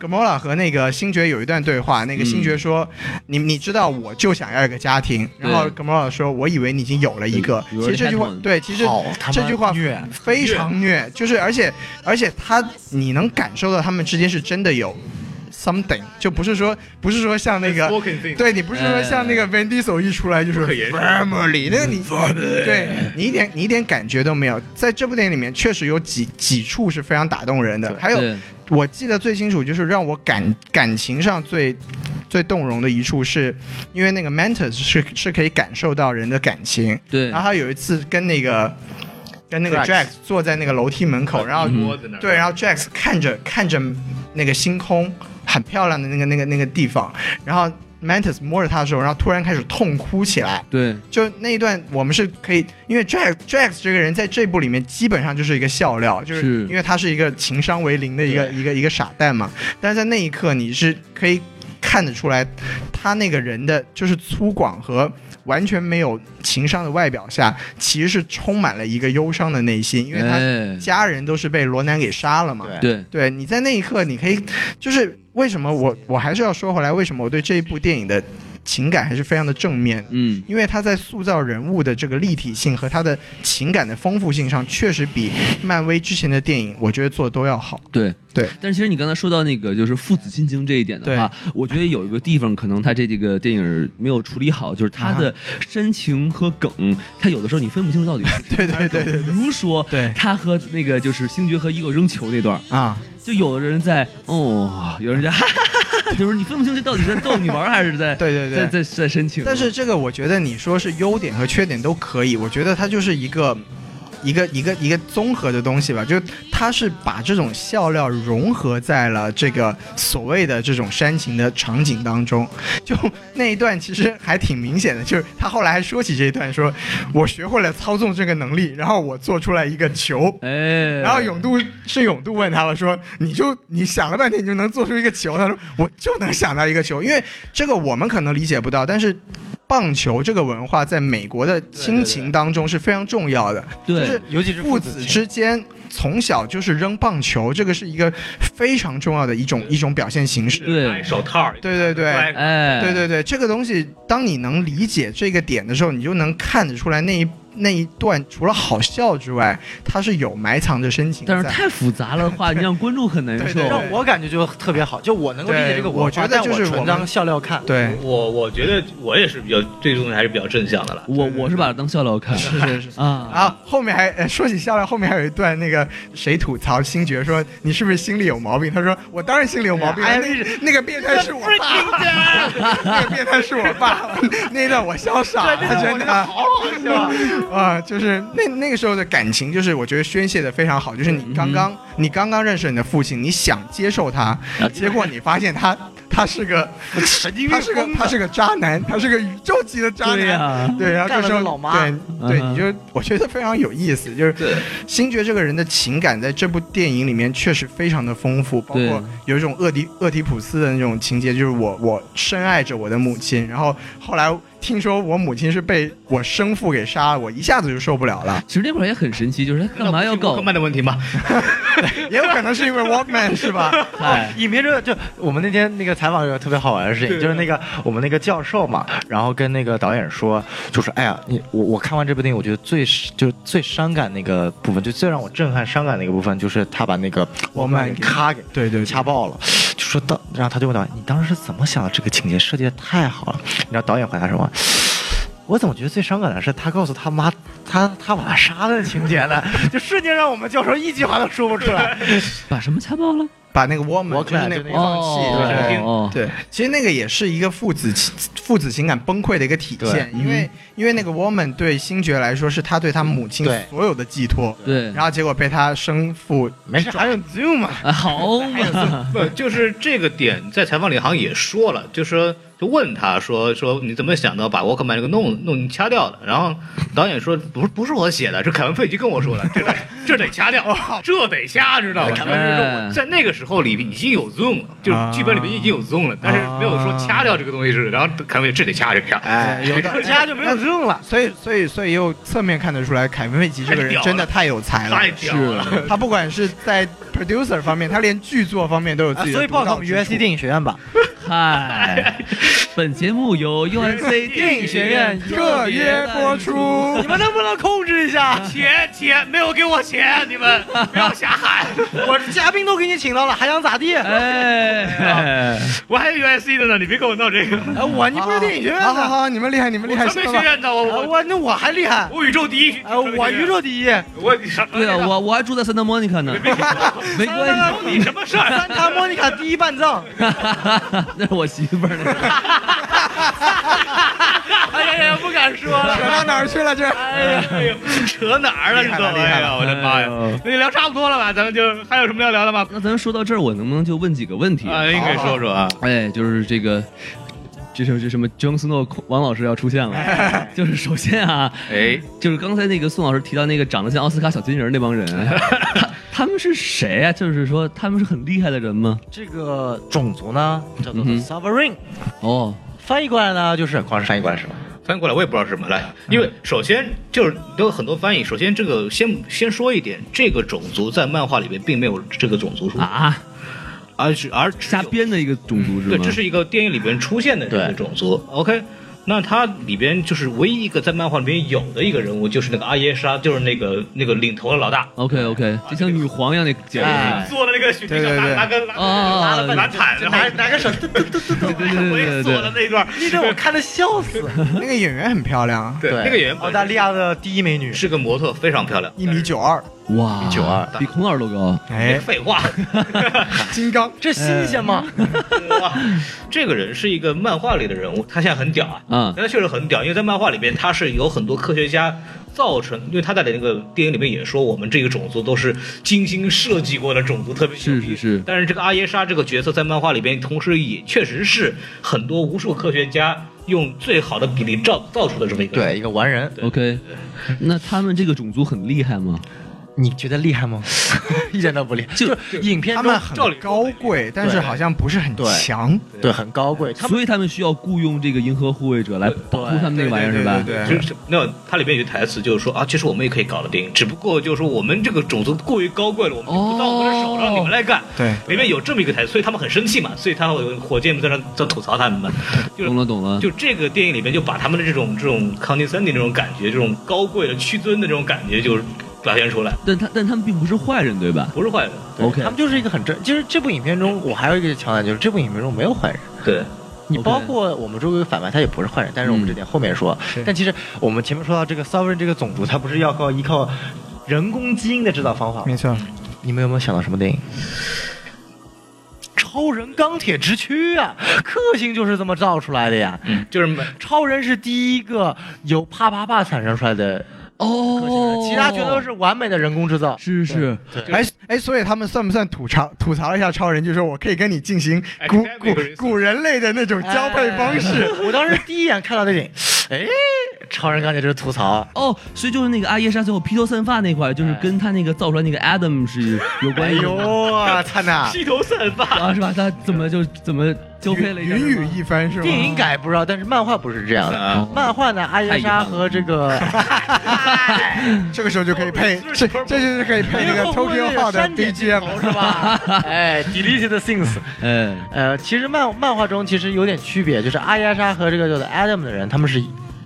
Speaker 4: ，Gamora 和那个星爵有一段对话，那个星爵说：“你你知道，我就想要一个家庭。”然后 Gamora 说：“我以为你已经有了一个。”
Speaker 2: 有
Speaker 4: 其实这句话
Speaker 2: entitlement
Speaker 4: 对，其实
Speaker 6: 好他妈
Speaker 4: 这句话
Speaker 6: 虐
Speaker 4: 非常虐，就是而且而且他你能感受到他们之间是真的有 something，就不是说不是说像那个
Speaker 3: Spoken thing
Speaker 4: 对你不是说像那个
Speaker 2: 嗯
Speaker 4: Van Diesel 一出来就是 family，那个你对你一点你一点感觉都没有。在这部电影里面，确实有几几处是非常打动人的，还有
Speaker 2: 对
Speaker 4: 我记得最清楚，就是让我感感情上最最动容的一处是，因为那个 Mantis 是是可以感受到人的感情。
Speaker 2: 对
Speaker 4: 然后他有一次跟那个跟那个
Speaker 6: Drax
Speaker 4: Jax 坐在那个楼梯门
Speaker 2: 嗯
Speaker 4: 口，然后
Speaker 3: 窝在那儿
Speaker 4: 对，然后 Jax 看着看着那个星空，很漂亮的那个那个那个地方，然后 Mantis 摸着他的时候，然后突然开始痛哭起来。
Speaker 2: 对，
Speaker 4: 就那一段，我们是可以，因为 Jax Jax 这个人在这部里面基本上就是一个笑料，就是是因为他是一个情商为零的一个一个一个傻蛋嘛。但是在那一刻，你是可以看得出来，他那个人的就是粗犷和完全没有情商的外表下，其实是充满了一个忧伤的内心，因为他
Speaker 2: 哎，
Speaker 4: 家人都是被罗南给杀了嘛。
Speaker 6: 对
Speaker 2: 对，
Speaker 4: 对你在那一刻，你可以就是为什么我我还是要说回来，为什么我对这一部电影的情感还是非常的正面的
Speaker 2: 嗯，
Speaker 4: 因为他在塑造人物的这个立体性和他的情感的丰富性上，确实比漫威之前的电影，我觉得做的都要好。
Speaker 2: 对
Speaker 4: 对。
Speaker 2: 但是其实你刚才说到那个就是父子亲情这一点的话，我觉得有一个地方可能他这这个电影没有处理好，就是他的煽情和梗，他有的时候你分不清楚到底是
Speaker 4: 对对对对
Speaker 2: 比如说，
Speaker 4: 对
Speaker 2: 他和那个就是星爵和伊狗扔球那段儿，
Speaker 4: 啊，
Speaker 2: 就有的人在哦，有人在 哈哈哈哈，就是你分不清这到底在逗你玩儿还是 在
Speaker 4: 对对对
Speaker 2: 在在在深情。
Speaker 4: 但是这个我觉得你说是优点和缺点都可以，我觉得它就是一个一个一个一个综合的东西吧，就是它是把这种笑料融合在了这个所谓的这种煽情的场景当中。 就那一段其实还挺明显的，就是他后来还说起这一段说，我学会了操纵这个能力，然后我做出来一个球，
Speaker 2: 哎，
Speaker 4: 然后永度是永度问他我说你就你想了半天你就能做出一个球，他说我就能想到一个球，因为这个我们可能理解不到，但是棒球这个文化在美国的亲情当中是非常重要的，
Speaker 2: 对
Speaker 4: 就是
Speaker 6: 尤其是
Speaker 4: 父
Speaker 6: 父
Speaker 4: 子
Speaker 6: 子
Speaker 4: 之间。从小就是扔棒球，这个是一个非常重要的一种一种表现形式。
Speaker 2: 对，
Speaker 3: 手套，
Speaker 4: 对对对，
Speaker 2: 哎，
Speaker 4: 对对对，这个东西，当你能理解这个点的时候，你就能看得出来那一那一段除了好笑之外，它是有埋藏着深情在。
Speaker 2: 但是太复杂了的 话，你让观众很难
Speaker 4: 对
Speaker 2: 受
Speaker 4: 对。
Speaker 6: 让我感觉就特别好，就我能够理解这
Speaker 4: 对
Speaker 6: 个文化
Speaker 4: 我觉得
Speaker 6: 但
Speaker 4: 就是我
Speaker 6: 纯
Speaker 4: 们
Speaker 6: 当笑料看。
Speaker 4: 对，
Speaker 3: 我我觉得我也是比较这东西还是比较正向的了。
Speaker 2: 我我是把它当笑料看
Speaker 4: 是是是。
Speaker 2: 啊，
Speaker 4: 然后后面还呃说起笑料，后面还有一段那个谁吐槽星爵说你是不是心里有毛病？他说我当然心里有毛病，啊
Speaker 6: 哎
Speaker 4: 那那个变态是我爸， 那个变态是我爸， 那一段我笑傻了，真的好好笑 啊！就是那那个时候的感情，就是我觉得宣泄的非常好，就是你刚
Speaker 2: 嗯
Speaker 4: 刚你刚刚认识你的父亲，你想接受他，结果你发现他他是个
Speaker 6: 神经
Speaker 4: 他是个他是个渣男，他是个宇宙级的渣
Speaker 2: 对
Speaker 4: 男。
Speaker 2: 呀，
Speaker 4: 对，然后这
Speaker 6: 干了
Speaker 4: 时候
Speaker 6: 个老妈
Speaker 4: 对对，
Speaker 2: 嗯
Speaker 4: 你就我觉得非常有意思，就是
Speaker 3: 对
Speaker 4: 星爵这个人的情感在这部电影里面确实非常的丰富，包
Speaker 2: 对
Speaker 4: 括有一种厄狄厄狄浦斯的那种情节，就是我我深爱着我的母亲，然后后来听说我母亲是被我生父给杀了，我一下子就受不了了，
Speaker 2: 其实那会儿也很神奇，就是他干嘛要搞
Speaker 3: 科？曼的问题嘛？
Speaker 4: 也有可能是因为 Walkman 是吧？
Speaker 2: 哎，
Speaker 6: 影评这就我们那天那个采访有个特别好玩的事情，就是那个我们那个教授嘛，然后跟那个导演说，就说哎呀，你我我看完这部电影，我觉得最就是最伤感那个部分，就最让我震撼伤感那个部分，就是他把那个
Speaker 4: 我
Speaker 6: 我
Speaker 4: 们
Speaker 6: 们咔给
Speaker 4: 对对对
Speaker 6: 掐爆了，就说当，然后他就问导演，你当时是怎么想的？这个情节设计的太好了，你知道导演回答什么？我怎么觉得最伤感的是他告诉他妈他他把他杀的情节呢？就瞬间让我们教授一句话都说不出 来。
Speaker 2: 把什么掐爆了？
Speaker 4: 把那个 Walkman 就是
Speaker 6: Walkman，
Speaker 4: 那个
Speaker 6: 就那
Speaker 4: 播
Speaker 6: 个
Speaker 4: 放器，
Speaker 2: 哦
Speaker 4: 对
Speaker 3: 对
Speaker 2: 哦，
Speaker 4: 对，其实那个也是一个父子情父子情感崩溃的一个体现，因
Speaker 6: 嗯
Speaker 4: 为、因为那个 woman 对星爵来说是他对他母亲
Speaker 6: 对
Speaker 4: 所有的寄托，
Speaker 2: 对，
Speaker 4: 然后结果被他生父
Speaker 6: 没事，还有 Zoom 嘛。
Speaker 2: 啊好嘛，
Speaker 3: 不，就是这个点，在采访里好像也说了，就说就问他说说你怎么想到把沃克曼这个弄弄掐掉的？然后导演说不是不是我写的，是凯文费奇跟我说的，这得这得掐掉，
Speaker 6: 哦
Speaker 3: 这得掐，知道吧？凯文费奇说我在那个时候里已经有 zoom 了，就是剧本里面已经有 zoom 了，但是没有说掐掉这个东西是，然后凯文费奇这得掐这个掐。
Speaker 6: 哦
Speaker 4: 哎，有的
Speaker 6: 家就没有 Zoom 了。
Speaker 4: 所以所以所以又侧面看得出来，凯文·费奇这个
Speaker 3: 太
Speaker 4: 人
Speaker 3: 屌了
Speaker 4: 真的太有才了。
Speaker 3: 太屌了！
Speaker 4: 他不管是在 producer 方面，他连剧作方面都有自己的
Speaker 6: 啊所以
Speaker 4: 独到
Speaker 6: 报
Speaker 4: 之
Speaker 6: 考
Speaker 4: 处。
Speaker 6: 我们 USC 电影学院吧。
Speaker 2: 嗨，本节目由 UNC 电影学院
Speaker 4: 特约播出。
Speaker 6: 你们能不能控制一 下？
Speaker 3: 钱钱没有给我钱，你们不要瞎喊！
Speaker 6: 我这嘉宾都给你请到了，还想咋地？哎，
Speaker 2: 哎，
Speaker 3: 我还有 USC 的呢，你别跟我闹这个。
Speaker 6: 我你不是电影学院
Speaker 4: 好好
Speaker 6: 的，
Speaker 4: 好，你们厉害，你们厉害，
Speaker 3: 传媒
Speaker 4: 行
Speaker 3: 学
Speaker 4: 了吧？
Speaker 3: 院哎的，我
Speaker 6: 啊
Speaker 3: 我
Speaker 6: 我那我还厉害。
Speaker 3: 哎我宇宙第一，
Speaker 4: 啊
Speaker 6: 呃，我宇宙 第一，
Speaker 3: 我什么
Speaker 2: 对啊，我我还住在 Santa Monica 呢，没关系，
Speaker 3: 你什么事 儿？
Speaker 6: 三塔莫妮卡第一半 藏。
Speaker 2: 那是我媳妇儿呢。
Speaker 3: 哎呀呀，不敢说 了。
Speaker 4: 扯到哪儿去了这？
Speaker 3: 哎呀，扯哪儿了？你
Speaker 4: 厉害
Speaker 3: 都
Speaker 4: 了厉
Speaker 3: 哎
Speaker 4: 害了
Speaker 3: 呀，我的妈呀！那就聊差不多了吧？咱们就还有什么要聊的吗？
Speaker 2: 那咱说到这儿，我能不能就问几个问题？
Speaker 3: 啊，你可以说说啊。
Speaker 2: 哎，就是这个，这是这什么？Jon Snow 王老师要出现 了。就是首先啊，
Speaker 3: 哎，
Speaker 2: 就是刚才那个宋老师提到那个长得像奥斯卡小金人那帮人，他他们是谁啊？就是说他们是很厉害的人吗？
Speaker 6: 这个种族呢叫做
Speaker 2: 嗯哼
Speaker 6: sovereign，
Speaker 2: 哦，
Speaker 6: 翻译过来呢就是光是翻译过来是吧？
Speaker 3: 翻过来我也不知道是什么来，因为首先就是都有很多翻译。首先，这个先先说一点，这个种族在漫画里面并没有这个种族出现，
Speaker 2: 啊，
Speaker 3: 而只而只
Speaker 2: 瞎
Speaker 3: 有
Speaker 2: 编的一个种族是吗？
Speaker 3: 对，这是一个电影里边出现的一个
Speaker 6: 对
Speaker 3: 种族。OK，那它里边就是唯一一个在漫画里边有的一个人物，就是那个阿耶莎，就是那个那个领头的老大，
Speaker 2: OK OK，就像女皇一样的姐姐。
Speaker 3: 坐的那个雪地上
Speaker 4: 对对
Speaker 3: 拿
Speaker 4: 对
Speaker 3: 拿个拿
Speaker 2: 哎哦
Speaker 3: 拿了拿毯子，然后
Speaker 6: 拿个手，
Speaker 2: 对对对对对
Speaker 3: 坐的
Speaker 2: 对，
Speaker 3: 那一段，
Speaker 6: 那阵我看的笑死。
Speaker 4: 那个演员很漂亮啊，
Speaker 3: 对那个演员
Speaker 6: 澳大利亚的第一美女，
Speaker 3: 是个模特，非常漂亮。
Speaker 4: 一米九二，
Speaker 2: 哇，
Speaker 6: 九二
Speaker 2: 比孔老师都高。
Speaker 4: 哎，
Speaker 3: 废话，
Speaker 4: 金刚
Speaker 6: 这新鲜吗？
Speaker 3: 哇，这个人是一个漫画里的人物，他现在很屌啊，
Speaker 2: 嗯
Speaker 3: 但他确实很屌，因为在漫画里边他是有很多科学家造成，因为他在那个电影里面也说我们这个种族都是精心设计过的种族，特别牛逼
Speaker 2: 是是是
Speaker 3: 但是这个阿耶莎这个角色在漫画里边，同时也确实是很多无数科学家用最好的比例造造出的这么一个人。
Speaker 6: 对，一个完人，
Speaker 2: OK，那他们这个种族很厉害吗？
Speaker 6: 你觉得厉害吗？ 一点都不厉害，就是影片
Speaker 4: 呃他
Speaker 6: 中
Speaker 4: 们很高贵，但是好像不是很
Speaker 6: 对
Speaker 4: 强。
Speaker 6: 对很高贵，他们
Speaker 2: 所以他们需要雇佣这个银河护卫者来保护他们那个玩意儿是吧？
Speaker 4: 对对对对
Speaker 3: 就是那它里边有句台词，就是说啊，其实我们也可以搞得定，只不过就是说我们这个种族过于高贵了，我们就不到我们的手，让你们来干。
Speaker 4: 对
Speaker 3: 里面有这么一个台词，所以他们很生气嘛，所以他有火箭在那在吐槽他们嘛，就是
Speaker 2: 懂了懂了。
Speaker 3: 就这个电影里面就把他们的这种这种 condescending 这种感觉，这种高贵的屈尊的这种感觉，就是表现出来，
Speaker 2: 但他但他们并不是坏人对吧
Speaker 3: 不是坏人，
Speaker 2: ？OK，
Speaker 6: 他们就是一个很正，就是这部影片中我还有一个桥段，就是这部影片中没有坏人。
Speaker 3: 对，
Speaker 6: 你
Speaker 2: OK
Speaker 6: 包括我们周围的反派，他也不是坏人，但是我们
Speaker 2: 嗯
Speaker 6: 这点后面说。但其实我们前面说到这个 sovereign 这个种族，它不是要靠依靠人工基因的制造方法吗
Speaker 2: 嗯
Speaker 4: 没？错，
Speaker 6: 你们有没有想到什么电影？超人钢铁之躯啊，克星就是这么造出来的呀。
Speaker 3: 嗯，就是没
Speaker 6: 超人是第一个由啪啪啪产生出来的克星人，
Speaker 2: 哦，
Speaker 6: 其他全都是完美的人工制造。
Speaker 2: 是是
Speaker 4: 哎哎，所以他们算不算吐槽吐槽一下超人？就说我可以跟你进行
Speaker 6: 哎
Speaker 4: 古
Speaker 3: Academic
Speaker 4: 古
Speaker 3: research
Speaker 4: 古人类的那种交配方式。
Speaker 6: 哎我当时第一眼看到这点，哎，超人钢铁就是吐槽。
Speaker 2: 哦，所以就是那个阿耶莎最后披头散发那块儿，就是跟他那个造出来那个 Adam 是有
Speaker 6: 哎
Speaker 2: 关系的
Speaker 6: 呦，我操 呐！
Speaker 3: 披头散发，
Speaker 2: 啊，是吧？他怎么就怎么交配了一下？
Speaker 4: 云雨一番是吗？
Speaker 6: 电影改不知道，但是漫画不是这样
Speaker 4: 嗯
Speaker 6: 的。
Speaker 3: 啊，
Speaker 6: 漫画呢，阿耶莎和这个
Speaker 4: 这个时候就可以配，这这就是可以配 那个 Tokyo 号的
Speaker 6: 三点镜
Speaker 4: BGM
Speaker 6: 头是吧？ 哎，Deleted Things。
Speaker 2: 哎，
Speaker 6: 呃，其实漫漫画中其实有点区别，就是阿耶莎和这个叫做 Adam 的人，他们是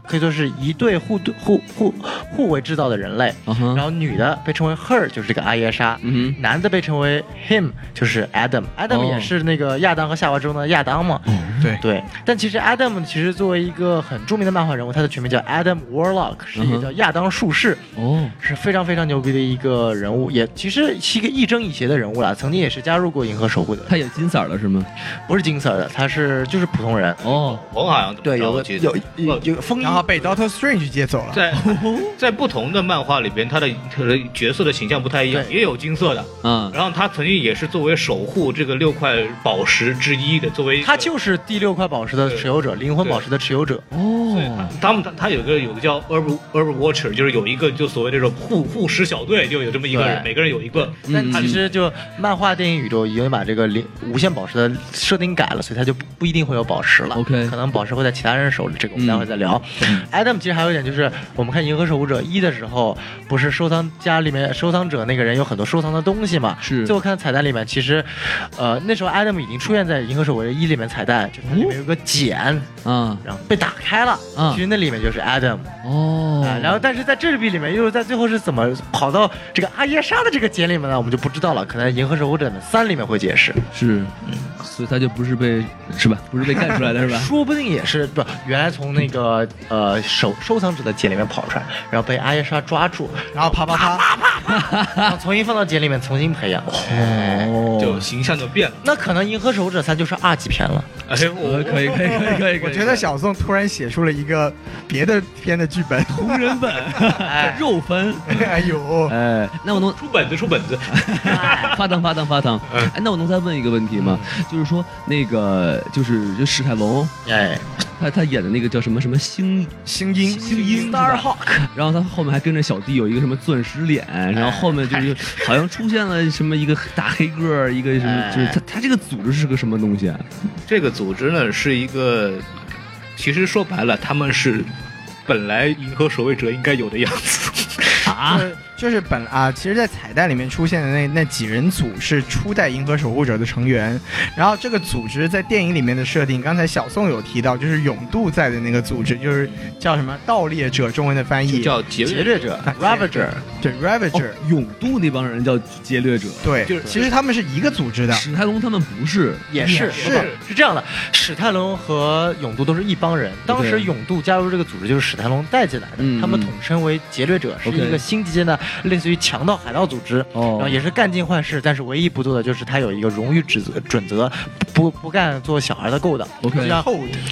Speaker 6: 可以说是一对互对互互互为制造的人类。
Speaker 2: 嗯哼
Speaker 6: 然后女的被称为 her，就是这个阿耶莎；
Speaker 2: 嗯哼
Speaker 6: 男的被称为 him，就是 Adam。Adam
Speaker 2: 哦
Speaker 6: 也是那个亚当和夏娃中的亚当嘛。
Speaker 4: 对
Speaker 6: 对，但其实 Adam 其实作为一个很著名的漫画人物，他的全名叫 Adam Warlock，是一
Speaker 2: 嗯哼
Speaker 6: 个叫亚当术士。
Speaker 2: 哦，
Speaker 6: 是非常非常牛逼的一个人物，也其实是一个亦正亦邪的人物啦。曾经也是加入过银河守护者，
Speaker 2: 他也金色儿了是吗？
Speaker 6: 不是金色的，他是就是普通人。
Speaker 2: 哦，
Speaker 3: 我好像怎么
Speaker 6: 对，
Speaker 3: 着
Speaker 6: 有
Speaker 3: 我
Speaker 6: 个
Speaker 3: 记得
Speaker 6: 有有有风衣
Speaker 4: 然，后被 Doctor Strange 接走了。
Speaker 3: 在 在不同的漫画里边，他的他的角色的形象不太一样，
Speaker 6: 对
Speaker 3: 也有金色的，
Speaker 2: 嗯，
Speaker 3: 然后他曾经也是作为守护这个六块宝石之一的，作为一个
Speaker 6: 他就是第六块宝石的持有者，灵魂宝石的持有者。
Speaker 2: 哦，
Speaker 3: 他们他他有个有个叫 Herb Herb Watcher，就是有一个就所谓这种护护石小队，就有这么一个人，
Speaker 6: 对
Speaker 3: 每个人有一个。
Speaker 6: 但
Speaker 2: 嗯
Speaker 6: 其实就漫画电影宇宙已经把这个灵无限宝石的设定改了，所以他就不不一定会有宝石了。
Speaker 2: OK
Speaker 6: 可能宝石会在其他人手里，这个我们
Speaker 2: 嗯
Speaker 6: 待会儿再聊。Adam 其实还有一点就是，我们看《银河守护者一》的时候，不是收藏家里面收藏者那个人有很多收藏的东西嘛？
Speaker 2: 是
Speaker 6: 最后看彩蛋里面，其实，呃，那时候 Adam 已经出现在《银河守护者一》里面彩蛋，就是它
Speaker 2: 哦
Speaker 6: 里面有个茧，
Speaker 2: 啊，
Speaker 6: 然后被打开了，
Speaker 2: 嗯
Speaker 6: 其实那里面就是 Adam。
Speaker 2: 哦
Speaker 6: 啊，，然后但是在这部里面，又是在最后是怎么跑到这个阿耶莎的这个茧里面呢？我们就不知道了，可能《银河守护者》三里面会解释，
Speaker 2: 是，所以他就不是被是吧？不是被干出来的是 吧？
Speaker 6: 说不定也是不原来从那个呃收收藏者的茧里面跑出来，然后被阿耶莎抓住，
Speaker 4: 然后啪啪
Speaker 6: 啊
Speaker 4: 啪，
Speaker 6: 然后重新放到茧里面重新培养。哎
Speaker 3: 就形象就变了，
Speaker 6: 那可能《银河守护者三》就是二级片了，
Speaker 3: 哎，我
Speaker 2: 呃可以可以可以可以，
Speaker 4: 我觉得小宋突然写出了一个别的片的剧本。
Speaker 2: 红人 粉肉粉，
Speaker 4: 哎呦，
Speaker 2: 哎，那我能
Speaker 3: 出本子出本 子，
Speaker 2: 发糖发糖发糖，哎，那我能再问一个问题吗？就是说那个就是就史泰龙
Speaker 6: 哎，
Speaker 2: 他他演的那个叫什么什么星
Speaker 4: 星鹰，
Speaker 2: 星鹰
Speaker 6: Star
Speaker 2: 然后他后面还跟着小弟有一个什么钻石脸，然后后面
Speaker 3: 哎
Speaker 2: 就是好像出现了什么一个大黑个儿，一个什么
Speaker 3: 哎
Speaker 2: 就是他他这个组织是个什么东西啊？
Speaker 3: 这个组织呢是一个，其实说白了，他们是本来银河守卫者应该有的样 子。
Speaker 2: 啊
Speaker 4: 就是就是本啊，其实，在彩蛋里面出现的那那几人组是初代银河守护者的成员，然后这个组织在电影里面的设定，刚才小宋有提到，就是永度在的那个组织，就是叫什么啊盗猎者，中文的翻译
Speaker 3: 叫劫
Speaker 6: 劫掠者 Ravager，
Speaker 4: 对 Ravager，、
Speaker 2: 哦永渡那帮人叫劫掠者，
Speaker 4: 对，
Speaker 3: 就是
Speaker 4: 其实他们是一个组织的，
Speaker 2: 史泰龙他们不是
Speaker 6: 也是哦
Speaker 4: 是
Speaker 6: 是这样的，史泰龙和永度都是一帮人。当时
Speaker 2: OK
Speaker 6: 永度加入这个组织就是史泰龙带进来的，
Speaker 2: 嗯
Speaker 6: 他们统称为劫掠者，是一
Speaker 2: 嗯
Speaker 6: 个星级间的类似于强盗海盗组织，
Speaker 8: 哦
Speaker 6: 然后也是干尽坏事，但是唯一不做的就是他有一个荣誉指责准则，不不干做小孩的勾当。
Speaker 2: OK
Speaker 6: 就像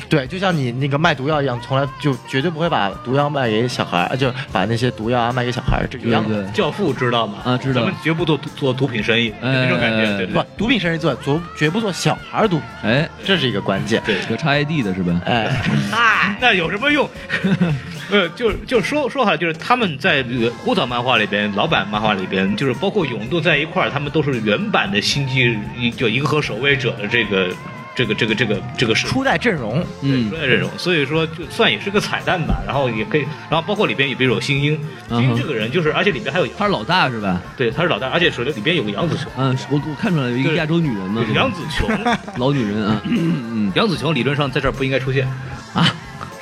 Speaker 6: 对，就像你那个卖毒药一样，从来就绝对不会把毒药卖给小孩儿，呃就把那些毒药啊卖给小孩儿，这个一
Speaker 2: 对
Speaker 6: 样的。
Speaker 2: 对
Speaker 3: 教父知道吗？
Speaker 2: 啊知道
Speaker 3: 咱们绝不做做毒品生意，
Speaker 2: 哎
Speaker 3: 那种感觉，对
Speaker 6: 不
Speaker 3: 对，
Speaker 6: 毒品生意做绝绝不做小孩儿毒品，
Speaker 2: 哎，
Speaker 6: 这是一个关键。
Speaker 3: 对。
Speaker 2: 有插 ID 的是吧？
Speaker 6: 哎，
Speaker 3: 那有什么 用？呃，就就说说哈，就是他们在这个胡草漫画里边、老版漫画里边，就是包括勇斗在一块儿，他们都是原版的星际就银河守卫者的这个这个这个这个这个
Speaker 6: 初代阵容，
Speaker 2: 嗯
Speaker 3: 出，来这种，所以说就算也是个彩蛋吧。然后也可以，然后包括里边也比如有新英，
Speaker 2: 嗯
Speaker 3: 新
Speaker 2: 哼
Speaker 3: 英这个人就是，而且里边还有
Speaker 2: 他是老大是吧？
Speaker 3: 对他是老大，而且手里里边有个杨子琼，
Speaker 2: 嗯，我我看出来有一个
Speaker 3: 对
Speaker 2: 亚洲女人嘛，对吧
Speaker 3: 杨子琼，
Speaker 2: 老女人啊，嗯
Speaker 3: 嗯 杨子琼理论上在这儿不应该出现。
Speaker 2: 啊，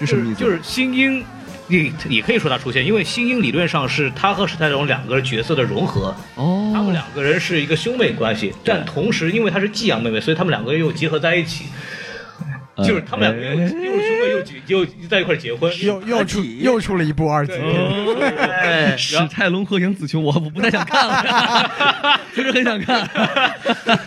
Speaker 2: 这什
Speaker 3: 就
Speaker 2: 么意
Speaker 3: 是
Speaker 2: 思？
Speaker 3: 就是新英，也也可以说他出现，因为新英理论上是他和史泰龙两个角色的融合，
Speaker 2: 哦，
Speaker 3: 他们两个人是一个兄妹关系，但同时因为她是寄养妹妹，所以他们两个又结合在一起，
Speaker 2: 呃
Speaker 3: 就是他们两个又又是兄妹又结又在一块儿结婚，
Speaker 4: 又又出又出了一部二级片，
Speaker 3: 嗯
Speaker 2: 哎史泰龙和杨紫琼，我我不太想 看了，不是很想看。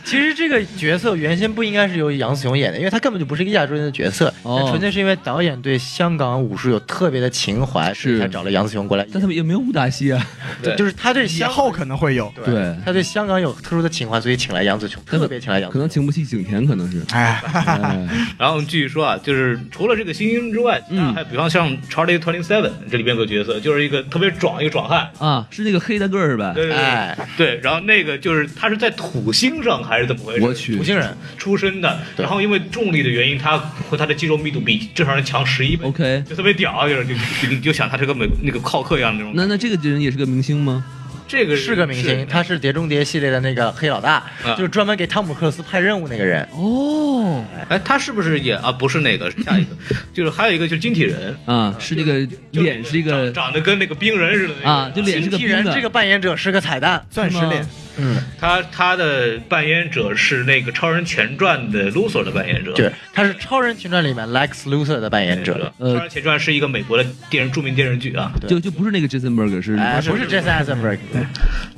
Speaker 6: 其实这个角色原先不应该是由杨紫琼演的，因为她根本就不是一个亚洲人的角色，
Speaker 2: 哦
Speaker 6: 那纯粹是因为导演对香港武术有特别的情怀，
Speaker 2: 是
Speaker 6: 所以才找了杨紫琼过来演。
Speaker 2: 但他们也没有武打戏啊，
Speaker 3: 对
Speaker 6: 就是他对
Speaker 4: 以
Speaker 6: 香
Speaker 4: 后可能会有。
Speaker 2: 对
Speaker 6: 他对香港有特殊的情怀，所以请来杨紫琼，特别请来杨
Speaker 2: 可
Speaker 6: 紫琼。
Speaker 2: 能请不起景甜，可能是。
Speaker 4: 哎，
Speaker 2: 哎
Speaker 3: 然后继续说啊，就是除了这个新英之外，啊
Speaker 2: 嗯
Speaker 3: 还有比方像 Charlie Twenty Seven 这里边有个角色，就是一个特别壮一个壮汉，
Speaker 2: 啊，是那个黑大个儿是吧？
Speaker 3: 对对对、
Speaker 6: 哎
Speaker 3: 对，然后那个就是他是在土星上还是怎么回事？
Speaker 2: 我去
Speaker 6: 土，星人，
Speaker 3: 出身的，
Speaker 6: 对
Speaker 3: 然后因为重力的原因，他和他的肌肉密度比正常人强十一倍
Speaker 2: OK
Speaker 3: 就特别屌啊，就是就就你就想他是个美那个浩克一样的那种。
Speaker 2: 那那这个人也是个明星吗？
Speaker 3: 这个
Speaker 6: 是个明星，他是《碟中谍》系列的那个黑老大，
Speaker 3: 啊
Speaker 6: 就是专门给汤姆克鲁斯派任务那个人。
Speaker 2: 哦，
Speaker 3: 哎，他是不是也啊？不是那个，下一个就是还有一个就是晶体人，
Speaker 2: 啊，是那个
Speaker 3: 就是
Speaker 2: 脸是一个
Speaker 3: 长长得跟那个冰人似的那个
Speaker 2: 啊，就脸是个
Speaker 6: 经纪
Speaker 2: 冰
Speaker 6: 人
Speaker 2: 的，
Speaker 6: 这个扮演者是个彩蛋，
Speaker 4: 钻石脸
Speaker 2: 是吗
Speaker 6: 嗯，
Speaker 3: 他他的扮演者是那个《超人前传》的 Luthor 的扮演者，
Speaker 6: 对，他是《超人群传》里面 Lex Luthor 的扮演者，
Speaker 3: 《超人前传》是一个美国的电视著名电视剧啊，
Speaker 2: 就就不是那个 Jason Berg 是
Speaker 6: 哎，不是 Jason Eisenberg，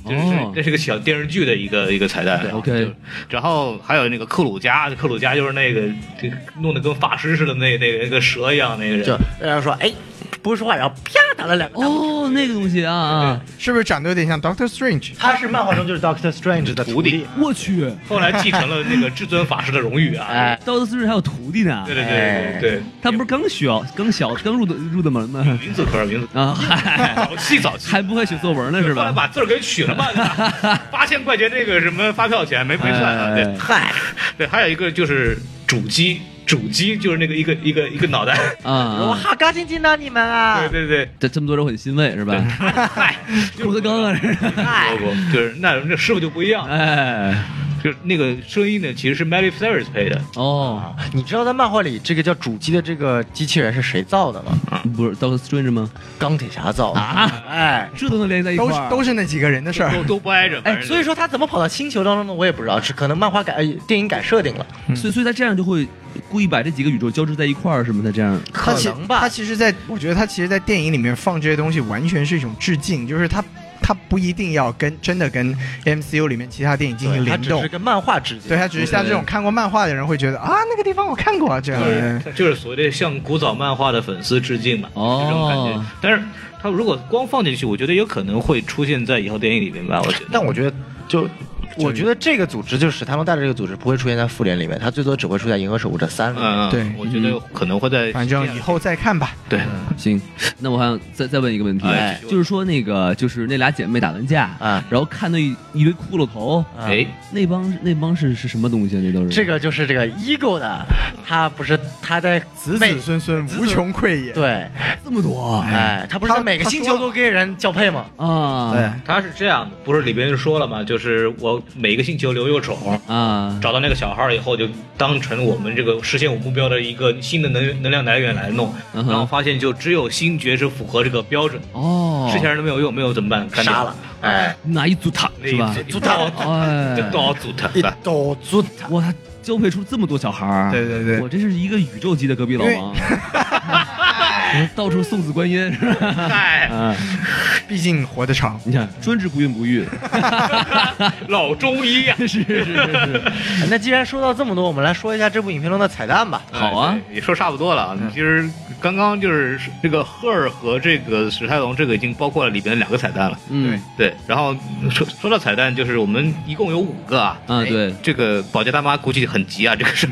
Speaker 3: 就是这是一个小电视剧的一个一个彩蛋。然后
Speaker 2: 哦 OK
Speaker 3: 就然后还有那个克鲁加，克鲁加就是那个这个弄得跟法师似的那那个那个蛇一样那个人，
Speaker 6: 就然后说哎，不会说话，然后啪打了两个。
Speaker 2: 哦，那个东西啊啊，
Speaker 4: 是不是长得有点像 Doctor Strange？
Speaker 6: 他是漫画中就是 Doctor Strange 的
Speaker 3: 徒弟，
Speaker 2: 我去，
Speaker 3: 后来继承了那个至尊法师的荣誉 啊。
Speaker 6: 哎，
Speaker 2: 刀子师还有徒弟呢
Speaker 3: 对，对对对对，
Speaker 2: 他不是刚学刚小刚入的入的门吗？
Speaker 3: 云字科，云 字科，
Speaker 2: 啊，嗨，
Speaker 3: 早期早期
Speaker 2: 还不会写作文呢是
Speaker 3: 后来
Speaker 2: 吧？
Speaker 3: 把字儿给取了吧，八千块钱那个什么发票钱没没算啊，对
Speaker 2: 哎
Speaker 6: 嗨，
Speaker 3: 对，还有一个就是主机，主机就是那个一个一个一个脑袋，
Speaker 2: 啊啊，
Speaker 6: 好高兴见到你们啊
Speaker 3: 对！对对，
Speaker 2: 这这么多人我很欣慰是吧？
Speaker 3: 嗨，
Speaker 2: 郭德纲啊，这是
Speaker 3: 不不不就是那那师傅就不一样，
Speaker 2: 哎，
Speaker 3: 就是那个声音呢，其实是 Miley Cyrus 配的，
Speaker 2: 哦，
Speaker 6: 你知道在漫画里这个叫主机的这个机器人是谁造的吗？
Speaker 2: 不是 Doctor Strange 吗？
Speaker 6: 钢铁侠造的
Speaker 2: 啊，
Speaker 6: 哎
Speaker 2: 这都能连在一块
Speaker 4: 都是
Speaker 2: 儿，
Speaker 4: 都是那几个人的事儿。
Speaker 3: 都都不挨着。
Speaker 6: 哎，所以
Speaker 3: 说
Speaker 6: 说他怎么跑到星球当中的，我也不知道，是可能漫画改、呃电影改设定了，
Speaker 2: 嗯所以所以他这样就会故意把这几个宇宙交织在一块儿，是吗？他这样，
Speaker 4: 他
Speaker 6: 可
Speaker 4: 其
Speaker 6: 能吧
Speaker 4: 他。其实在，我觉得他其实，在电影里面放这些东西，完全是一种致敬，就是他他不一定要跟真的跟 MCU 里面其他电影进行
Speaker 6: 对他
Speaker 4: 联
Speaker 6: 只
Speaker 4: 动
Speaker 6: 是，跟漫画致敬。
Speaker 4: 对他只是像这种看过漫画的人会觉得啊，那个地方我看过啊，这样。嗯
Speaker 3: 就是所谓的向古早漫画的粉丝致敬嘛，
Speaker 2: 哦
Speaker 3: 就这种感觉。但是他如果光放进去，我觉得有可能会出现在以后电影里面吧。我觉得
Speaker 6: 但我觉得就。我觉得这个组织就是史泰龙带着这个组织不会出现在复联里面，他最多只会出现银河守护者三里面。
Speaker 3: 嗯，嗯
Speaker 4: 对
Speaker 3: 我觉得可能会在
Speaker 4: 反正以后再看吧。
Speaker 3: 对
Speaker 2: 行，那我还想再再问一个问题，
Speaker 3: 哎
Speaker 2: 就是说那个就是那俩姐妹打完架
Speaker 6: 啊，
Speaker 2: 然后看到一一堆骷髅头，
Speaker 6: 啊
Speaker 3: 哎，
Speaker 2: 那帮那帮是是什么东西啊？那都是
Speaker 6: 这个就是这个 ego 的，他不是他在
Speaker 4: 子
Speaker 6: 每
Speaker 4: 子孙孙无穷匮也。
Speaker 6: 对，
Speaker 2: 这么多
Speaker 6: 哎，他不是在每个星球都给人交配吗？
Speaker 2: 啊？
Speaker 4: 对，
Speaker 3: 他是这样的，不是里边说了吗？就是我每个星球留一个种。
Speaker 2: 啊，
Speaker 3: 找到那个小号以后，就当成我们这个实现我目标的一个新的能能量来源来弄，
Speaker 2: 嗯
Speaker 3: 然
Speaker 2: 哼
Speaker 3: 后发现就只有星爵是符合这个标准的，
Speaker 2: 哦，
Speaker 3: 之前人都没有用，没有怎么办？干掉
Speaker 6: 杀了，哎，
Speaker 2: 哪一组塔
Speaker 3: 那
Speaker 2: 是吧？
Speaker 3: 一组他，
Speaker 2: 哎
Speaker 3: 就都组他，
Speaker 6: 都尊他。
Speaker 2: 哇，他交配出这么多小孩儿，啊
Speaker 4: 对对对
Speaker 2: 我这是一个宇宙级的 隔壁老王，到处送子观音是吧？
Speaker 3: 哎，
Speaker 2: 啊，
Speaker 4: 毕竟活得长。
Speaker 2: 你看，专治不孕不育，
Speaker 3: 老中医呀、
Speaker 2: 是是是，
Speaker 6: 那既然说到这么多，我们来说一下这部影片中的彩蛋吧。
Speaker 3: 好啊，也说差不多了啊。其实刚刚就是这个赫尔和这个史泰龙这个已经包括了里边的两个彩蛋了。
Speaker 2: 嗯
Speaker 3: 对，然后说说到彩蛋，就是我们一共有五个啊。
Speaker 2: 啊对
Speaker 3: 这个保洁大妈估计很急啊，这个是。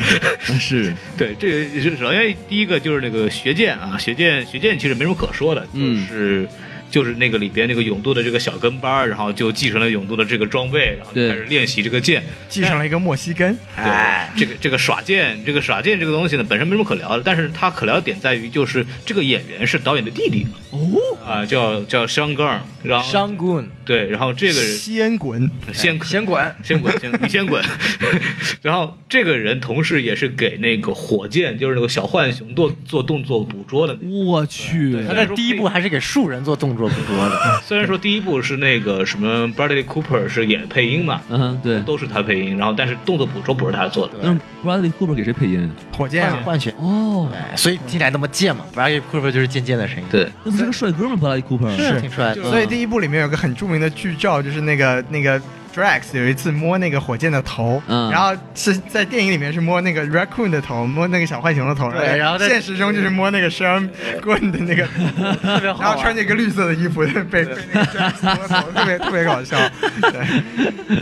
Speaker 2: 嗯是
Speaker 3: 对，这个是首先第一个就是那个学剑啊，学剑学剑其实没什么可说的，
Speaker 2: 嗯
Speaker 3: 就是。就是那个里边那个勇度的这个小跟班儿，然后就继承了勇度的这个装备，然后就
Speaker 2: 对
Speaker 3: 开始练习这个剑。
Speaker 4: 继承了一个莫西根，
Speaker 3: 哎，这个这个耍剑，这个耍剑这个东西呢，本身没什么可聊的，但是它可聊的点在于，就是这个演员是导演的弟弟
Speaker 2: 哦，
Speaker 3: 啊、叫叫香根儿，然后
Speaker 6: 商棍
Speaker 3: 对，然后这个人
Speaker 4: 西恩滚，
Speaker 3: 先
Speaker 6: 先管，
Speaker 3: 先滚，先你先滚。 然后这个人同时也是给那个火箭，就是那个小浣熊做做动作捕捉的。
Speaker 2: 我去
Speaker 6: 他在第一部还是给树人做动作捕捉的，
Speaker 3: 虽然说第一部是那个什么 Bradley Cooper 是演配音嘛，
Speaker 2: 嗯，对，
Speaker 3: 都是他配音，然后但是动作捕捉不是他做的。
Speaker 2: 那 Bradley Cooper 给谁配音？
Speaker 4: 火箭
Speaker 6: 换
Speaker 4: 啊，
Speaker 6: 嗯换血。
Speaker 2: 哦，
Speaker 6: 哎所以听起来那么贱嘛，不然库珀就是贱贱的声音，
Speaker 3: 对，
Speaker 2: 那不是个帅哥吗？Bradley Cooper
Speaker 6: 是挺帅的。
Speaker 4: 所以第一部里面有个很著名的剧照，就是那个那个 Drax 有一次摸那个火箭的头，
Speaker 2: 嗯
Speaker 4: 然后是在电影里面是摸那个 Raccoon 的头，摸那个小浣熊的头，
Speaker 6: 对然后在
Speaker 4: 现实中就是摸那个生棍的 那个，然后穿着一个绿色的衣服被被那个 Drax 摸头，特别特别搞笑。对，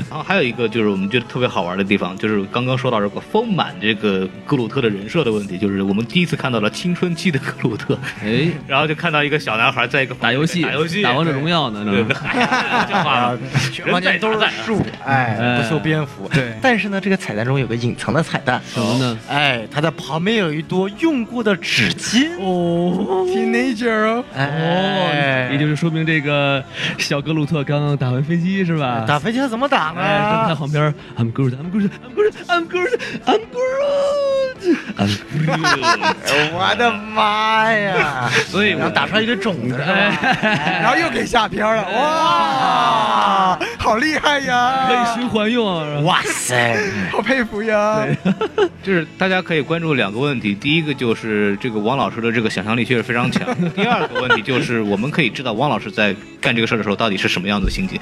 Speaker 3: 然后还有一个就是我们觉得特别好玩的地方，就是刚刚说到这个丰满这个格鲁特的人设的问题，就是我们第一次看到了青春期的格鲁特，
Speaker 2: 哎，
Speaker 3: 然后就看到一个小男孩在一个
Speaker 2: 打游戏，
Speaker 3: 打游戏，
Speaker 2: 打王者荣耀呢，
Speaker 3: 对，
Speaker 2: 那
Speaker 3: 对 哎这话
Speaker 6: 完全都是
Speaker 3: 人在哪
Speaker 6: 树，哎，
Speaker 2: 哎
Speaker 6: 不修边幅。
Speaker 4: 对
Speaker 6: 但是呢，这个彩蛋中有个隐藏的彩蛋，
Speaker 2: 什么呢？
Speaker 6: 哎，它的旁边有一坨用过的纸巾哦，
Speaker 4: Teenager 哦，
Speaker 6: 嗯哎，
Speaker 2: 也就是说明这个小格鲁特刚刚打完飞机是吧？
Speaker 6: 打飞机他怎么啊打
Speaker 2: 哎，站在
Speaker 6: 呢？
Speaker 2: 旁边，I'm good, I'm good, I'm good, I'm good, I'm good, I'm good。
Speaker 6: 我的妈呀！
Speaker 3: 嗯 所以
Speaker 6: 然
Speaker 3: 我
Speaker 6: 后打出来一堆种子，是吧
Speaker 4: 然后又给下片了，
Speaker 6: 哎
Speaker 4: 哇，好厉害
Speaker 2: 可
Speaker 4: 呀
Speaker 2: 以！循环用。
Speaker 6: 哇塞！
Speaker 4: 好佩服呀！
Speaker 3: 就是大家可以关注两个问题，第一个就是这个王老师的这个想象力确实非常强，第二个问题就是我们可以知道王老师在干这个事儿的时候到底是什么样子的 心情。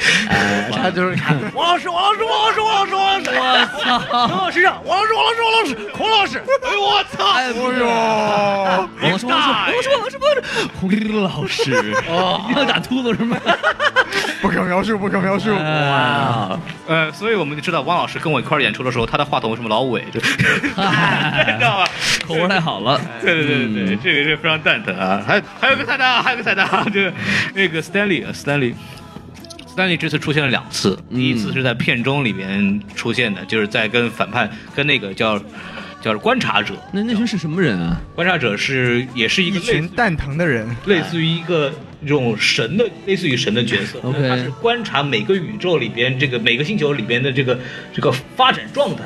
Speaker 6: 他就是看王老师，王老师，王老师，王老师，王老师，我操！王老师让王老师，王老师，王老师，孔老师，哎呦我操！
Speaker 2: 哎呦，
Speaker 4: 哦，
Speaker 2: 我说我说我说我说，洪老师，你要哦打秃噜是吗？
Speaker 4: 不可描述，不可描述。
Speaker 2: 哇，
Speaker 3: 呃，所以我们就知道汪老师跟我一块儿演出的时候，他的话筒为什么老尾，对 知道吧？
Speaker 2: 哎口味太好了。
Speaker 3: 对对对对对，
Speaker 4: 嗯
Speaker 3: 这个是非常蛋疼啊！还还有个彩蛋啊，还有个彩蛋啊， 就是那个 Stanley，Stanley。Stanley 这次出现了两次，
Speaker 4: 嗯
Speaker 3: 第一次是在片中里面出现的，就是在跟反派跟那个叫叫观察者，
Speaker 2: 那那群是什么人啊？
Speaker 3: 观察者是也是一个
Speaker 4: 一
Speaker 3: 类似于啊
Speaker 4: 群蛋疼的人，
Speaker 3: 类似于一个这种神的，类似于神的角
Speaker 4: 嗯
Speaker 3: 色。
Speaker 2: OK
Speaker 3: 他是观察每个宇宙里边这个每个星球里边的这个这个发展状态，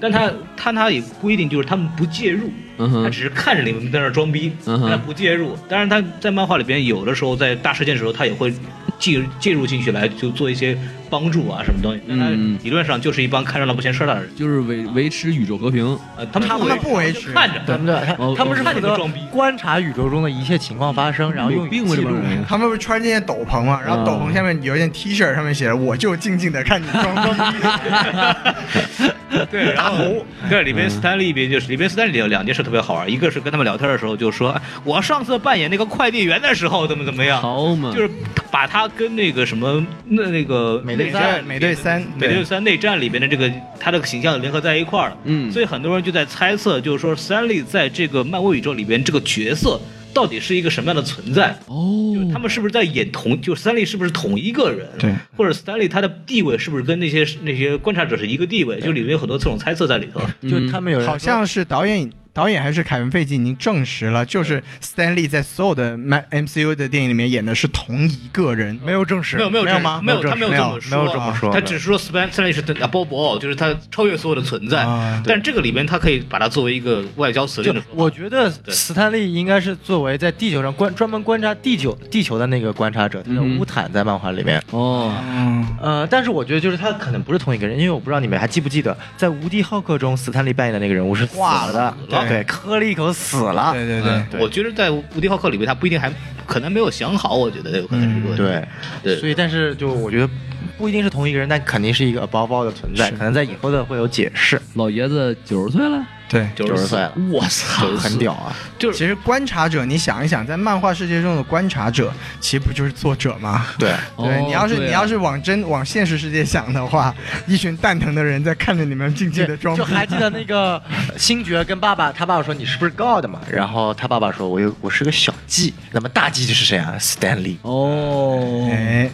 Speaker 3: 但他他他也规定就是他们不介入，
Speaker 2: 嗯哼
Speaker 3: 他只是看着你们在那儿装逼，
Speaker 2: 嗯哼
Speaker 3: 他不介入。当然他在漫画里边有的时候在大事件的时候他也会介介入进去来就做一些帮助啊什么东西，但他
Speaker 2: 嗯
Speaker 3: 理论上就是一帮看热闹不嫌事儿大的人。
Speaker 2: 就是维维持宇宙和平。
Speaker 3: 呃，他们
Speaker 4: 他们不维
Speaker 3: 就
Speaker 4: 持
Speaker 3: 看着，
Speaker 6: 他们的
Speaker 2: 哦
Speaker 6: 他们是负责
Speaker 3: 装逼
Speaker 6: 观察宇宙中的一切情况发生，然后用
Speaker 2: 有病吧
Speaker 6: 记
Speaker 2: 这帮
Speaker 6: 录。
Speaker 2: 人？
Speaker 4: 他们不是穿这件斗篷嘛，然后斗篷下面有一件 T 恤，上面写着“我就静静的看你装装逼
Speaker 3: 对，然后对里边斯坦利一边就是里边斯坦利有两件事特别好玩，一个是跟他们聊天的时候就说，哎我上次扮演那个快递员的时候怎么怎么样，
Speaker 2: 好嘛，
Speaker 3: 就是把他跟那个什么那那个
Speaker 6: 美 队
Speaker 3: 内
Speaker 6: 三
Speaker 3: 战
Speaker 4: 美队三
Speaker 3: 美
Speaker 4: 对
Speaker 3: 队三内战里边的这个他这个形象联合在一块儿了，
Speaker 2: 嗯
Speaker 3: 所以很多人就在猜测，就是说斯坦利在这个漫威宇宙里边这个角色到底是一个什么样的存在，
Speaker 2: 哦，
Speaker 3: 就是他们是不是在演同，就是斯坦利是不是同一个人？
Speaker 4: 对，
Speaker 3: 或者斯坦利他的地位是不是跟那些那些观察者是一个地位？就里面有很多这种猜测在里头。
Speaker 6: 就他们有”，人
Speaker 4: 好像是导演导演还是凯文·费奇已经证实了，就是 Stan Lee 在所有的 Ma- MCU 的电影里面演的是同一个人。
Speaker 6: 没有证实，
Speaker 3: 没有没有
Speaker 6: 没
Speaker 3: 这
Speaker 6: 吗？
Speaker 3: 没有
Speaker 6: 证
Speaker 3: 他
Speaker 6: 实
Speaker 3: 没有这么说，
Speaker 6: 没有这么说，
Speaker 3: 他只是说斯坦斯坦利是啊波博，就是他超越所有的存在
Speaker 4: 啊。
Speaker 3: 但这个里面他可以把它作为一个外交辞令
Speaker 6: 就
Speaker 3: 的说法。
Speaker 6: 我觉得斯坦利应该是作为在地球上观专门观察地球地球的那个观察者，他叫
Speaker 2: 嗯
Speaker 6: 乌坦，在漫画里面。
Speaker 2: 哦，
Speaker 4: 嗯，
Speaker 6: 呃，但是我觉得就是他可能不是同一个人，因为我不知道你们还记不记得，在《无敌浩克》中，斯坦利扮演的那个人物是死了的，
Speaker 3: 对
Speaker 6: 对，磕了一口死了。
Speaker 4: 对对对，
Speaker 3: 我觉得在《无敌浩克》里面，他不一定还可能没有想好，我觉得有可能是这个问题。
Speaker 6: 对
Speaker 3: 对
Speaker 6: 所以但是就我觉得不一定是同一个人，但肯定是一个 above all 的存在，可能在以后的会有解释。
Speaker 2: 老爷子九十岁了，
Speaker 4: 对，
Speaker 3: 九
Speaker 6: 90岁了
Speaker 3: 我操，
Speaker 6: 很屌啊！
Speaker 3: 就是
Speaker 4: 其实观察者，你想一想，在漫画世界中的观察者，其实不就是作者吗？
Speaker 6: 对，
Speaker 4: 对
Speaker 2: 哦
Speaker 4: 你要是、
Speaker 2: 对啊
Speaker 4: 你要是往真往现实世界想的话， 一群蛋疼的人在看着你们静静的装逼
Speaker 6: 就，还 记得那个星爵跟爸爸，他爸爸说你是不是 God 嘛？然后他爸爸说我有我是个小 G，那么大 G 就是谁啊？Stanley。
Speaker 2: 哦，
Speaker 4: 哎，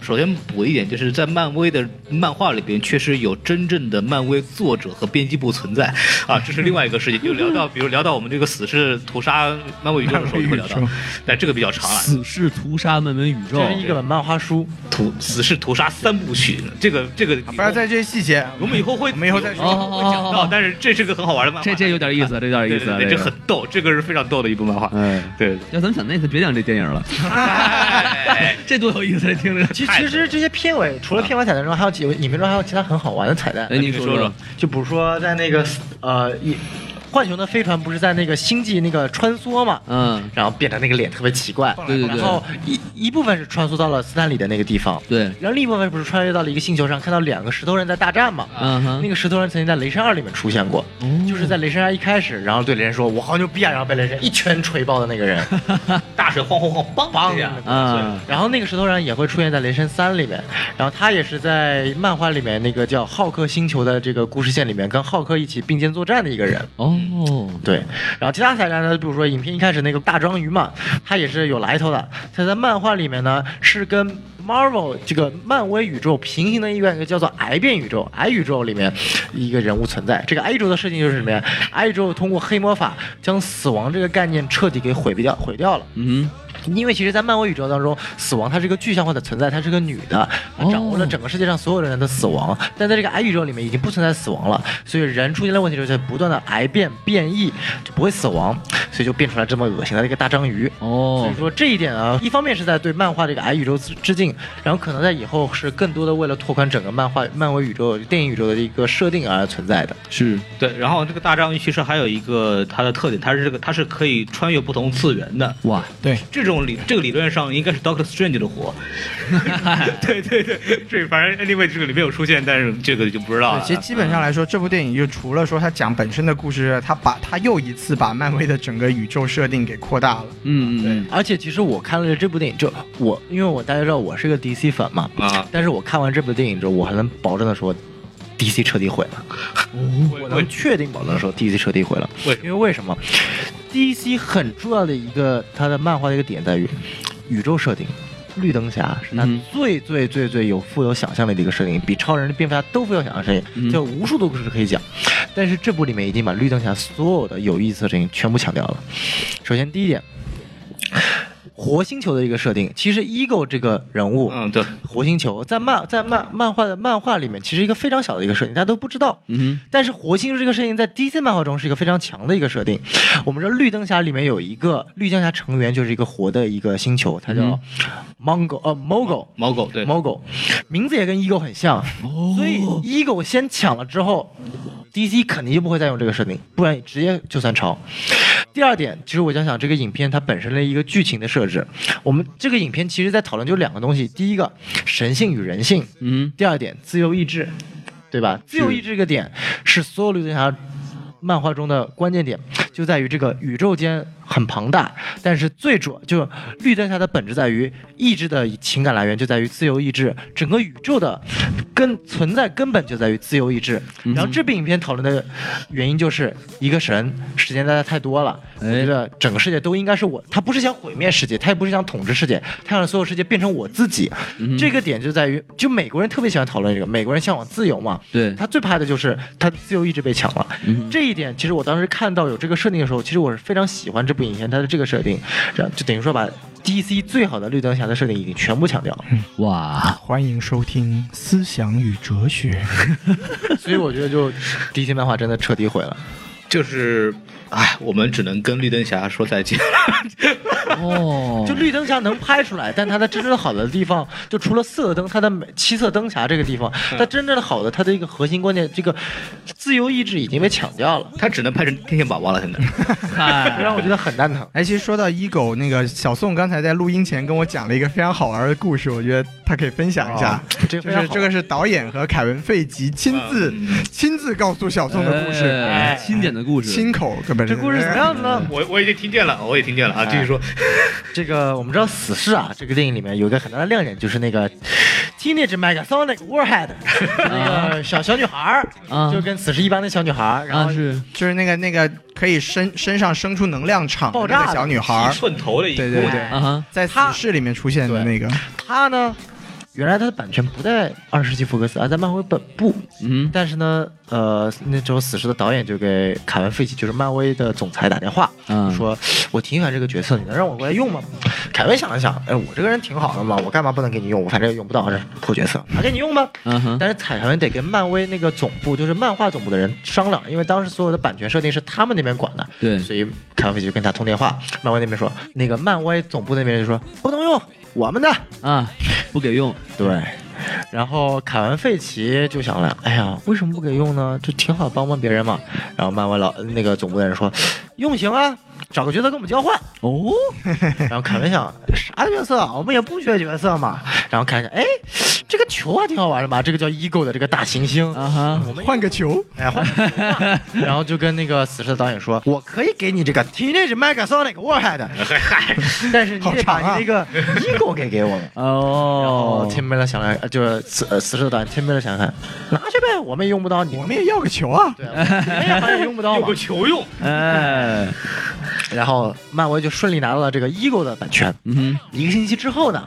Speaker 3: 首先补一点，就是在漫威的漫画里边，确实有真正的漫威作者和编辑部存在啊，这是另外一个事情。就聊到，比如聊到我们这个死侍屠杀漫威宇宙的时候，就会聊到
Speaker 4: 漫威宇宙，
Speaker 3: 但这个比较长了。
Speaker 2: 死侍屠杀漫文宇宙
Speaker 6: 这，是一本漫画书，
Speaker 3: 屠死侍屠杀三部曲，这个这个
Speaker 4: 不要在这些细节，
Speaker 2: 哎
Speaker 3: 我们以后会
Speaker 4: 我们以后再
Speaker 3: 有
Speaker 4: 说
Speaker 3: 有会讲
Speaker 2: 哦哦哦
Speaker 3: 到，但是这是个很好玩的漫画，
Speaker 2: 这这有点意思，这有点
Speaker 3: 对
Speaker 2: 意
Speaker 3: 对
Speaker 2: 思啊，
Speaker 3: 对，这
Speaker 2: 个哎
Speaker 3: 很逗，这个是非常逗的一部漫画。
Speaker 6: 嗯，
Speaker 3: 对，
Speaker 2: 要咱们想那次别讲这电影了，
Speaker 3: 哎
Speaker 2: 这多有意思，这听着。
Speaker 6: 其
Speaker 3: 太
Speaker 6: 其实这些片尾除了片尾彩蛋之外，还有几影片中还有其他很好玩的彩蛋
Speaker 2: 哎，。你
Speaker 3: 说
Speaker 2: 说
Speaker 3: 说，
Speaker 6: 就比如说在那个呃，一浣熊的飞船不是在那个星际那个穿梭嘛，
Speaker 2: 嗯，
Speaker 6: 然后变得那个脸特别奇怪，
Speaker 2: 对对
Speaker 6: 然
Speaker 2: 对，
Speaker 6: 后一一部分是穿梭到了斯坦里的那个地方，
Speaker 2: 对，
Speaker 6: 然后另一部分不是穿越到了一个星球上，看到两个石头人在大战嘛？
Speaker 2: 嗯
Speaker 6: 那
Speaker 2: 哼，
Speaker 6: 个石头人曾经在《雷神二》里面出现过，就是在《雷神二》一开始，然后对雷神说“我好牛逼啊”，然后被雷神一拳锤爆的那个人。
Speaker 3: 大水晃晃晃，梆
Speaker 6: 梆
Speaker 3: 一下
Speaker 2: 啊，
Speaker 6: 然后那个石头人也会出现在《雷神三》里面，然后他也是在漫画里面那个叫浩克星球的这个故事线里面跟浩克一起并肩作战的一个人。
Speaker 2: 哦，
Speaker 6: 对，然后其他彩蛋呢，比如说影片一开始那个大章鱼嘛，它也是有来头的。它在漫画里面呢，是跟 Marvel 这个漫威宇宙平行的一个叫做癌变宇宙、癌宇宙里面一个人物存在。这个癌宇宙的设定就是什么呀？癌宇宙通过黑魔法将死亡这个概念彻底给毁掉、毁掉了。
Speaker 2: 嗯
Speaker 6: 因为其实，在漫威宇宙当中，死亡它是一个具象化的存在，它是个女的，
Speaker 2: 哦
Speaker 6: 掌握了整个世界上所有人的死亡。但在这个癌宇宙里面，已经不存在死亡了，所以人出现了问题之后，就不断的癌变变异，就不会死亡，所以就变出来这么恶心的一个大章鱼。
Speaker 2: 哼，哦
Speaker 6: 所以，说这一点啊，一方面是在对漫画这个癌宇宙致致敬，然后可能在以后是更多的为了拓宽整个漫画、漫威宇宙、电影宇宙的一个设定而存在的。
Speaker 2: 是
Speaker 3: 对，然后这个大章鱼其实还有一个它的特点，它是这个它是可以穿越不同次元的。
Speaker 2: 哇，
Speaker 4: 对，
Speaker 3: 这种理这个理论上应该是 Doctor Strange 的活。对对对，这反正 anyway 这个里面有出现，但是这个就不知道
Speaker 4: 对，
Speaker 3: 了
Speaker 2: 啊
Speaker 4: 其。实基本上来说，这部电影就除了说它讲本身的故事，它把它又一次把漫威的整个宇宙设定给扩大了。
Speaker 2: 嗯嗯
Speaker 6: 而且其实我看了这部电影，就我因为我大家知道我是个 DC 粉嘛，
Speaker 3: 啊，
Speaker 6: 但是我看完这部电影之后，我还能保证的说，DC 彻底毁了。
Speaker 4: 嗯
Speaker 6: 我
Speaker 3: 嗯
Speaker 6: 能确定保证说，DC 彻底毁了。
Speaker 3: 为
Speaker 6: 因为为什么？DC 很重要的一个它的漫画的一个点在于宇宙设定。绿灯侠是它
Speaker 2: 嗯
Speaker 6: 最最最最有富有想象力的一个设定，比超人、蝙蝠侠都富有想象力，
Speaker 2: 嗯
Speaker 6: 就无数多故事可以讲。但是这部里面已经把绿灯侠所有的有意思的事情全部强调了。首先第一点，火星球的一个设定，其实 Ego 这个人物，
Speaker 3: 嗯，对，
Speaker 6: 火星球在漫在漫漫画的漫画里面，其实一个非常小的一个设定，大家都不知道。
Speaker 2: 嗯
Speaker 6: 但是火星球这个设定在 DC 漫画中是一个非常强的一个设定。我们知道绿灯侠里面有一个绿灯侠成员就是一个活的一个星球，它叫
Speaker 2: 嗯
Speaker 6: Mongo 呃 Mogo
Speaker 3: 猫狗对，
Speaker 6: Mogo，名字也跟 Ego 很像，所以 Ego 先抢了之后，DC 肯定就不会再用这个设定，不然直接就算抄。第二点，其实我想想这个影片它本身的一个剧情的设置，我们这个影片其实在讨论就两个东西，第一个神性与人性，
Speaker 2: 嗯
Speaker 6: 第二点自由意志，对吧？自由意志这个点是所有绿灯侠漫画中的关键点，就在于这个宇宙间很庞大，但是最主就绿灯侠的本质在于意志的情感来源就在于自由意志，整个宇宙的根存在根本就在于自由意志。然后这部影片讨论的原因就是一个神，时间大家太多了，我
Speaker 2: 哎
Speaker 6: 觉得整个世界都应该是我，他不是想毁灭世界，他也不是想统治世界，他想让所有世界变成我自己。这个点就在于，就美国人特别喜欢讨论这个，美国人向往自由嘛，
Speaker 2: 对
Speaker 6: 他最怕的就是他的自由意志被抢了。这一点，其实我当时看到有这个设定的时候，其实我是非常喜欢这部影片它的这个设定，然后就等于说把 DC 最好的绿灯侠的设定已经全部强调了。
Speaker 2: 嗯，哇，
Speaker 4: 欢迎收听《思想与哲学》，
Speaker 6: 所以我觉得就 DC 漫画真的彻底毁了。
Speaker 3: 就是，哎，我们只能跟绿灯侠说再见了。
Speaker 8: 哦，
Speaker 6: 就绿灯侠能拍出来，但 它的真正好的地方，就除了色灯，它的美七色灯侠这个地方，
Speaker 8: 嗯
Speaker 6: 它真正的好的，它的一个核心观念，这个自由意志已经被抢掉了，
Speaker 3: 他只能拍成天线宝宝 了，现在。
Speaker 8: 嗯
Speaker 6: 这让我觉得很蛋疼。
Speaker 4: 哎，其实说到一狗，那个小宋刚才在录音前跟我讲了一个非常好玩的故事，我觉得他可以分享一下。
Speaker 6: 啊这个
Speaker 4: 就
Speaker 6: 非常
Speaker 4: 是
Speaker 6: 好
Speaker 4: 这个是导演和凯文·费吉亲自、亲自告诉小宋的故事，
Speaker 2: 啊哎经典的故事，
Speaker 4: 亲口根本
Speaker 6: 这故事怎么样子呢？
Speaker 3: 我我已经听见了，我也听见了
Speaker 4: 哎
Speaker 3: 啊，继续说。
Speaker 6: 这个我们知道《死侍》啊，这个电影里面有一个很大的亮点，就是那个 Teenage Megasonic Warhead，那个小小女孩儿，
Speaker 8: 啊
Speaker 6: 就跟死侍一般的小女孩儿，然
Speaker 8: 啊
Speaker 6: 后
Speaker 8: 是
Speaker 4: 就是那个那个可以身身上生出能量场的
Speaker 6: 爆
Speaker 4: 那
Speaker 6: 炸
Speaker 4: 个
Speaker 6: 的
Speaker 4: 小女孩儿，
Speaker 3: 寸头的一
Speaker 4: 对对对，
Speaker 8: 啊哈，
Speaker 4: 在死侍里面出现的那个，
Speaker 6: 她呢，原来她的版权不在二世纪福克斯，而在漫威本部，
Speaker 8: 嗯，
Speaker 6: 但是呢，呃，那时候死侍的导演就给凯文·费奇，就是漫威的总裁打电话，
Speaker 8: 嗯
Speaker 6: 就说我挺喜欢这个角色，你能让我过来用吗？凯文想了想，哎，我这个人挺好的嘛，我干嘛不能给你用？我反正也用不到这破角色，那给你用吧。
Speaker 8: 嗯哼，
Speaker 6: 但是凯文得跟漫威那个总部，就是漫画总部的人商量，因为当时所有的版权设定是他们那边管的，
Speaker 8: 对
Speaker 6: 所以凯文费奇就跟他通电话，漫威那边说，那个漫威总部那边就说不能用，我们的，
Speaker 8: 啊，不给用，
Speaker 6: 对，然后凯文·费奇就想了，哎呀，为什么不给用呢？就挺好帮帮别人嘛。然后漫威老那个总部的人说，用行啊，找个角色跟我们交换。
Speaker 8: 哦，
Speaker 6: 然后凯文想，啥角色啊？我们也不缺角色嘛。然后看一下，哎，这个球啊还挺好玩的嘛，这个叫 Ego 的这个大行星。
Speaker 8: 啊哈，
Speaker 6: 我们
Speaker 4: 换个球，
Speaker 6: 哎，换个球吧然后就跟那个死侍的导演说，我可以给你这个 Teenage Megasonic Warhead，但是你得把你那个 Ego 给给我们。哦
Speaker 8: 哦，
Speaker 6: ，Tim Miller 想来，呃就是死呃死侍短，Tim Miller 想看，拿去呗，我们也用不到你，
Speaker 4: 我们也要个球啊！
Speaker 6: 对，我们也好像也用不 到嘛。嗯
Speaker 3: 球用，
Speaker 8: 哎，
Speaker 6: 然后漫威就顺利拿到了这个 Ego 的版权。
Speaker 8: 嗯哼，
Speaker 6: 一个星期之后呢，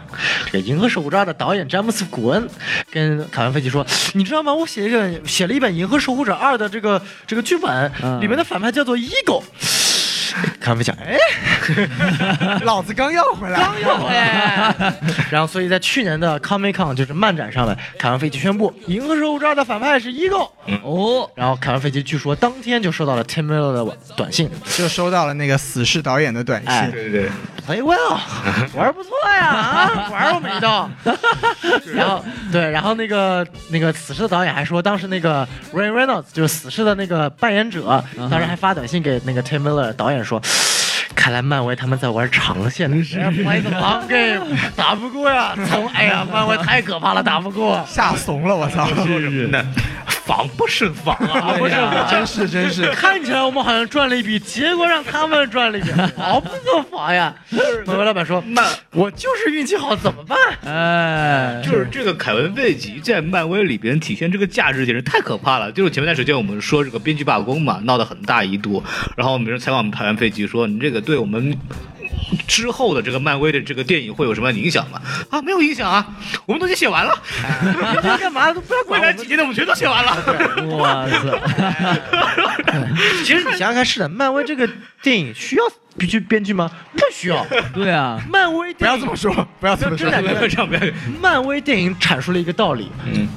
Speaker 6: 这个《银河守护者》的导演詹姆斯·古恩跟凯文·费奇说：“你知道吗？我写一个写了一本《银河守护者二》的这个这个剧本，啊
Speaker 8: 嗯
Speaker 6: 里面的反派叫做 Ego。”凯文费奇讲：“哎，
Speaker 4: 老子刚要回来，
Speaker 6: 然后，所以在去年的 Comic Con 就是漫展上面，凯文·费奇宣布《银河守护者二》的反派是 Ego。
Speaker 8: 哦，
Speaker 6: 然后凯文·费奇据说当天就收到了 Tim Miller 的短信
Speaker 4: 就收到了那个死侍导演的短
Speaker 6: 哎
Speaker 4: 信，
Speaker 3: 对对对，
Speaker 6: ：“Play well，玩儿不错呀，啊，玩儿我们一道。” 然后对，然后那个那个死侍的导演还说，当时那个 Ray Reynolds 就是死侍的那个扮演者，当时还发短信给那个 Tim Miller 导演说。 看来漫威他们在玩长线哎呢，play the long game，打不过呀！从哎 呀，漫威太可怕了，打不过。
Speaker 4: 吓怂了，我操！
Speaker 3: 那 防不胜防啊！
Speaker 6: 不是
Speaker 4: 啊真是真是，
Speaker 6: 看起来我们好像赚了一笔，结果让他们赚 了一笔，防不胜防呀！漫威老板说：“那我就是运气好，怎么办
Speaker 8: 哎，
Speaker 3: 就是这个凯文·费奇在漫威里边体现这个价值，简直太可怕了。就是前段时间我们说这个编剧罢工嘛，闹得很大一度，然后我们就采访凯文·费奇说：“你这个对我们之后的这个漫威的这个电影会有什么影响吗？”啊，没有影响啊，我们都已经写完了，？”
Speaker 6: 干嘛都不要
Speaker 3: 未
Speaker 6: 管我
Speaker 3: 来
Speaker 6: 们
Speaker 3: 几年的我们全都写完了。
Speaker 8: 哇塞，
Speaker 6: 其实你想想看，是的，漫威这个电影需要编剧编剧吗？不需要。
Speaker 8: 对啊，
Speaker 6: 漫威
Speaker 4: 不
Speaker 6: 电
Speaker 4: 要
Speaker 6: 影
Speaker 4: 这么说，不要这么说
Speaker 6: 真。的 真的
Speaker 3: 上边
Speaker 6: 漫威电影阐述了一个道理，
Speaker 3: 嗯，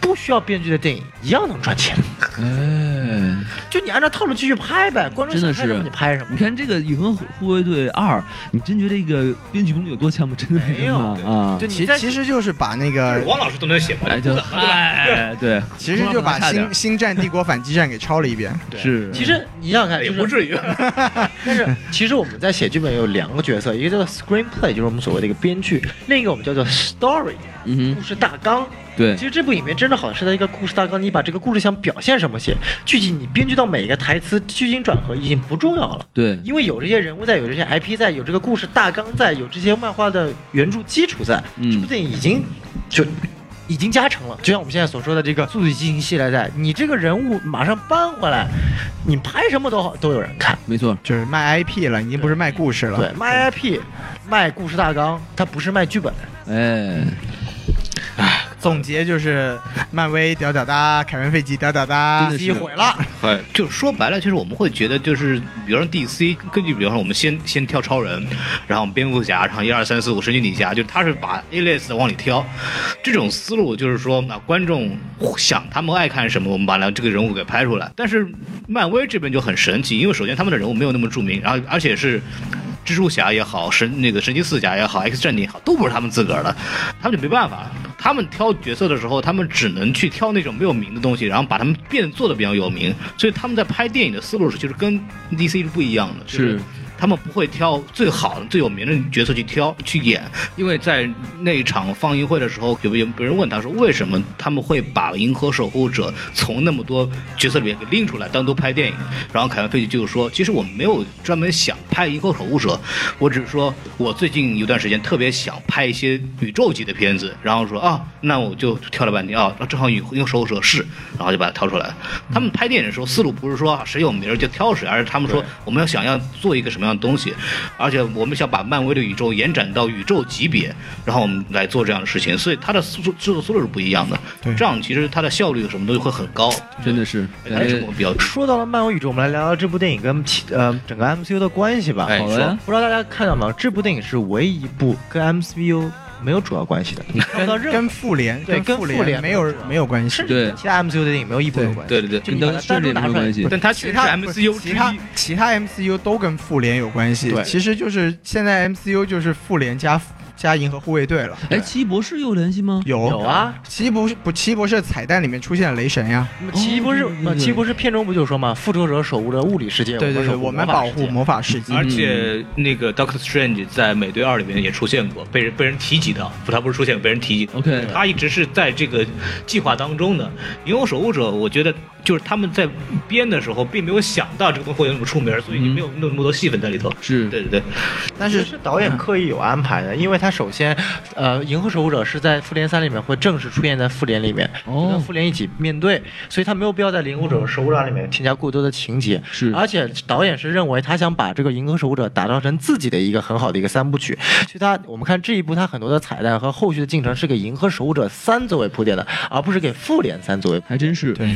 Speaker 6: 不需要编剧的电影一样能赚钱，
Speaker 8: 哎。
Speaker 6: 就你按照套路继续拍呗，观众
Speaker 8: 真的
Speaker 6: 想拍什
Speaker 8: 是
Speaker 6: 么你拍什么
Speaker 8: 你。看这个《银河护卫队二》，你真觉得这个编剧功力有多强吗？真的没有啊
Speaker 6: 就！你
Speaker 4: 其
Speaker 6: 在
Speaker 4: 其实就是把那个，
Speaker 3: 王老师都能写
Speaker 8: 哎，
Speaker 3: 完，
Speaker 8: 就哎，对，
Speaker 4: 其实就把
Speaker 8: 差点
Speaker 4: 星《星战帝国反击战》给抄了一遍。
Speaker 8: 是，
Speaker 6: 其实你想想看，
Speaker 3: 哎也
Speaker 6: 就
Speaker 3: 不
Speaker 6: 是
Speaker 3: 至于。
Speaker 6: 但是其实我们在写剧本有两个角色，一个叫做 screenplay，就是我们所谓的一个编剧，另一个我们叫做 story，
Speaker 8: 嗯
Speaker 6: 故事大纲。
Speaker 8: 哼，对
Speaker 6: 其，实这部影片真的好是在一个故事大纲，你把这个故事想表现什么写，具体你编剧到每一个台词、剧情转合已经不重要了。
Speaker 8: 对，
Speaker 6: 因为有这些人物在，有这些 IP 在，有这个故事大纲在，有这些漫画的原著基础在，
Speaker 8: 嗯
Speaker 6: 这部电影已经就已经加成了。就像我们现在所说的这个《速度与激情》系列在，你这个人物马上搬回来，你拍什么都好都有人看。
Speaker 8: 没错，
Speaker 4: 就是卖 IP 了，已经不是卖故事了。
Speaker 6: 对，卖 IP，卖故事大纲，它不是卖剧本。
Speaker 8: 哎，
Speaker 4: 总结就是，漫威屌屌哒，凯文费奇屌屌哒，
Speaker 8: 真的是
Speaker 4: 机毁了。
Speaker 3: 哎，就说白了，其实我们会觉得，就是比如说 DC，根据比如说我们先先挑超人，然后我们蝙蝠侠，然后一二三四五神奇女侠，就是他是把 A list 往里挑，这种思路就是说，那观众想他们爱看什么，我们把那这个人物给拍出来。但是漫威这边就很神奇，因为首先他们的人物没有那么著名，然后而且是蜘蛛侠也好，神那个神奇四侠也好，X 战警也好，都不是他们自个儿的，他们就没办法。他们挑角色的时候，他们只能去挑那种没有名的东西，然后把他们变做的比较有名。所以他们在拍电影的思路是，就是跟 DC 是不一样的，就是他们不会挑最好的、最有名的角色去挑去演，因为在那一场放映会的时候，有有有人问他说，为什么他们会把《银河守护者》从那么多角色里面给拎出来单独拍电影？然后凯文·费奇就说，其实我没有专门想拍《银河守护者》，我只是说我最近有段时间特别想拍一些宇宙级的片子，然后说啊，那我就挑了半天啊，正好《银银河守护者》是，然后就把它挑出来了。他们拍电影的时候思路不是说啊谁有名儿就挑谁，而是他们说我们要想要做一个什么样的东西，而且我们想把漫威的宇宙延展到宇宙级别，然后我们来做这样的事情，所以它的思制作思路是不一样的。
Speaker 4: 对
Speaker 3: 这样其实它的效率什么东西会很高，
Speaker 2: 真的是
Speaker 8: 哎
Speaker 3: 它是我比较
Speaker 6: 说到了漫威宇宙，我们来聊聊这部电影跟其呃整个 MCU 的关系吧。
Speaker 3: 哎
Speaker 6: 好
Speaker 3: 说
Speaker 6: 的，嗯不知道大家看到没有？这部电影是唯一一部跟 MCU 没有主要关系的，你看不到任何
Speaker 4: 跟复联
Speaker 6: 对跟
Speaker 4: 复
Speaker 6: 复联
Speaker 4: 联没有
Speaker 6: 没有
Speaker 4: 没有关系
Speaker 6: 甚。
Speaker 2: 对
Speaker 6: 至跟其他 MCU 的电影没有一部有关系。
Speaker 3: 对对
Speaker 6: 就
Speaker 3: 对，
Speaker 6: 你
Speaker 2: 跟
Speaker 6: 把
Speaker 2: 当
Speaker 6: 它
Speaker 2: 这
Speaker 6: 单
Speaker 2: 里没
Speaker 6: 独拿
Speaker 2: 有
Speaker 6: 出来
Speaker 2: 关系，
Speaker 3: 但它其
Speaker 4: 其
Speaker 3: 实是
Speaker 4: 他不
Speaker 3: MCU
Speaker 4: 是
Speaker 3: 之
Speaker 4: 其他
Speaker 3: 一。
Speaker 4: 其他 MCU 都跟复联有关系
Speaker 6: 对。
Speaker 4: 其实就是现在 MCU 就是复联加加银河护卫队了。
Speaker 2: 哎，奇异博士有联系吗？
Speaker 4: 有
Speaker 6: 有，啊，
Speaker 4: 奇异博士不奇异博士的彩蛋里面出现了雷神呀。
Speaker 6: 那么奇异博士，
Speaker 2: 对对
Speaker 6: 那
Speaker 2: 对
Speaker 6: 奇异博士片中呃不就说嘛，复仇者守护着物理世界，
Speaker 4: 对对对，
Speaker 6: 我
Speaker 4: 我
Speaker 6: 们
Speaker 4: 们
Speaker 6: 守
Speaker 4: 保
Speaker 6: 护
Speaker 4: 护
Speaker 6: 魔法世界
Speaker 4: 魔法世界。
Speaker 3: 而且那个 Doctor Strange 在《美队二》里面也出现过，被人被人提及到，不，他不是出现过，被人提及到。
Speaker 2: OK
Speaker 3: 他一直是在这个计划当中的。银河守护者，我觉得就是他们在编的时候，并没有想到这个东西会有那么出名，所以就没有那么多戏份在里头。
Speaker 2: 是
Speaker 3: 对对对，
Speaker 4: 但
Speaker 6: 这
Speaker 4: 是
Speaker 6: 是导演刻意有安排的，因为他首先，呃，《银河守护者》是在《复联三》里面会正式出现在《复联》里面，
Speaker 2: 哦
Speaker 6: 跟复联一起面对，所以他没有必要在《银河守护者》里面添加过多的情节。
Speaker 2: 是
Speaker 6: 而且导演是认为他想把这个《银河守护者》打造成自己的一个很好的一个三部曲，所以他我们看这一部他很多的彩蛋和后续的进程是给《银河守护者三》作为铺垫的，而不是给《复联三》作为铺，
Speaker 2: 还真是。
Speaker 4: 对，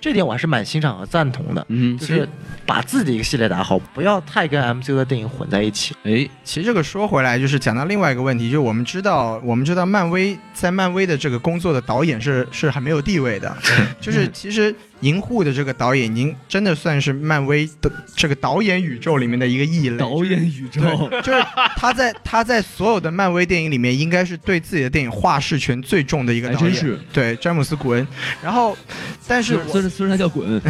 Speaker 6: 这点我还是蛮欣赏和赞同的。
Speaker 2: 嗯
Speaker 6: 就
Speaker 2: 哼，
Speaker 6: 是把自己的一个系列打好，不要太跟 MCU 的电影混在一起。
Speaker 2: 哎，
Speaker 4: 其实这个说回来，就是讲到另外一个问题，就是我们知道，我们知道漫威在漫威的这个工作的导演是是很没有地位的，
Speaker 2: 嗯
Speaker 4: 就是其实银护的这个导演已经真的算是漫威的这个导演宇宙里面的一个异类。
Speaker 2: 导演宇宙，
Speaker 4: 对，就是 他在他在所有的漫威电影里面，应该是对自己的电影话事权最重的一个
Speaker 2: 还
Speaker 4: 导
Speaker 2: 真
Speaker 4: 演。
Speaker 2: 是。
Speaker 4: 对，詹姆斯·古恩。然后，但是
Speaker 2: 虽
Speaker 4: 我
Speaker 2: 虽然虽然他叫滚，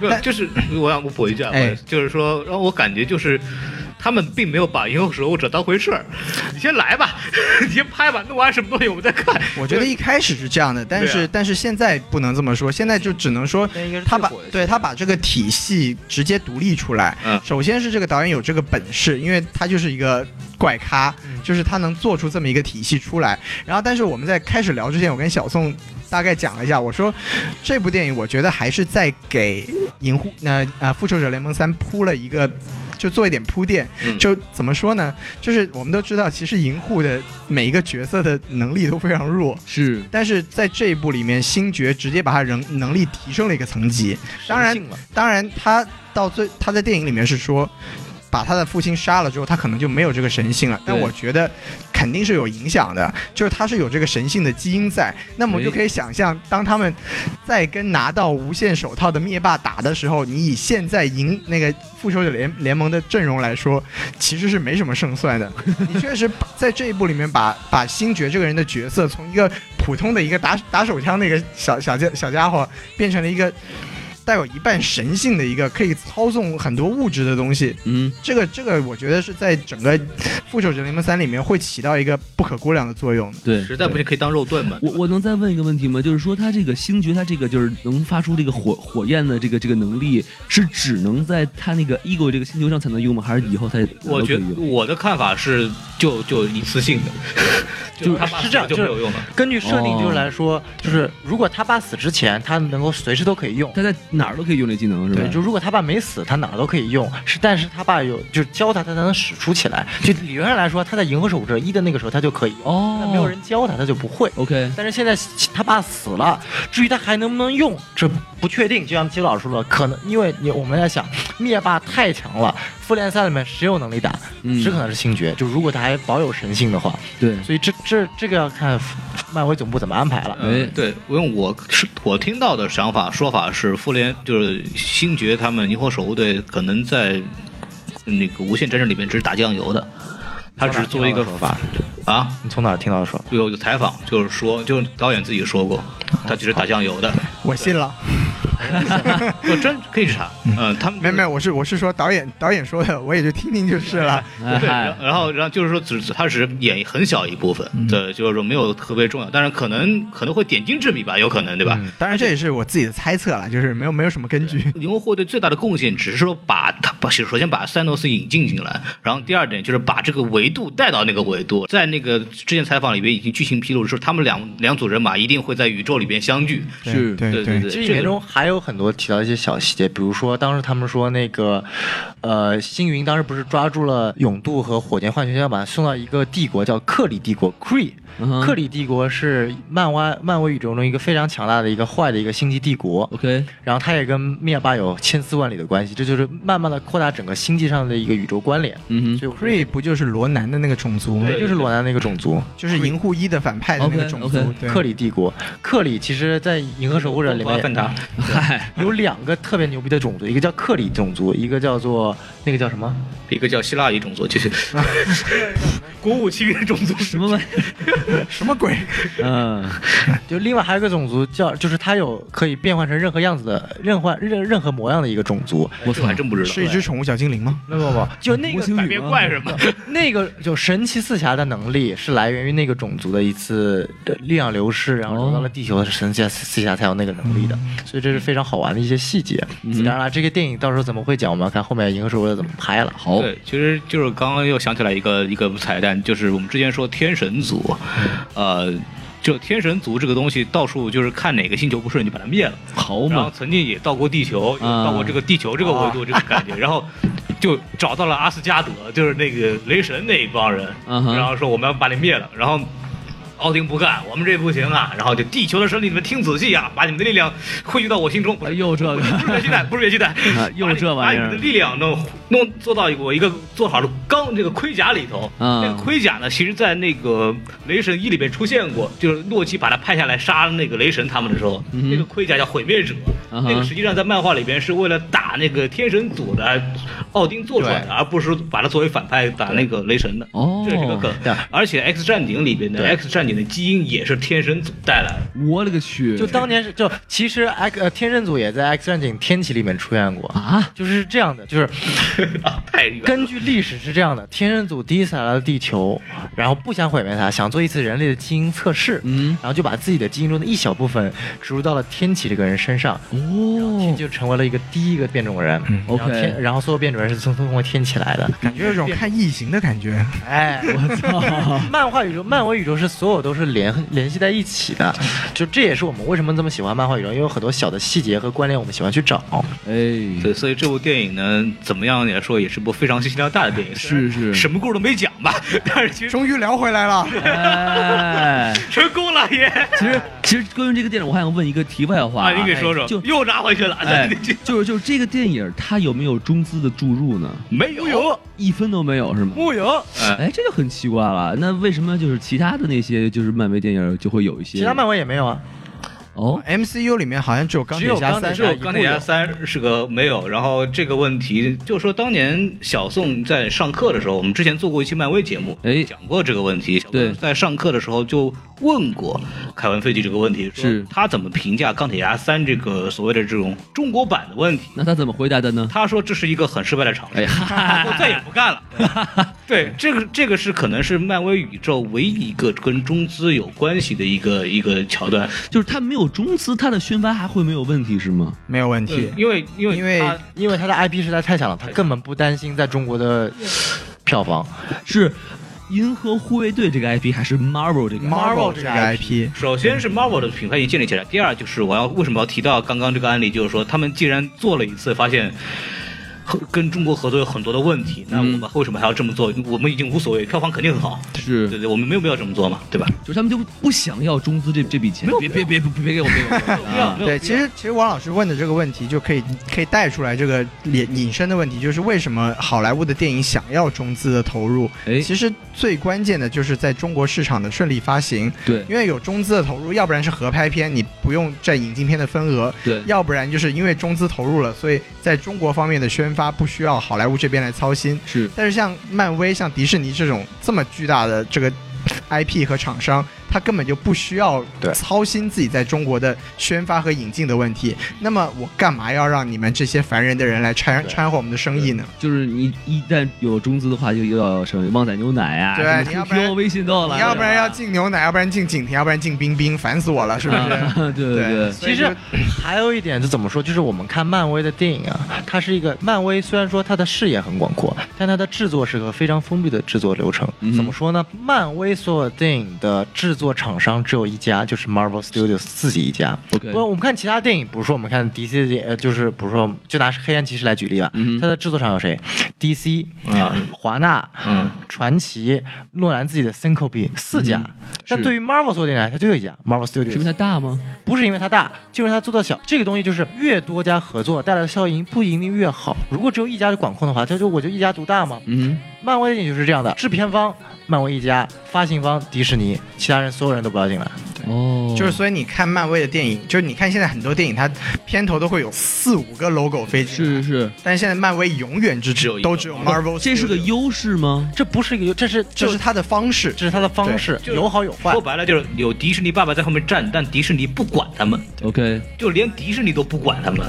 Speaker 3: 没有，就是我想我补一句啊，
Speaker 4: 哎
Speaker 3: 我就是说让我感觉就是。他们并没有把《银河守护者》当回事儿，你先来吧， 你先拍吧，弄完什么东西我们再看。
Speaker 4: 我觉得一开始是这样的，但
Speaker 3: 对
Speaker 4: 是、
Speaker 3: 啊
Speaker 4: 但是现在不能这么说，现在就只能说
Speaker 6: 应该是
Speaker 4: 他把
Speaker 6: 最火的
Speaker 4: 对他把这个体系直接独立出来。
Speaker 3: 嗯
Speaker 4: 首先是这个导演有这个本事，因为他就是一个怪咖，
Speaker 6: 嗯
Speaker 4: 就是他能做出这么一个体系出来。然后，但是我们在开始聊之前，我跟小宋大概讲了一下，我说这部电影我觉得还是在给《银护》那啊、呃复仇者联盟三》铺了一个。就做一点铺垫，
Speaker 3: 嗯
Speaker 4: 就怎么说呢？就是我们都知道，其实银护的每一个角色的能力都非常弱，
Speaker 2: 是
Speaker 4: 但是在这一部里面，星爵直接把他人能力提升了一个层级。当然
Speaker 6: 神性了，
Speaker 4: 当然，他到最他在电影里面是说，把他的父亲杀了之后，他可能就没有这个神性了。但
Speaker 2: 对
Speaker 4: 我觉得肯定是有影响的，就是他是有这个神性的基因在。那么我们就可以想象，当他们在跟拿到无限手套的灭霸打的时候，你以现在赢那个复仇者联联盟的阵容来说，其实是没什么胜算的。你确实在这一部里面把把星爵这个人的角色从一个普通的一个打打手枪的一个小小家小家伙，变成了一个带有一半神性的一个可以操纵很多物质的东西。
Speaker 2: 嗯，
Speaker 4: 这个这个，我觉得是在整个《复仇者联盟三》里面会起到一个不可估量的作用的。
Speaker 2: 对，
Speaker 3: 实在不行可以当肉盾嘛。
Speaker 2: 我我能再问一个问题吗？就是说，他这个星爵，他这个就是能发出这个火火焰的这个这个能力，是只能在他那个 ego 这个星球上才能用吗？还是以后才
Speaker 3: 我觉得我的看法是就，就一次性的，
Speaker 6: 就是
Speaker 3: 他爸
Speaker 6: 是这样
Speaker 3: 就没有用了。
Speaker 6: 根据设定就是来说，就是如果他爸死之前，他能够随时都可以用。
Speaker 2: 他在哪儿都可以用这技能，是吧？
Speaker 6: 对，就如果他爸没死，他哪儿都可以用。是，但是他爸有就是教他，他才能使出起来。就理论上来说，他在银河守护者一的那个时候，他就可以用，但
Speaker 2: 哦，
Speaker 6: 没有人教他，他就不会。
Speaker 2: OK，
Speaker 6: 但是现在他爸死了，至于他还能不能用，这不确定。就像基老师说了，可能因为你我们在想，灭霸太强了，复联三里面谁有能力打？
Speaker 2: 嗯
Speaker 6: 只可能是星爵。就如果他还保有神性的话，
Speaker 2: 对，
Speaker 6: 所以这这这个要看漫威总部怎么安排了。
Speaker 3: 嗯
Speaker 2: 哎，
Speaker 3: 对，因为我是我听到的想法说法是，复联就是星爵他们银河守护队可能在那个《无限战士》里面只是打酱油的，他只是作为一个
Speaker 6: 说法，
Speaker 3: 啊，
Speaker 6: 你从哪儿听到的说法？
Speaker 3: 有有采访就是说，就是导演自己说过，他只是打酱油的，
Speaker 4: 我信了。
Speaker 3: 我真可以查，嗯，他们
Speaker 4: 没有没有，我是我是说导演导演说的，我也就听听就是了。
Speaker 3: 对，
Speaker 2: 哎
Speaker 3: 然然后然后就是说只只他只是演很小一部分，对，就是说没有特别重要，但是可能可能会点睛之笔吧，有可能对吧？
Speaker 4: 嗯 当然这也是我自己的猜测了，就是没有没有什么根据。
Speaker 3: 牛货对最大的贡献只是说把他把首先把塞诺斯引进进来，然后第二点就是把这个维度带到那个维度。在那个之前采访里边已经剧情披露说，他们两两组人马一定会在宇宙里边相聚。
Speaker 4: 是对
Speaker 3: 对
Speaker 4: 对
Speaker 3: 对，
Speaker 6: 其实
Speaker 3: 这
Speaker 6: 影片
Speaker 3: 个
Speaker 6: 中还有很多提到一些小细节，比如说当时他们说那个，呃，星云当时不是抓住了勇度和火箭浣熊，要把他送到一个帝国叫克里帝国 （Kree）。克
Speaker 2: 嗯
Speaker 6: 里帝国是漫威漫威宇宙中一个非常强大的一个坏的一个星际帝国。
Speaker 8: OK，
Speaker 6: 然后他也跟灭霸有千丝万缕的关系，这就是慢慢的扩大整个星际上的一个宇宙关联。
Speaker 8: 嗯
Speaker 6: 所以我
Speaker 4: Cree 不就是罗南的那个种族吗？
Speaker 6: 对，就是罗南那个种族。
Speaker 4: 就是银护一的反派的那个种族
Speaker 8: OK，OK，。
Speaker 4: 对
Speaker 6: 克里帝国，克里其实，在《银河守护者》里面，
Speaker 3: 范达
Speaker 8: 嗨，
Speaker 6: 有两个特别牛逼的种族，一个叫克里种族，一个叫做那个叫什么？
Speaker 3: 一个叫希腊裔种族，就是 古武奇兵种族
Speaker 8: 什么玩意儿？
Speaker 4: 什么鬼？
Speaker 8: 嗯，
Speaker 6: 就另外还有一个种族叫，就是它有可以变换成任何样子的、任换任任何模样的一个种族。
Speaker 3: 我操，还真不知道。
Speaker 4: 是一只宠物小精灵吗？
Speaker 6: 没有没有，就那
Speaker 8: 无
Speaker 6: 个
Speaker 8: 情
Speaker 3: 百
Speaker 8: 语
Speaker 3: 变
Speaker 8: 吗？
Speaker 3: 怪是吗？
Speaker 6: 那个就神奇四侠的能力是来源于那个种族的一次的力量流失，然后流到了地球的神奇四侠才有那个能力的，所以这是非常好玩的一些细节。当然了，这个电影到时候怎么会讲，我们要看后面银河守护者怎么拍了。好
Speaker 3: 对，其实就是刚刚又想起来一个一个彩蛋，就是我们之前说天神族，呃，就天神族这个东西，到处就是看哪个星球不顺就把它灭了。
Speaker 8: 好
Speaker 3: 然后
Speaker 8: 嘛，啊
Speaker 3: 曾经也到过地球，也到过这个地球这个维度这个感 觉，然后就找到了阿斯加德，就是那个雷神那一帮人，
Speaker 8: 嗯哼
Speaker 3: 然后说我们要把你灭了，然后。奥丁不干，我们这不行啊！然后就地球的神，你们听仔细啊，把你们的力量汇聚到我心中。不
Speaker 8: 哎
Speaker 3: 是
Speaker 8: 呦这个
Speaker 3: 不是不是元气弹，不是元气弹
Speaker 8: 啊，又
Speaker 3: 把你
Speaker 8: 这玩意儿
Speaker 3: 把你们的力量弄弄做到我一个做好的钢这个盔甲里头。
Speaker 8: 嗯
Speaker 3: 那个盔甲呢，其实在那个雷神一里面出现过，就是洛基把他派下来杀那个雷神他们的时候，
Speaker 8: 嗯哼
Speaker 3: 那个盔甲叫毁灭者。
Speaker 8: 嗯哼
Speaker 3: 那个实际上在漫画里边是为了打那个天神组的奥丁做出来的，而不是把它作为反派打那个雷神的。
Speaker 8: 哦
Speaker 3: 这是个梗。而且《X 战警》里边的 X 战警的基因也是天神组带来的。
Speaker 8: 我勒个去！
Speaker 6: 就当年是就其实 X 呃天神组也在《X 战警：天启》里面出现过
Speaker 8: 啊，
Speaker 6: 就是这样的，就是
Speaker 3: 啊太远了。
Speaker 6: 根据历史是这样的，天神组第一次来到地球，然后不想毁灭它，想做一次人类的基因测试，
Speaker 8: 嗯，
Speaker 6: 然后就把自己的基因中的一小部分植入到了天启这个人身上，天
Speaker 8: 哦嗯
Speaker 6: 就成为了一个第一个变种人，然后天
Speaker 8: ，OK
Speaker 6: 然后所有变种人是从通过天启来的，
Speaker 4: 感觉有一种看异形的感觉。
Speaker 6: 哎，我操！漫画宇宙、漫威宇宙是所有都是联联系在一起的，就这也是我们为什么这么喜欢漫画宇宙，因为有很多小的细节和关联，我们喜欢去找。
Speaker 8: 哎，
Speaker 3: 对，所以这部电影呢，怎么样来说也是部非常信息量大的电影，
Speaker 8: 是是
Speaker 3: 什么故事都没讲吧，但是其实
Speaker 4: 终于聊回来了，
Speaker 8: 哎，
Speaker 3: 成功了也，
Speaker 8: 其实其实关于这个电影，我还想问一个题外话
Speaker 3: 啊，你给说
Speaker 2: 哎
Speaker 3: 说，
Speaker 8: 就
Speaker 3: 又拿回去了，，
Speaker 8: 哎就是就是这个电影，它有没有中资的注入呢？
Speaker 3: 没有，
Speaker 8: 一分都没有是吗？
Speaker 6: 木有，
Speaker 8: 哎，这就很奇怪了。那为什么就是其他的那些就是漫威电影就会有一些
Speaker 6: 其他漫威也没有啊。
Speaker 8: 哦
Speaker 4: MCU 里面好像只有钢铁侠三
Speaker 3: 只有钢铁侠三是个没有，然后这个问题就是说，当年小宋在上课的时候，我们之前做过一期漫威节目，
Speaker 8: 哎
Speaker 3: 讲过这个问题。小宋
Speaker 8: 对
Speaker 3: 在上课的时候就问过凯文·费奇这个问题，说
Speaker 8: 是
Speaker 3: 他怎么评价钢铁侠三这个所谓的这种中国版的问题。
Speaker 8: 那他怎么回答的呢？
Speaker 3: 他说这是一个很失败的尝试，
Speaker 8: 哎呀
Speaker 3: 我再也不干了。 对，这个这个是可能是漫威宇宙唯一一个跟中资有关系的一个一个桥段，
Speaker 8: 就是他没有中资，他的宣发还会没有问题是吗？
Speaker 4: 没有问题。
Speaker 3: 因为因为
Speaker 4: 因为
Speaker 3: 他
Speaker 6: 因为他的 IP 实在太强了，他根本不担心在中国的票房。
Speaker 8: 是银河护卫队这个 IP 还是 Marvel 这个 IP？
Speaker 4: Marvel 这个 IP，
Speaker 3: 首先是 Marvel 的品牌已经建立起来，第二就是我要为什么要提到刚刚这个案例，就是说他们既然做了一次，发现和跟中国合作有很多的问题，那我
Speaker 8: 嗯
Speaker 3: 们为什么还要这么做？我们已经无所谓，票房肯定很好，
Speaker 8: 是
Speaker 3: 对对，我们没有必要这么做嘛，对吧？
Speaker 8: 就是他们就不想要中资这这笔钱，别别别别别给我，别给我
Speaker 3: 没有
Speaker 8: 啊！
Speaker 3: 没有
Speaker 4: 对，其实其实王老师问的这个问题，就可以可以带出来这个引引申的问题，就是为什么好莱坞的电影想要中资的投入？
Speaker 8: 哎，
Speaker 4: 其实最关键的就是在中国市场的顺利发行，
Speaker 8: 对
Speaker 4: 因为有中资的投入，要不然是合拍片，你不用占引进片的份额，
Speaker 8: 对
Speaker 4: 要不然就是因为中资投入了，所以在中国方面的宣发不需要好莱坞这边来操心。
Speaker 2: 是，
Speaker 4: 但是像漫威、像迪士尼这种这么巨大的这个 IP 和厂商，他根本就不需要
Speaker 6: 对
Speaker 4: 操心自己在中国的宣发和引进的问题。那么我干嘛要让你们这些烦人的人来掺掺和我们的生意呢？
Speaker 2: 就是你一旦有中资的话，就又要什么旺仔牛奶啊，
Speaker 4: 对
Speaker 2: 什么
Speaker 4: 你要不
Speaker 2: QQ
Speaker 4: 然
Speaker 2: 微信都来
Speaker 4: 你
Speaker 2: 了，啊
Speaker 4: 要不然要进牛奶，要不然进景甜，要不然进冰冰，烦死我了，是不是？
Speaker 2: 啊 对对对，
Speaker 4: 所以
Speaker 6: 其
Speaker 4: 就
Speaker 6: 实还有一点是怎么说，就是我们看漫威的电影啊，它是一个漫威虽然说它的视野很广阔，但它的制作是个非常封闭的制作流程。
Speaker 2: 嗯哼
Speaker 6: 怎么说呢？漫威所有电影的制作厂商只有一家，就是 Marvel Studios 自己一家。
Speaker 2: OK
Speaker 6: 不，我们看其他电影，比如说我们看 DC，的呃，就是比如说就拿黑暗骑士来举例吧，
Speaker 2: 嗯哼
Speaker 6: 它的制作厂有谁？DC 啊，华纳，嗯，传奇，诺兰自己的 Syncope 四家。但
Speaker 2: 嗯是
Speaker 6: 对于 Marvel 做电影来，它就一家 Marvel
Speaker 2: 是因为
Speaker 6: Studios
Speaker 2: 它。大吗？
Speaker 6: 不是因为它大，就是它做的小。这个东西就是越多家合作带来的效应不一定越好。如果只有一家管控的话，它就我就一家独大嘛。
Speaker 2: 嗯
Speaker 6: 漫威电影就是这样的，制片方漫威一家，发行方迪士尼，其他人所有人都不要进来。
Speaker 2: 哼，哦，
Speaker 4: 就是所以你看漫威的电影，就是你看现在很多电影，它片头都会有四五个 logo 飞进来，
Speaker 2: 是是
Speaker 4: 但是现在漫威永远只只
Speaker 3: 只有一个
Speaker 4: 都只有 Marvel，
Speaker 2: 是，这是个
Speaker 4: Studios
Speaker 2: 优势吗？
Speaker 6: 这不是一个，这是
Speaker 4: 这
Speaker 6: 这
Speaker 4: 是
Speaker 6: 是
Speaker 4: 它的方式。
Speaker 6: 这是它的方式，
Speaker 3: 就是
Speaker 6: 有好有坏
Speaker 3: 说。白了就是有迪士尼爸爸在后面站，但迪士尼不管他们，
Speaker 2: OK，
Speaker 3: 就连迪士尼都不管他们。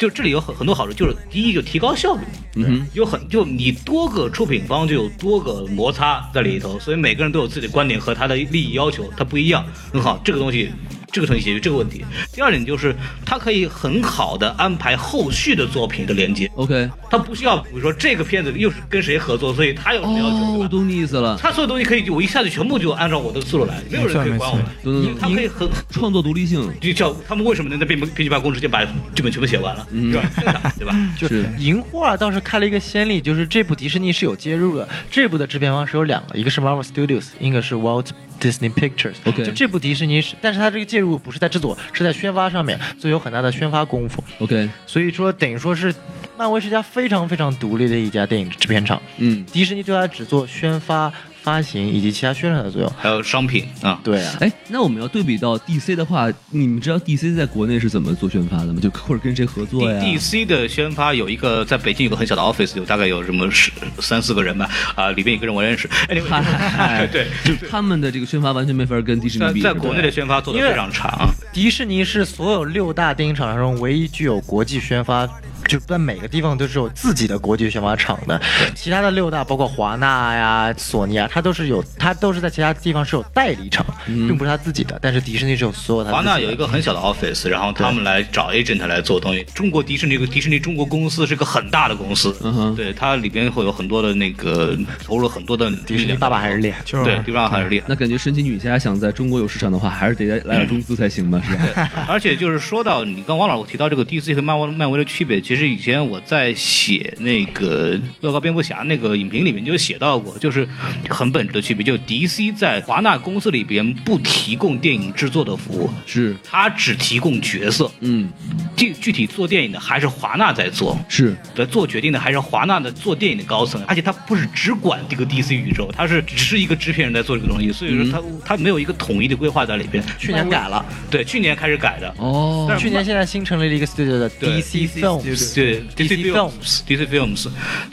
Speaker 3: 就这里有很很多好处，就是第一就提高效率，
Speaker 2: 嗯哼，
Speaker 3: 有很就你多个出品方就有多个摩擦在里
Speaker 2: 嗯
Speaker 3: 头，所以每个人都有自己的观点和他的利益要求，他不一样，很好，这个东西。这个东西解决这个问题。第二点就是，它可以很好的安排后续的作品的连接，
Speaker 2: OK，
Speaker 3: 它不需要，比如说这个片子又是跟谁合作，所以他有什么要求，
Speaker 2: 哦，
Speaker 3: 对
Speaker 2: 我
Speaker 3: 吧
Speaker 2: 懂你意思了，
Speaker 3: 他所有东西可以，我一下子全部就按照我的思路来，没有人可以管我们，
Speaker 2: 没错没错
Speaker 3: 因为他可以很。
Speaker 2: 创作独立性
Speaker 3: 就叫他们为什么能在编编剧办公室就把剧本全部写完了，对吧？正常对吧？
Speaker 2: 是
Speaker 6: 银护啊，倒是开了一个先例，就是这部迪士尼是有接入的。这部的制片方是有两个，一个是 Marvel Studios，一个是 Walt Disney Pictures。
Speaker 2: OK
Speaker 6: 就这部迪士尼是，但是它这个介入不是在制作，是在宣发上面，所以有很大的宣发功夫。
Speaker 2: OK，
Speaker 6: 所以说，等于说是漫威是一家非常非常独立的一家电影制片厂，
Speaker 2: 嗯，
Speaker 6: 迪士尼对它只做宣发、发行以及其他宣传的作用。
Speaker 3: 还有商品啊，
Speaker 6: 对啊，
Speaker 2: 哎，那我们要对比到 DC 的话，你们知道 DC 在国内是怎么做宣发的吗？就或者跟谁合
Speaker 3: D
Speaker 2: 作呀
Speaker 3: D C 的宣发有一个在北京有个很小的 office，有大概有什么十三四个人吧，啊，里边一个人我认识。
Speaker 2: 嗨
Speaker 3: Anyway，对，哎
Speaker 2: 就是他们的这个宣发完全没法跟迪士
Speaker 3: 在
Speaker 2: 尼比，
Speaker 3: 在
Speaker 2: 是吧
Speaker 3: 国内的宣发做的非常差啊，
Speaker 6: 迪士尼是所有六大电影厂商中唯一具有国际宣发，就在每个地方都是有自己的国际宣发厂的。其他的六大，包括华纳呀、索尼啊，它都是有，它都是在其他地方是有代理厂，并不是它自己的。但是迪士尼是有所有它自
Speaker 3: 华
Speaker 6: 己的。
Speaker 3: 纳有一个很小的 office，然后他们来找 agent 来做东西。中国迪士尼，迪士尼中国公司是个很大的公司，
Speaker 2: 嗯哼
Speaker 3: 对它里边会有很多的那个投入很多的
Speaker 6: 迪士尼爸爸还是厉害。
Speaker 4: 就是
Speaker 3: 对，迪士尼爸爸还是厉害。
Speaker 2: 那感觉神奇女侠想在中国有市场的话，还是得来点中资才行吧，是吧？
Speaker 3: 而且就是说到你刚王老师提到这个 DC 和漫威漫威的区别，其实以前我在写那个《乐高蝙蝠侠》那个影评里面就写到过，就是很本质的区别，就 DC 在华纳公司里边不提供电影制作的服务，
Speaker 2: 是，
Speaker 3: 它只提供角色，
Speaker 2: 嗯，
Speaker 3: 具具体做电影的还是华纳在做。
Speaker 2: 是，
Speaker 3: 的做决定的还是华纳的做电影的高层，而且他不是只管这个 DC 宇宙，他是只是一个制片人在做这个东西，所以说他、他没有一个统一的规划在里边。
Speaker 6: 嗯去年改了，
Speaker 3: 对，去年开始改的。
Speaker 2: 哦，
Speaker 3: 但是
Speaker 6: 去年现在新成立了一个 studio 的
Speaker 3: 对
Speaker 6: DC Films，
Speaker 3: 对
Speaker 6: DC
Speaker 3: Films DC Films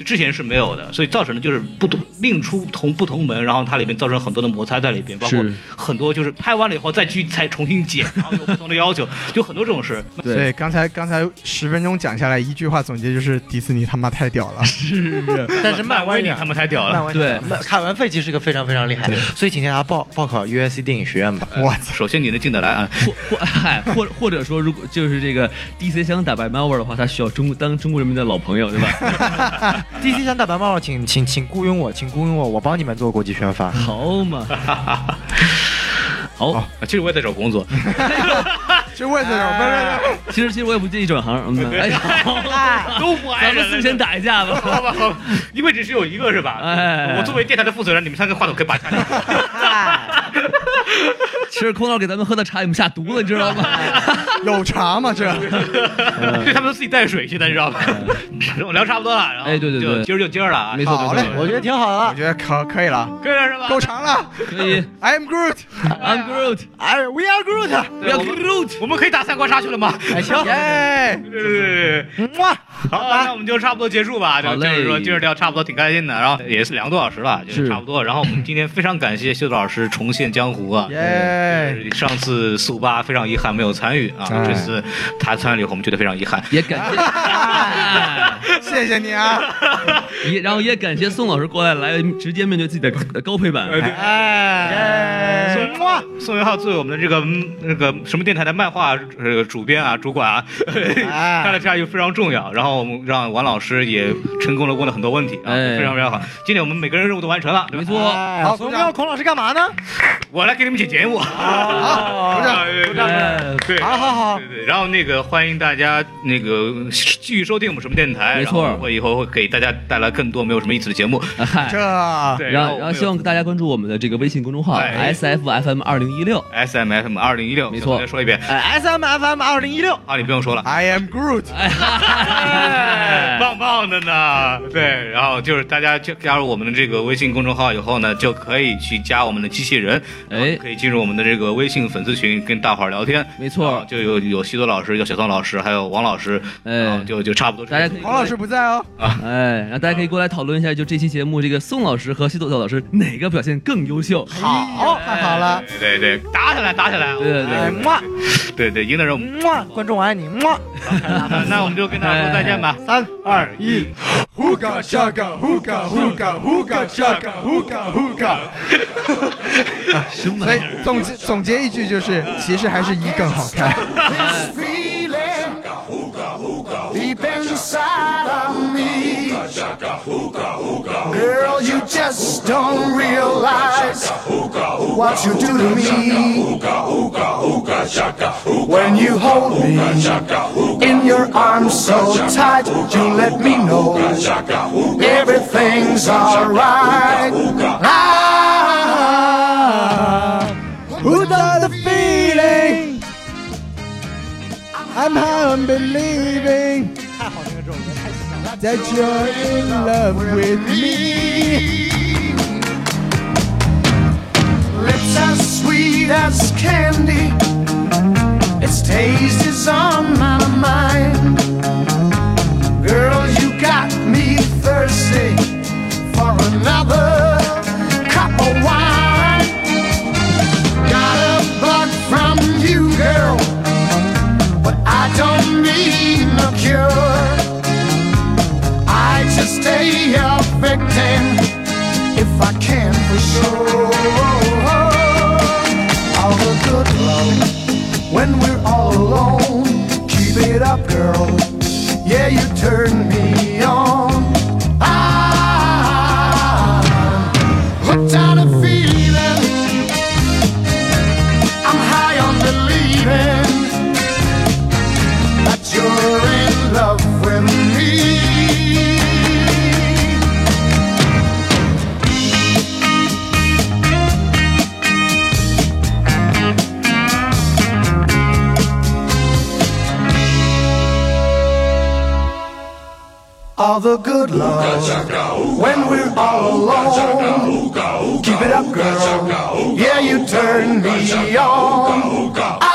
Speaker 3: 之前是没有的，所以造成的就是不同另出同不同门，然后它里面造成很多的摩擦在里边，包括
Speaker 2: 是
Speaker 3: 很多就是拍完了以后再去再重新剪，然后有不同的要求，就很多这种事。
Speaker 4: 所
Speaker 2: 对，
Speaker 4: 以刚才刚才十分钟讲下来，一句话总结就是迪士尼他妈太屌了。
Speaker 6: 但是漫威
Speaker 3: 你
Speaker 6: 呢
Speaker 3: 他们太屌
Speaker 6: 漫
Speaker 3: 了。
Speaker 6: 威
Speaker 2: 对
Speaker 6: 漫凯文费奇是个非常非常厉害的，所以请大家报报考 USC 电影学院吧。
Speaker 4: 我操！
Speaker 3: 首先你能进得来啊，
Speaker 2: 或或 嗨，或或者说，如果就是这个 DC 想打败 Marvel 的话，他需要中当中国人民的老朋友，对吧？
Speaker 6: DC 想打白帽，请请请雇佣我，请雇佣我，我帮你们做国际宣发。
Speaker 2: 好嘛，好，
Speaker 3: 其实我也在找工 作，
Speaker 4: 就为了我
Speaker 2: 其实其实我也不介意转行， 嗯，哎呀，
Speaker 3: 都不挨
Speaker 2: 咱
Speaker 3: 着
Speaker 2: 们私先 打一架吧。
Speaker 3: 好吧，好吧，因为只是有一个是吧？
Speaker 2: 哎
Speaker 3: 我作为电台的负责人，你们三个话筒可以拔下来。
Speaker 2: 其实空老给咱们喝的茶，你们下毒了，你知道吗？
Speaker 4: 有茶吗？这
Speaker 3: 对他们都自己带水去的，你知道吗？ 我聊差不多了，然后
Speaker 2: 嗯哎对对
Speaker 3: 就
Speaker 2: 对
Speaker 3: 今儿就今儿了啊，
Speaker 2: 没错
Speaker 4: 好
Speaker 2: 没
Speaker 4: 嘞
Speaker 2: 错，
Speaker 6: 我觉得挺好
Speaker 4: 我
Speaker 6: 的。
Speaker 4: 觉得可可以了，
Speaker 3: 跟上是吧？
Speaker 4: 够长了。
Speaker 2: 所以
Speaker 4: I'm Groot，
Speaker 2: I'm Groot，
Speaker 6: 哎，We are Groot。
Speaker 3: 我们我们可以打三国杀去了吗？
Speaker 6: 哎，行，
Speaker 4: 耶！
Speaker 3: 对对对对对，
Speaker 6: 哇，
Speaker 3: 好，那我们就差不多结束吧。就
Speaker 8: 好嘞
Speaker 3: 就是说今儿聊差不多挺开心的，然后也是两个多小时了，就是
Speaker 8: 是
Speaker 3: 差不多。然后我们今天非常感谢秀子老师重现江湖啊。
Speaker 4: 耶！
Speaker 3: 就是上次四五八非常遗憾没有参与啊，
Speaker 4: 哎
Speaker 3: 这次他参与了以后，我们觉得非常遗憾。
Speaker 8: 也感 谢，哎
Speaker 4: 谢谢你啊！
Speaker 8: 也然后也感谢宋老师过来来直接面对自己的呃高配版，
Speaker 4: 哎，
Speaker 3: 宋宋元浩作为我们的这个嗯那个什么电台的漫画呃主编啊、主管啊，
Speaker 4: 哎
Speaker 3: 他的参与非常重要。然后我们让王老师也成功的问了很多问题啊，
Speaker 8: 哎
Speaker 3: 非常非常好。今天我们每个人任务都完成了，没错，
Speaker 4: 哎好，我们要孔老师干嘛呢？
Speaker 3: 我来给你们解节目。
Speaker 4: 好，鼓掌。
Speaker 3: 对对，
Speaker 4: 好好好
Speaker 3: 对对，然后那个欢迎大家那个继续收听我们什么电台，
Speaker 8: 没错
Speaker 3: 然后我以后会给大家带来更多没有什么意思的节目。
Speaker 8: 嗨，
Speaker 4: 这
Speaker 3: 对，
Speaker 8: 哎然后
Speaker 3: 后
Speaker 8: 然后希望大家关注我们的这个微信公众号
Speaker 3: 哎
Speaker 8: S F F M 二零一六，
Speaker 3: S M F M 二零一六，
Speaker 8: 没错
Speaker 3: 再说一遍
Speaker 4: S M F M 二零一六
Speaker 3: 啊，你不用说了。
Speaker 4: ，I am Groot。
Speaker 3: 哎，棒棒的呢。对，然后就是大家就加入我们的这个微信公众号以后呢，就可以去加我们的机器人，然后
Speaker 8: 哎
Speaker 3: 可以进入我们的这个微信粉丝群，跟大伙儿聊天。
Speaker 8: 没错
Speaker 3: 啊，就有有西多老师，有小宋老师，还有王老师，
Speaker 8: 哎
Speaker 3: 然后就就差不多是这
Speaker 8: 大
Speaker 3: 样。
Speaker 8: 家可以
Speaker 4: 孔老师不在哦。
Speaker 8: 哎，然后大家可以过来讨论一下，就这期节目这个宋老师和西多豆老师哪个表现更优秀？
Speaker 4: 好，太好了。
Speaker 3: 对对对，打起来，打起来！
Speaker 8: 对对
Speaker 4: 哎，
Speaker 8: 对，
Speaker 4: 么
Speaker 3: 对对，赢的人我们。
Speaker 4: 么，观众爱你么。
Speaker 3: 那那我们就跟大家说再见吧。
Speaker 4: 三二一，Huga Shaga Huga Huga Huga Shaga Huga Huga。所以总结总结一句就是，其实还是一更好看。
Speaker 9: this feeling deep inside of me. Girl, you just don't realize what you do to me. When you hold me in your arms so tight, you let me know everything's alright. Ah, who does the feeling?
Speaker 4: I'm high on believing that you're in love with me.
Speaker 9: Lips as sweet as candy. Its taste is on my mind. Girl, you got me thirsty for another cup of wine. Got a bug from you, girl, but I don't need no cure. I just stay a victim if I can for sure. All the good love when we're all alone. Keep it up, girl. Yeah, you turn me on. Ah, I'm hooked on a feeling. I'm high on believing that you're in love with me. all the good love when we're all alone. Keep it up, girl. Yeah, you turn me on. Ah.